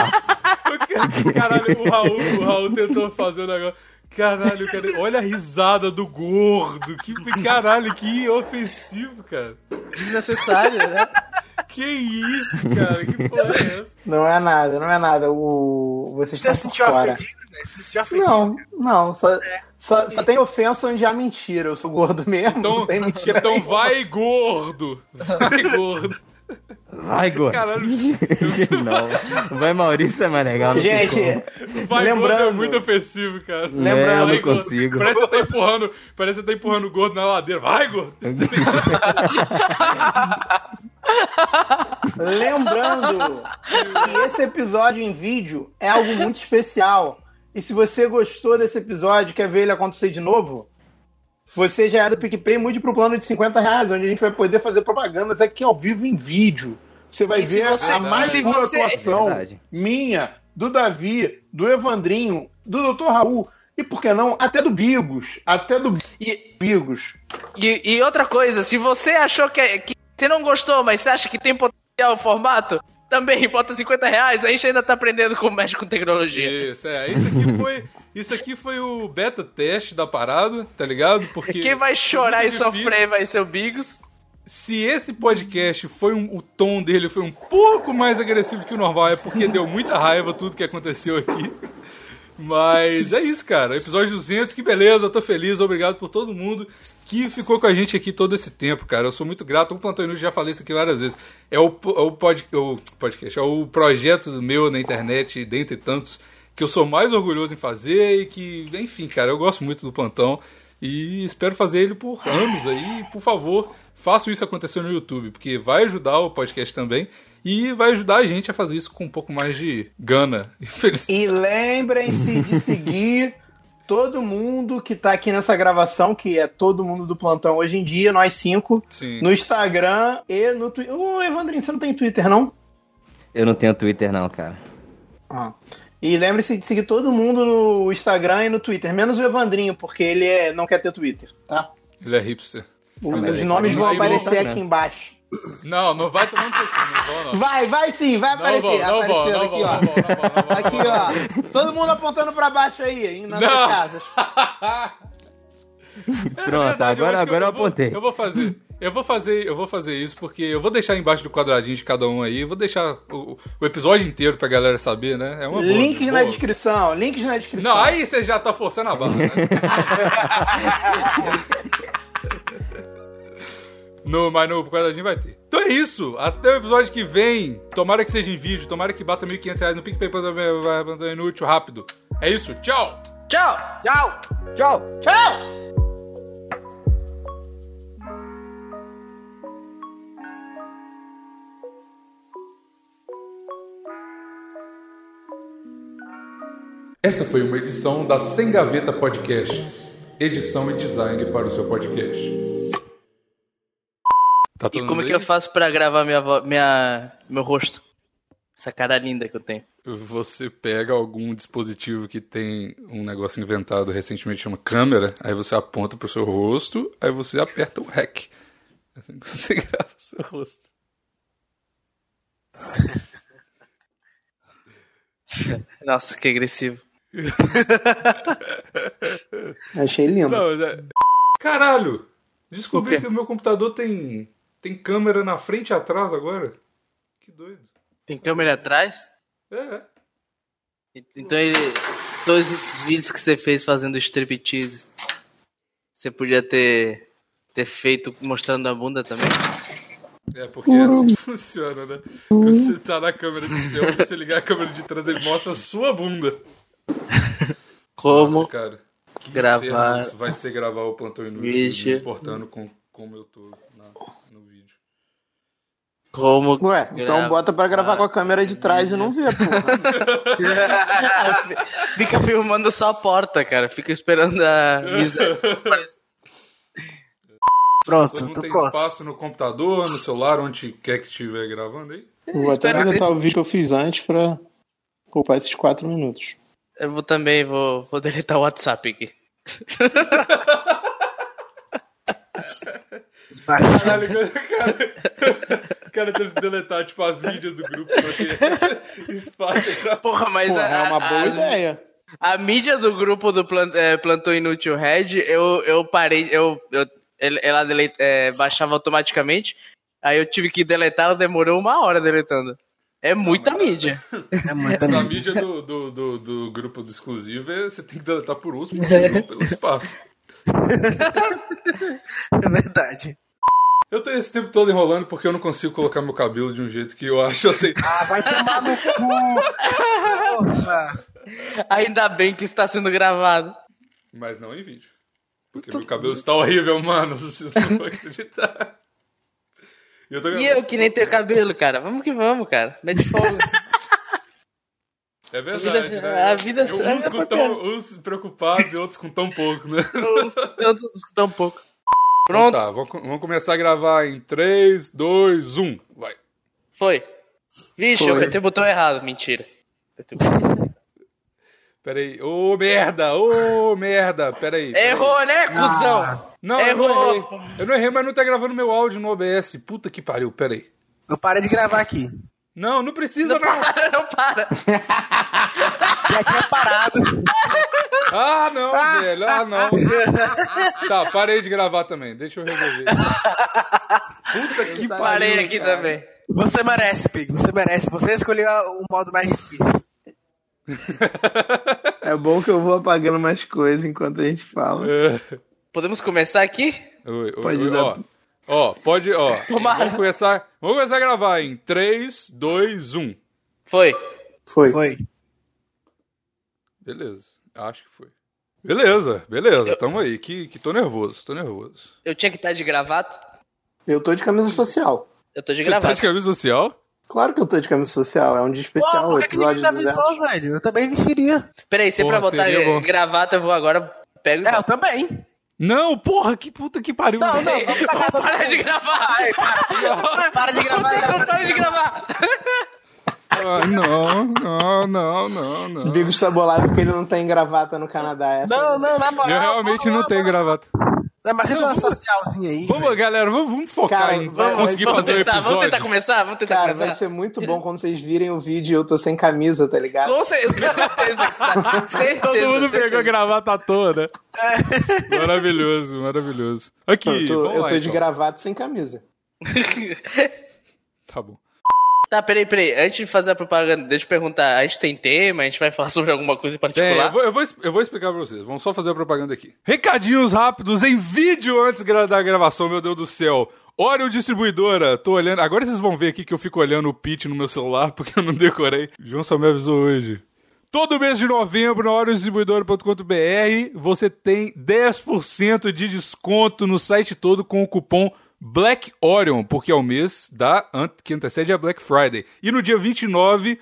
B: caralho, o Raul, o Raul tentou fazer o negócio. Caralho, cara, olha a risada do gordo. Que caralho, que ofensivo, cara.
D: Desnecessário, né?
B: Que isso, cara? Que porra é essa?
C: Não é nada, não é nada. O... Vocês
A: Você se
C: estão por
A: sentiu
C: fora.
A: ofendido, velho? Você se sentiu ofendido?
C: Não, não. Só, só, só tem ofensa onde há mentira. Eu sou gordo mesmo.
B: Então,
C: não tem mentira.
B: então
C: nenhuma.
B: vai gordo. Vai gordo.
E: Vai, gordo.
B: Caralho,
E: não. Vai, Maurício é mais legal. não tem
C: Gente,
E: como.
B: vai
D: então.
B: gordo é
C: Lembrando.
B: muito ofensivo, cara.
E: É, eu
B: Vai
E: não
B: gordo.
E: consigo.
B: Parece que você tá empurrando, parece que você tá empurrando o gordo na ladeira. Vai gordo.
C: Lembrando que esse episódio em vídeo é algo muito especial. E se você gostou desse episódio e quer ver ele acontecer de novo, você já é do PicPay, mude pro plano de 50 reais, onde a gente vai poder fazer propagandas aqui ao vivo em vídeo. Você vai
D: E se
C: ver
D: você-
C: a mais
D: se
C: pura
D: você-
C: atuação
E: É Verdade.
C: minha, do Davi, do Evandrinho, do Dr. Raul e, por que não, até do Bigos. Até do
D: E,
C: Bigos.
D: e, e outra coisa, se você achou que, que você não gostou, mas você acha que tem potencial o formato, também bota 50 reais, a gente ainda tá aprendendo como mexe com tecnologia.
B: Isso, é. Isso aqui foi, isso aqui foi o beta teste da parada, tá ligado? Porque
D: Quem vai chorar
B: foi
D: e
B: muito difícil.
D: sofrer vai ser o Bigos.
B: Se esse podcast foi um, o tom dele foi um pouco mais agressivo que o normal, é porque deu muita raiva tudo que aconteceu aqui. Mas é isso, cara. Episódio 200, que beleza, eu tô feliz. Obrigado por todo mundo que ficou com a gente aqui todo esse tempo, cara. Eu sou muito grato. O Plantão Inútil, já falei isso aqui várias vezes. É o, po- é o pod- é o podcast, é o projeto meu na internet, dentre tantos, que eu sou mais orgulhoso em fazer e que, enfim, cara, eu gosto muito do Plantão e espero fazer ele por anos aí. Por favor, façam isso acontecer no YouTube, porque vai ajudar o podcast também e vai ajudar a gente a fazer isso com um pouco mais de gana e felicidade.
C: E lembrem-se de seguir todo mundo que tá aqui nessa gravação, que é todo mundo do plantão hoje em dia, nós cinco,
B: Sim.
C: no Instagram e no Twitter. Ô, Evandrinho, você não tem Twitter, não?
E: Eu não tenho Twitter, não, cara.
C: Ah. E lembre-se de seguir todo mundo no Instagram e no Twitter, menos o Evandrinho, porque ele é- não quer ter Twitter, tá?
B: Ele é hipster.
C: Os
B: mas ele
C: nomes
B: tá
C: vão
B: no
C: aparecer
E: Instagram.
C: aqui embaixo.
B: Não, não vai tomar no seu cu, não vou, não.
C: Vai, vai sim, vai
B: Não
C: aparecer.
B: vou, não vou,
C: aparecendo
B: não
C: aqui,
B: vou,
C: ó.
B: não vou, não vou, não vou,
C: Aqui,
B: não vou.
C: ó. Todo mundo apontando pra baixo aí, em nossas
B: Não.
C: casas.
B: É
E: Pronto,
B: verdade,
E: agora-
B: acho que
E: agora eu
B: vou-
E: apontei.
B: Eu vou fazer. Eu vou fazer, eu vou fazer isso porque eu vou deixar embaixo do quadradinho de cada um aí, eu vou deixar o, o episódio inteiro pra galera saber, né? É uma boa.
C: Links
B: boa.
C: na descrição, links na descrição.
B: Não, aí você já tá forçando a barra, né? No, mas no quadradinho vai ter. Então é isso. Até o episódio que vem. Tomara que seja em vídeo. Tomara que bata 1.500 reais no PicPay. Vai vai- inútil rápido. É isso. Tchau.
D: Tchau!
A: Tchau!
E: Tchau!
C: Tchau!
B: Essa foi uma edição da Sem Gaveta Podcasts. Edição e design para o seu podcast. Tá todo
D: E como
B: mundo
D: é que
B: aí?
D: eu faço pra gravar minha, vo- minha, meu rosto? Essa cara linda que eu tenho.
B: Você pega algum dispositivo que tem um negócio inventado recentemente chama câmera, aí você aponta pro seu rosto, aí você aperta o REC. É Assim que você grava o seu rosto.
D: Nossa, que agressivo.
C: Achei lindo.
B: Não, mas é- Caralho!
D: O
B: Descobri
D: quê?
B: que o meu computador tem tem câmera na frente e atrás agora. Que doido.
D: Tem câmera atrás?
B: É, é.
D: Então ele. Todos esses vídeos que você fez fazendo striptease, você podia ter. ter feito mostrando a bunda também?
B: É, porque é assim que funciona, né? Quando você tá na câmera de céu, se você ligar a câmera de trás, ele mostra a sua bunda.
D: Como?
B: Nossa, cara. Que
D: gravar-
B: inferno isso vai ser gravar o plantão inútil,
D: Vixe.
B: me importando com como eu tô na- no vídeo.
D: Como.
C: Ué, então
D: Grava.
C: bota pra gravar com a câmera de trás e não vê, porra.
D: Fica filmando só a porta, cara. Fica esperando a miséria aparecer.
B: Todo
A: Pronto,
B: mundo
A: tô
B: tem
A: pronto.
B: espaço no computador, no celular, onde quer que estiver gravando aí?
C: Vou até
D: Espera
C: editar o vídeo que eu fiz antes pra poupar esses quatro minutos.
D: Eu vou também, vou, vou deletar o WhatsApp aqui.
A: Desbaixo.
B: Caralho, Tá o cara, o cara teve que deletar, tipo, as mídias do grupo pra ter espaço pra...
D: Porra, mas
C: Porra,
D: a,
C: é uma boa
D: a-
C: ideia.
D: A mídia do grupo do Plan- eh, Plantão Inútil Red, eu, eu parei, eu, eu- ele- ela dele- eh, baixava automaticamente, aí eu tive que deletar, ela demorou uma hora deletando. É muita mídia.
A: É muita
B: Na
A: merda.
B: mídia do, do, do, do grupo do exclusivo, é- você tem que deletar por uso, porque não pelo espaço.
A: É verdade.
B: Eu tô esse tempo todo enrolando porque eu não consigo colocar meu cabelo de um jeito que eu acho aceitável.
A: Ah, vai tomar no cu! Porra!
D: Ainda bem que está sendo gravado.
B: Mas não em vídeo. Porque meu cabelo está horrível, mano. Vocês não vão acreditar. E eu tô
D: E
B: gravando.
D: eu que nem tenho cabelo, cara. Vamos que vamos, cara. Mete fogo.
B: É verdade,
D: vida-
B: né?
D: a vida-
B: Eu-
D: a
B: uns,
D: vida
B: com
D: tá
B: tão, uns preocupados e outros com tão pouco, né?
D: Eu tô escutando um pouco. Pronto,
B: Então tá, vamos, co- vamos começar a gravar em 3, 2, 1. Vai.
D: foi. Vixe, eu
C: Foi.
D: apertei o botão errado. Mentira. Apertei o botão-
B: Pera aí. Ô, merda! Ô, merda! Pera aí. pera aí.
D: Errou, né, cuzão?
B: Não, eu não
D: Errou.
B: errei. Eu não errei, mas não tá gravando meu áudio no OBS. Puta que pariu, pera aí.
A: Eu parei de gravar aqui.
B: Não, não precisa, não.
D: Para, não para.
A: Já tinha parado.
B: Ah, não, velho. Ah, não. Tá, parei de gravar também. Deixa eu resolver. Puta que pariu.
D: Parei aqui
C: cara.
D: também.
A: Você merece, Pig. Você merece. Você escolheu o modo mais difícil.
C: É bom que eu vou apagando mais coisas enquanto a gente fala.
D: Podemos começar aqui?
B: É. Oi, oi,
C: Pode
B: oi,
C: dar-
B: ó. Ó, pode, ó.
D: Tomara.
B: Vamos começar, vamos começar a gravar em um. 3, 2, 1.
D: Foi.
C: Foi.
A: Foi.
B: Beleza. Acho que foi. Beleza, beleza. Tamo aí. Que, que tô nervoso, tô nervoso.
D: Eu tinha que estar de gravata.
C: Eu tô de camisa social.
D: Eu tô de
B: Você tá
D: gravata.
B: de camisa social?
C: Claro que eu tô de camisa social. É um dia especial,
A: Pô, por que que
C: episódio
A: ninguém me
C: 200.
A: avisou, velho? Eu também vestiria.
D: Peraí, se é pra
B: Porra,
D: botar
B: seria bom.
D: gravata, eu vou agora. Pego e
A: É, eu
D: boto.
A: também.
B: Não, porra, que puta que pariu.
A: Não, não, vamos tacar todo
D: Para de
A: mundo.
D: gravar!
A: Ai, para. Para de gravar né? aí.
D: Não, para de gravar!
B: Ah, não, não, não, não, não.
C: Bigos tá bolado porque ele não tem gravata no Canadá. Essa
A: Não, não, na moral.
B: Eu realmente
A: vamos
B: não
A: lá,
B: tenho gravata.
A: Não, mas tem uma socialzinha aí.
B: Vamos,
A: velho.
B: galera, vamos, vamos focar
C: Cara,
B: em
C: vamos-
B: conseguir
C: vamos
B: fazer o
D: tentar,
B: episódio.
D: Vamos tentar começar? Vamos tentar
C: Cara,
B: é.
D: começar?
C: vai ser muito bom quando vocês virem o vídeo e eu tô sem camisa, tá ligado?
D: Com cer- com certeza. que tá. certeza
B: Todo mundo
D: certeza. É.
B: pegou a gravata à toa, né? Maravilhoso, maravilhoso. Aqui,
C: Eu tô,
B: vamos
C: eu
B: lá,
C: tô de
B: então.
C: gravata sem camisa.
B: Tá bom.
D: Tá, peraí, peraí. Antes de fazer a propaganda, deixa eu perguntar. A gente tem tema? A gente vai falar sobre alguma coisa em
B: Bem, É, eu,
D: particular?
B: vou, eu, vou, es- eu vou explicar pra vocês. Vamos só fazer a propaganda aqui. Recadinhos rápidos em vídeo antes gra- da gravação, meu Deus do céu. Oreo Distribuidora, tô olhando. Agora vocês vão ver aqui que eu fico olhando o pitch no meu celular porque eu não decorei. O João só me avisou hoje. Todo mês de novembro, na oreodistribuidora.com.br, você tem 10% de desconto no site todo com o cupom Black Orion, porque é o mês da an- que antecede a Black Friday. E no dia 29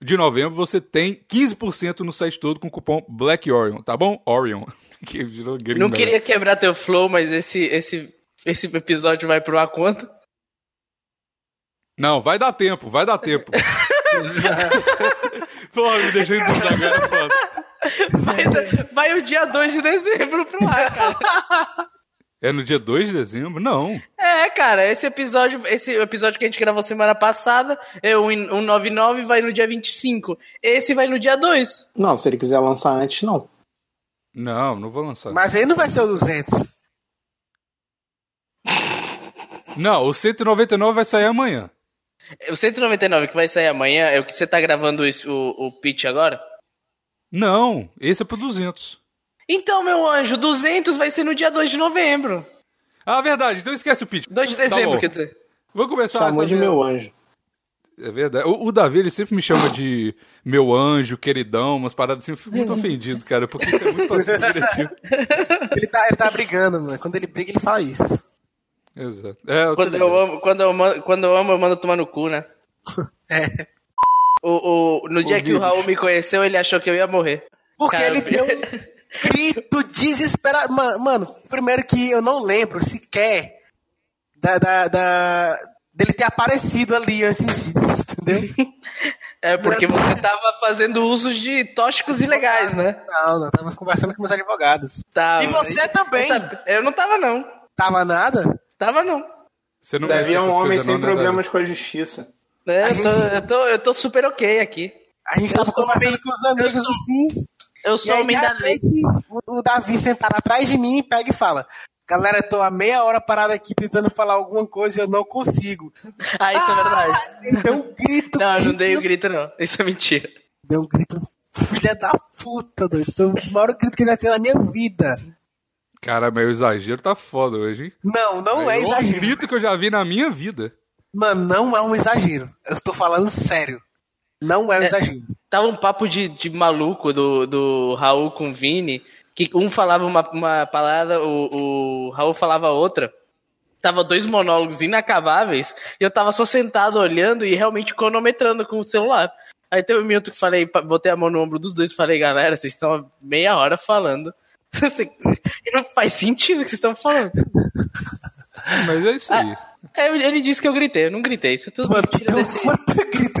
B: de novembro você tem 15% no site todo com o cupom Black Orion, tá bom? Orion. que virou gringo.
D: Não queria quebrar teu flow, mas esse, esse, esse episódio vai pro ar quanto?
B: Não, vai dar tempo, vai dar tempo. Pô, me deixou em dúvida agora, é foda.
D: Vai, vai o dia 2 de dezembro pro ar, cara.
B: É no dia 2 de dezembro? Não.
D: É, cara, esse episódio, esse episódio que a gente gravou semana passada, é o in- o 99 vai no dia 25. Esse vai no dia 2.
C: Não, se ele quiser lançar antes, não.
B: Não, não vou lançar.
A: Mas aí não vai ser o 200.
B: Não, o 199 vai sair amanhã.
D: O 199 que vai sair amanhã é o que você tá gravando isso- o, o pitch agora?
B: Não, esse é pro 200.
D: Então, meu anjo, 200 vai ser no dia 2 de novembro.
B: Ah, verdade, então esquece o pitch.
D: 2 de
B: Tá
D: dezembro,
B: bom.
D: quer dizer.
B: Vou começar
C: Chamou
B: essa
C: de
B: minha-
C: meu anjo.
B: É verdade. O, o Davi, ele sempre me chama de meu anjo, queridão, umas paradas assim. Eu fico muito ofendido, cara, porque isso é muito passivo-agressivo.
A: Ele tá, ele tá brigando, mano. Quando ele briga, ele fala isso.
B: Exato. É, eu tô
D: Quando eu,
B: ligado.
D: amo, quando, eu mando, quando eu amo, eu mando tomar no cu, né?
A: É.
D: O, o- no dia que o
C: bicho.
D: Raul me conheceu, ele achou que eu ia morrer.
A: Porque
D: Cara,
A: ele deu um grito desesperado. Mano, mano, primeiro que eu não lembro sequer da, da, da- dele ter aparecido ali antes disso, entendeu?
D: É porque você tava fazendo uso de tóxicos ilegais, né?
A: Não, não, eu tava conversando com meus advogados.
D: Tava.
A: E você também?
D: Essa- Tá, Eu não tava, não.
A: Tava nada?
D: Tava, não.
B: Você não mexe
C: Davi é um
B: nessas
C: homem
B: coisas
C: sem
B: não, né,
C: problemas com a justiça.
D: É,
A: A
D: Eu tô,
A: gente-
D: eu, tô, eu tô super ok aqui.
A: A gente
D: Eu
A: tava
D: sou
A: conversando
D: homem-
A: com os amigos
D: eu sou-
A: assim.
D: Eu
A: E
D: sou
A: aí, de
D: homem da lei.
A: repente, o, o Davi sentar atrás de mim, pega e fala: Galera, eu tô há meia hora parado aqui tentando falar alguma coisa e eu não consigo.
D: Ah, isso é verdade.
A: Ele deu um grito.
D: Não, eu não dei o
A: grito.
D: grito, não. Isso é mentira.
A: Deu um grito, filha da puta, doido. Foi um o maior grito que eu já sei na minha vida.
B: Davi? Cara, meu exagero tá foda hoje, hein?
A: Não, não é
B: o maior
A: exagero.
B: um grito que eu já vi na minha vida.
A: Mano, não é um exagero. Eu tô falando sério. Não é um exagero.
D: Tava um papo de, de maluco do, do Raul com o Vini, que um falava uma, uma palavra, o, o Raul falava outra. Tava dois monólogos inacabáveis, e eu tava só sentado olhando e realmente cronometrando com o celular. Aí teve um minuto que falei, pa- botei a mão no ombro dos dois e falei, galera, vocês estão há meia hora falando. Assim, E não faz sentido o que vocês estão falando.
B: Mas é isso aí.
D: Aí ele- ele disse que eu gritei, eu não gritei, isso é tudo
A: Mano, tu
D: mentira
A: deu um
D: desse...
A: puta grito.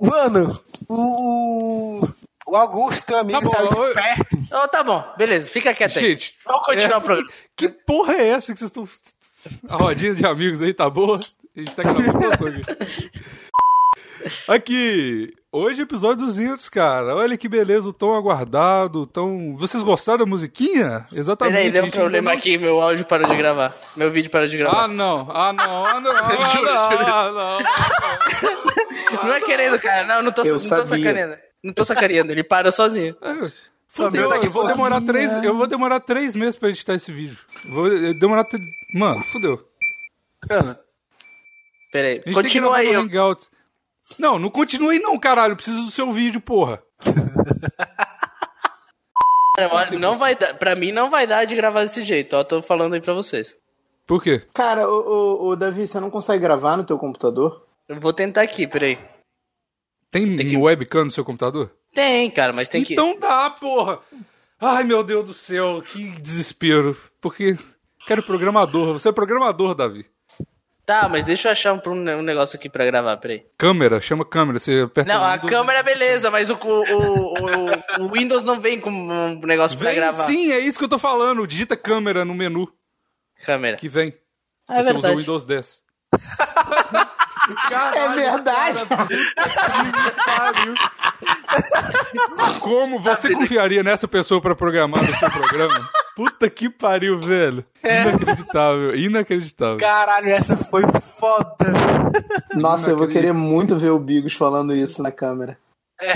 A: Mano, o. O Augusto, teu amigo,
B: Tá bom,
A: saiu
B: eu-
A: de perto.
D: Oh, tá bom, beleza, fica quieto aí.
B: Gente,
D: Vamos continuar
B: é,
D: o programa.
B: Que porra é essa que vocês estão. A rodinha de amigos aí tá boa? A gente tá gravando pronto aqui. Aqui, hoje é episódio 200, cara. Olha que beleza, o tão aguardado, o tão... Vocês gostaram da musiquinha? Exatamente.
D: Peraí, deu
B: a
D: um
B: gente
D: problema
B: ainda
D: aqui, meu áudio parou de gravar. Meu vídeo parou de
B: não-
D: gravar.
B: Ah, não, ah, não, ah, não, ah, não,
D: Juro, juro.
B: ah, não.
D: não é querendo, cara. Não, não tô,
C: Eu
D: não tô
C: sabia.
D: sacaneando. Não tô sacaneando, ele parou sozinho.
B: Fudeu,
A: tá
B: eu
A: aqui,
B: vou,
A: sabia.
B: demorar três, eu vou demorar três meses pra editar esse vídeo. Vou eh, demorar... tre- Mano, fudeu.
A: Mano,
D: Peraí,
B: A gente
D: continua
B: tem
D: aí.
B: que gravar no
D: Eu...
B: Hangouts. Não, não continue aí não, caralho. Eu preciso do seu vídeo, porra.
D: Cara, olha, não vai dar, pra mim não vai dar de gravar desse jeito, ó. Tô falando aí pra vocês.
B: Por quê?
C: Cara, o, o, Davi, você não consegue gravar no teu computador?
D: Eu vou tentar aqui, peraí.
B: Tem,
D: Tem que-
B: webcam no seu computador?
D: Tem, cara, mas tem que.
B: então dá, porra. Ai, meu Deus do céu, que desespero. Porque quero programador. Você é programador, Davi.
D: Tá, mas deixa eu achar um, um negócio aqui pra gravar, peraí.
B: Câmera, chama câmera. Você aperta
D: Não,
B: o
D: a
B: mundo-
D: câmera beleza, mas o, o, o, o- o Windows não vem com um negócio pra
B: Vem
D: gravar.
B: sim, é isso que eu tô falando. Digita câmera no menu
D: Câmera.
B: que vem.
D: Ah, é
B: você usa o
D: verdade.
B: Windows 10.
C: É verdade!
B: Caralho. Como
D: Tá,
B: você confiaria nessa pessoa pra programar o seu programa? Puta que pariu, velho.
D: É.
B: Inacreditável, inacreditável.
A: caralho, essa foi foda.
C: Nossa, eu vou querer muito ver o Bigos falando isso na câmera.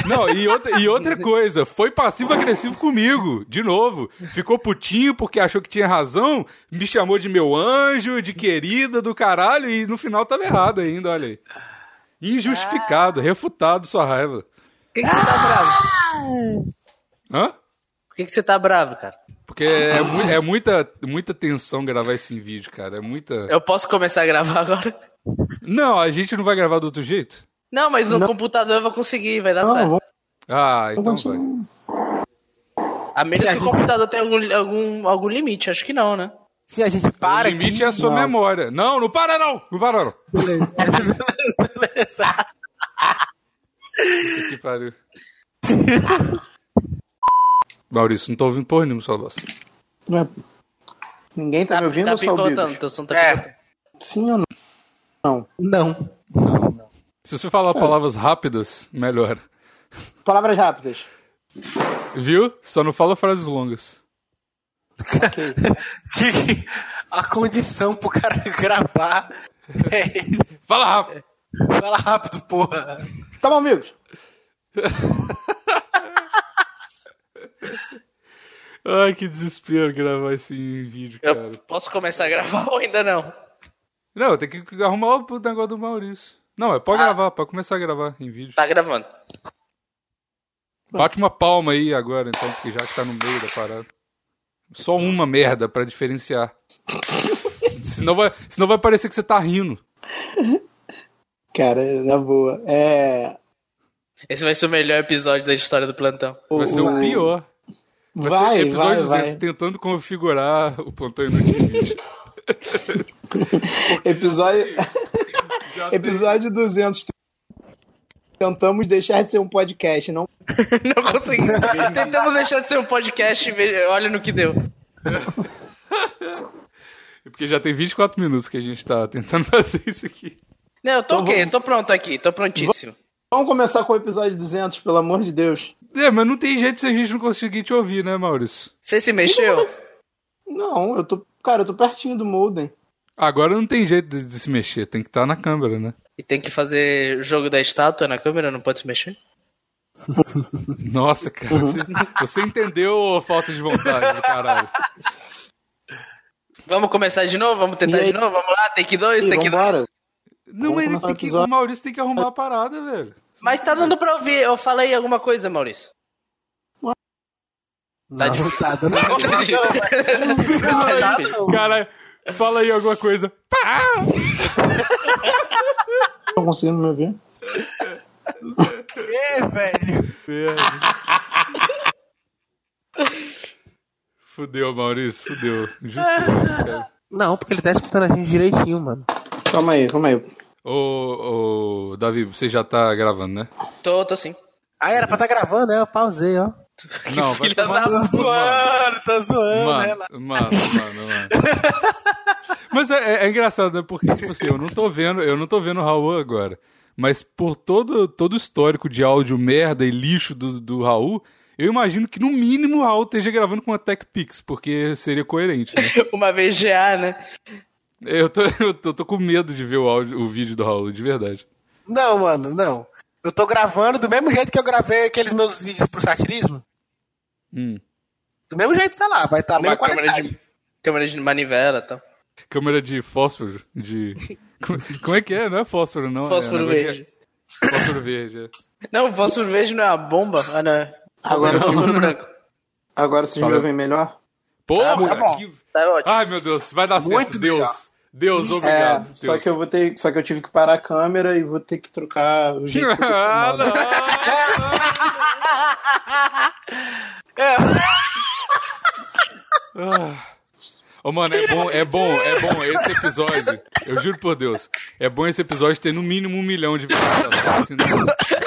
B: Não, e outra, e outra coisa, foi passivo-agressivo comigo, de novo. Ficou putinho porque achou que tinha razão, me chamou de meu anjo, de querida, do caralho, e no final tava errado ainda, olha aí. Injustificado, refutado sua raiva.
D: Por que, que você tá bravo?
B: Hã?
D: Por que, que você tá bravo, cara?
B: Porque é, mu- é muita, muita tensão gravar esse vídeo, cara. É muita.
D: Eu posso começar a gravar agora?
B: Não, a gente não vai gravar do outro jeito?
D: Não, mas no
C: Não.
D: computador eu vou conseguir, vai dar
C: Não,
D: certo.
C: vamos
B: Ah, então vai.
C: continuar.
D: A menos que o computador tenha algum, algum, algum limite, acho que não, né?
A: Se a gente para
B: o limite
A: aqui,
B: é a sua
C: Não.
B: memória. Não, não para não! Não para não! pariu. Maurício, não tô ouvindo porra nenhuma sua voz.
C: Não é- Ninguém tá, me ouvindo
D: Tá
C: ou só o
D: picotando,
C: Bigos?
D: teu som tá
A: É.
D: picotando.
C: Sim ou não? Não.
B: é-
A: Não.
B: Se você falar palavras rápidas, melhor.
C: Palavras rápidas.
B: Viu? Só não fala frases longas.
C: Ok.
A: Que a condição pro cara gravar é ele
B: Fala rápido!
A: fala rápido, porra.
C: tá bom, amigos.
B: Ai, que desespero gravar esse vídeo, cara.
D: Eu posso começar a gravar ou ainda não?
B: Não, tem que arrumar o negócio do Maurício. Não, é pode
D: Ah.
B: gravar, pode começar a gravar em vídeo.
D: Tá gravando.
B: Bate uma palma aí agora, então, porque já que tá no meio da parada. Só uma merda pra diferenciar. senão, vai, senão vai parecer que você tá rindo.
C: Cara, na boa. É.
D: Esse vai ser o melhor episódio da história do plantão.
B: Vai ser o pior. Vai,
C: Vai,
B: ser
C: vai,
B: episódio
C: vai.
B: 200 tentando configurar o plantão inútil em vídeo.
C: Episódio,
B: Já tem-
C: episódio 200. Tentamos deixar de ser um podcast, não
D: Não consegui. Tentamos deixar de ser um podcast e ver- olha no que deu.
B: Porque já tem 24 minutos que a gente tá tentando fazer isso aqui.
D: Não, eu
C: Então
D: tô ok, eu tô pronto aqui, tô prontíssimo.
C: Vamos começar com o episódio 200, pelo amor de Deus.
B: É, mas não tem jeito se a gente não conseguir te ouvir, né, Maurício?
D: Você se mexeu?
C: Não, eu tô. Cara, eu tô pertinho do Molden.
B: Agora não tem jeito de, de se mexer, tem que estar na câmera, né?
D: E tem que fazer jogo da estátua na câmera, não pode se mexer?
B: Nossa,
C: Uhum.
B: cara, você, você entendeu a falta de vontade do caralho.
D: Vamos começar de novo? Vamos tentar
C: E aí?
D: de novo? Vamos lá, take 2,
C: Ih,
D: take 2.
C: vambora.
B: Não,
C: Vamos
B: mas ele
C: começar
B: tem
C: o
B: que,
C: episódio.
B: o Maurício tem que arrumar a parada, velho.
D: Mas tá dando pra ouvir, eu falei alguma coisa, Maurício. Tá
A: não,
D: difícil.
A: tá dando
D: Não entendi.
B: É
A: Tá
D: Tá difícil.
A: dando.
B: Cara, fala aí alguma coisa.
C: Tô conseguindo me ouvir?
A: É, velho.
B: Velho. Fudeu, Maurício, fudeu. Justo. isso, cara.
A: Não, porque ele tá escutando a gente direitinho, mano.
C: Calma aí, calma aí.
B: Ô, ô, Davi, você já tá gravando, né?
D: Tô, tô sim.
A: Ah, era pra tá gravando, é, eu pausei, ó.
B: não,
D: filha da
B: no cu, mano.
A: tá zoando,
B: Mano, mano, mano, mano. Mas é, é- é engraçado, né? Porque, tipo assim, eu não tô vendo, eu não tô vendo o Raul agora. Mas por todo, todo o histórico de áudio merda e lixo do, do Raul, eu imagino que no mínimo o Raul esteja gravando com a TechPix, porque seria coerente, né?
D: Uma vez GA, né?
B: Eu tô, eu tô, tô com medo de ver o, áudio, o vídeo do Raul, de verdade.
A: Não, mano, não. Eu tô gravando do mesmo jeito que eu gravei aqueles meus vídeos pro satirismo.
B: Hum.
A: Do mesmo jeito, sei lá, vai estar tá a
D: Uma
A: mesma
D: câmera
A: qualidade.
D: de, câmera de manivela e tal.
B: Câmera de fósforo, de... Como, como é que é? Não é fósforo, não. é,
D: Fósforo
B: negócio de-
D: verde.
B: Fósforo verde, é.
D: Não, fósforo verde não é uma bomba? Ah, não. é
C: Agora,
B: Não.
C: vocês,
D: Fósforo branco.
C: agora vocês me
B: Valeu.
C: ouvem melhor?
B: Porra,
A: bom.
B: que...
D: Tá ótimo.
B: Ai, meu Deus, vai dar certo.
A: Muito
B: Deus.
A: melhor.
B: Deus,
C: É,
B: obrigado. Deus.
C: só que eu vou ter. Só que eu tive que parar a câmera e vou ter que trocar o jeito que eu tô
B: Ah,
C: filmando.
B: não. Ah. Ô, mano, é bom, é bom, é bom esse episódio. Eu juro por Deus. É bom esse episódio ter no mínimo um milhão de visualizações. assim, né? senão-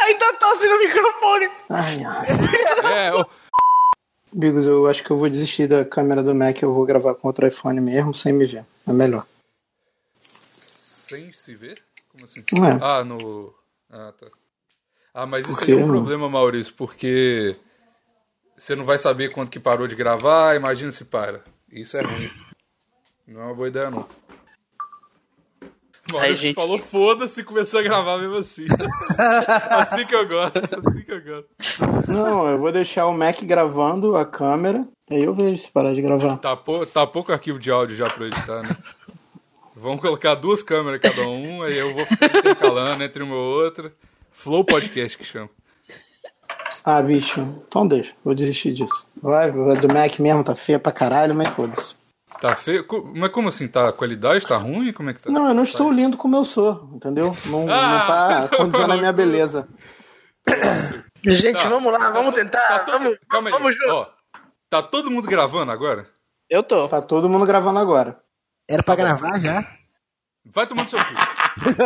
D: Ainda tá tosse no microfone.
C: Ai, ai.
B: É, ô,
C: Bigos, eu acho que eu vou desistir da câmera do Mac, eu vou gravar com outro iPhone mesmo, sem me ver. É melhor.
B: Sem se ver? Como assim?
C: É.
B: Ah, no. Ah, tá. Ah, mas isso
C: Porque
B: aí é um
C: não?
B: problema, Maurício, porque você não vai saber quando que parou de gravar, imagina se para. Isso é ruim. Não é uma boa ideia, não. Maurício
D: gente.
B: falou foda-se e começou a gravar mesmo assim. assim que eu gosto, assim que eu gosto.
C: Não, eu vou deixar o Mac gravando a câmera, aí eu vejo se parar de gravar.
B: Tá, pou- tá pouco arquivo de áudio já pra editar, né? Vamos colocar duas câmeras cada um, aí eu vou ficar intercalando entre uma e outra. Flow Podcast que chama.
C: Ah, bicho, então deixa, vou desistir disso. Vai, vai do Mac mesmo, tá feia pra caralho, mas foda-se.
B: Tá feio? Co- Mas como assim? Tá, a qualidade tá ruim? Como é que tá?
C: Não, eu não estou lindo como eu sou, entendeu? Não, não
B: Ah!
C: tá condizendo a minha beleza.
D: Gente,
B: Tá.
D: vamos lá, vamos tentar.
B: Tá todo-
D: Vamos,
B: Calma aí.
D: vamos junto.
B: Ó, tá todo mundo gravando agora?
D: Eu tô.
C: Tá todo mundo gravando agora.
A: Era pra gravar já?
B: Vai tomando seu cu.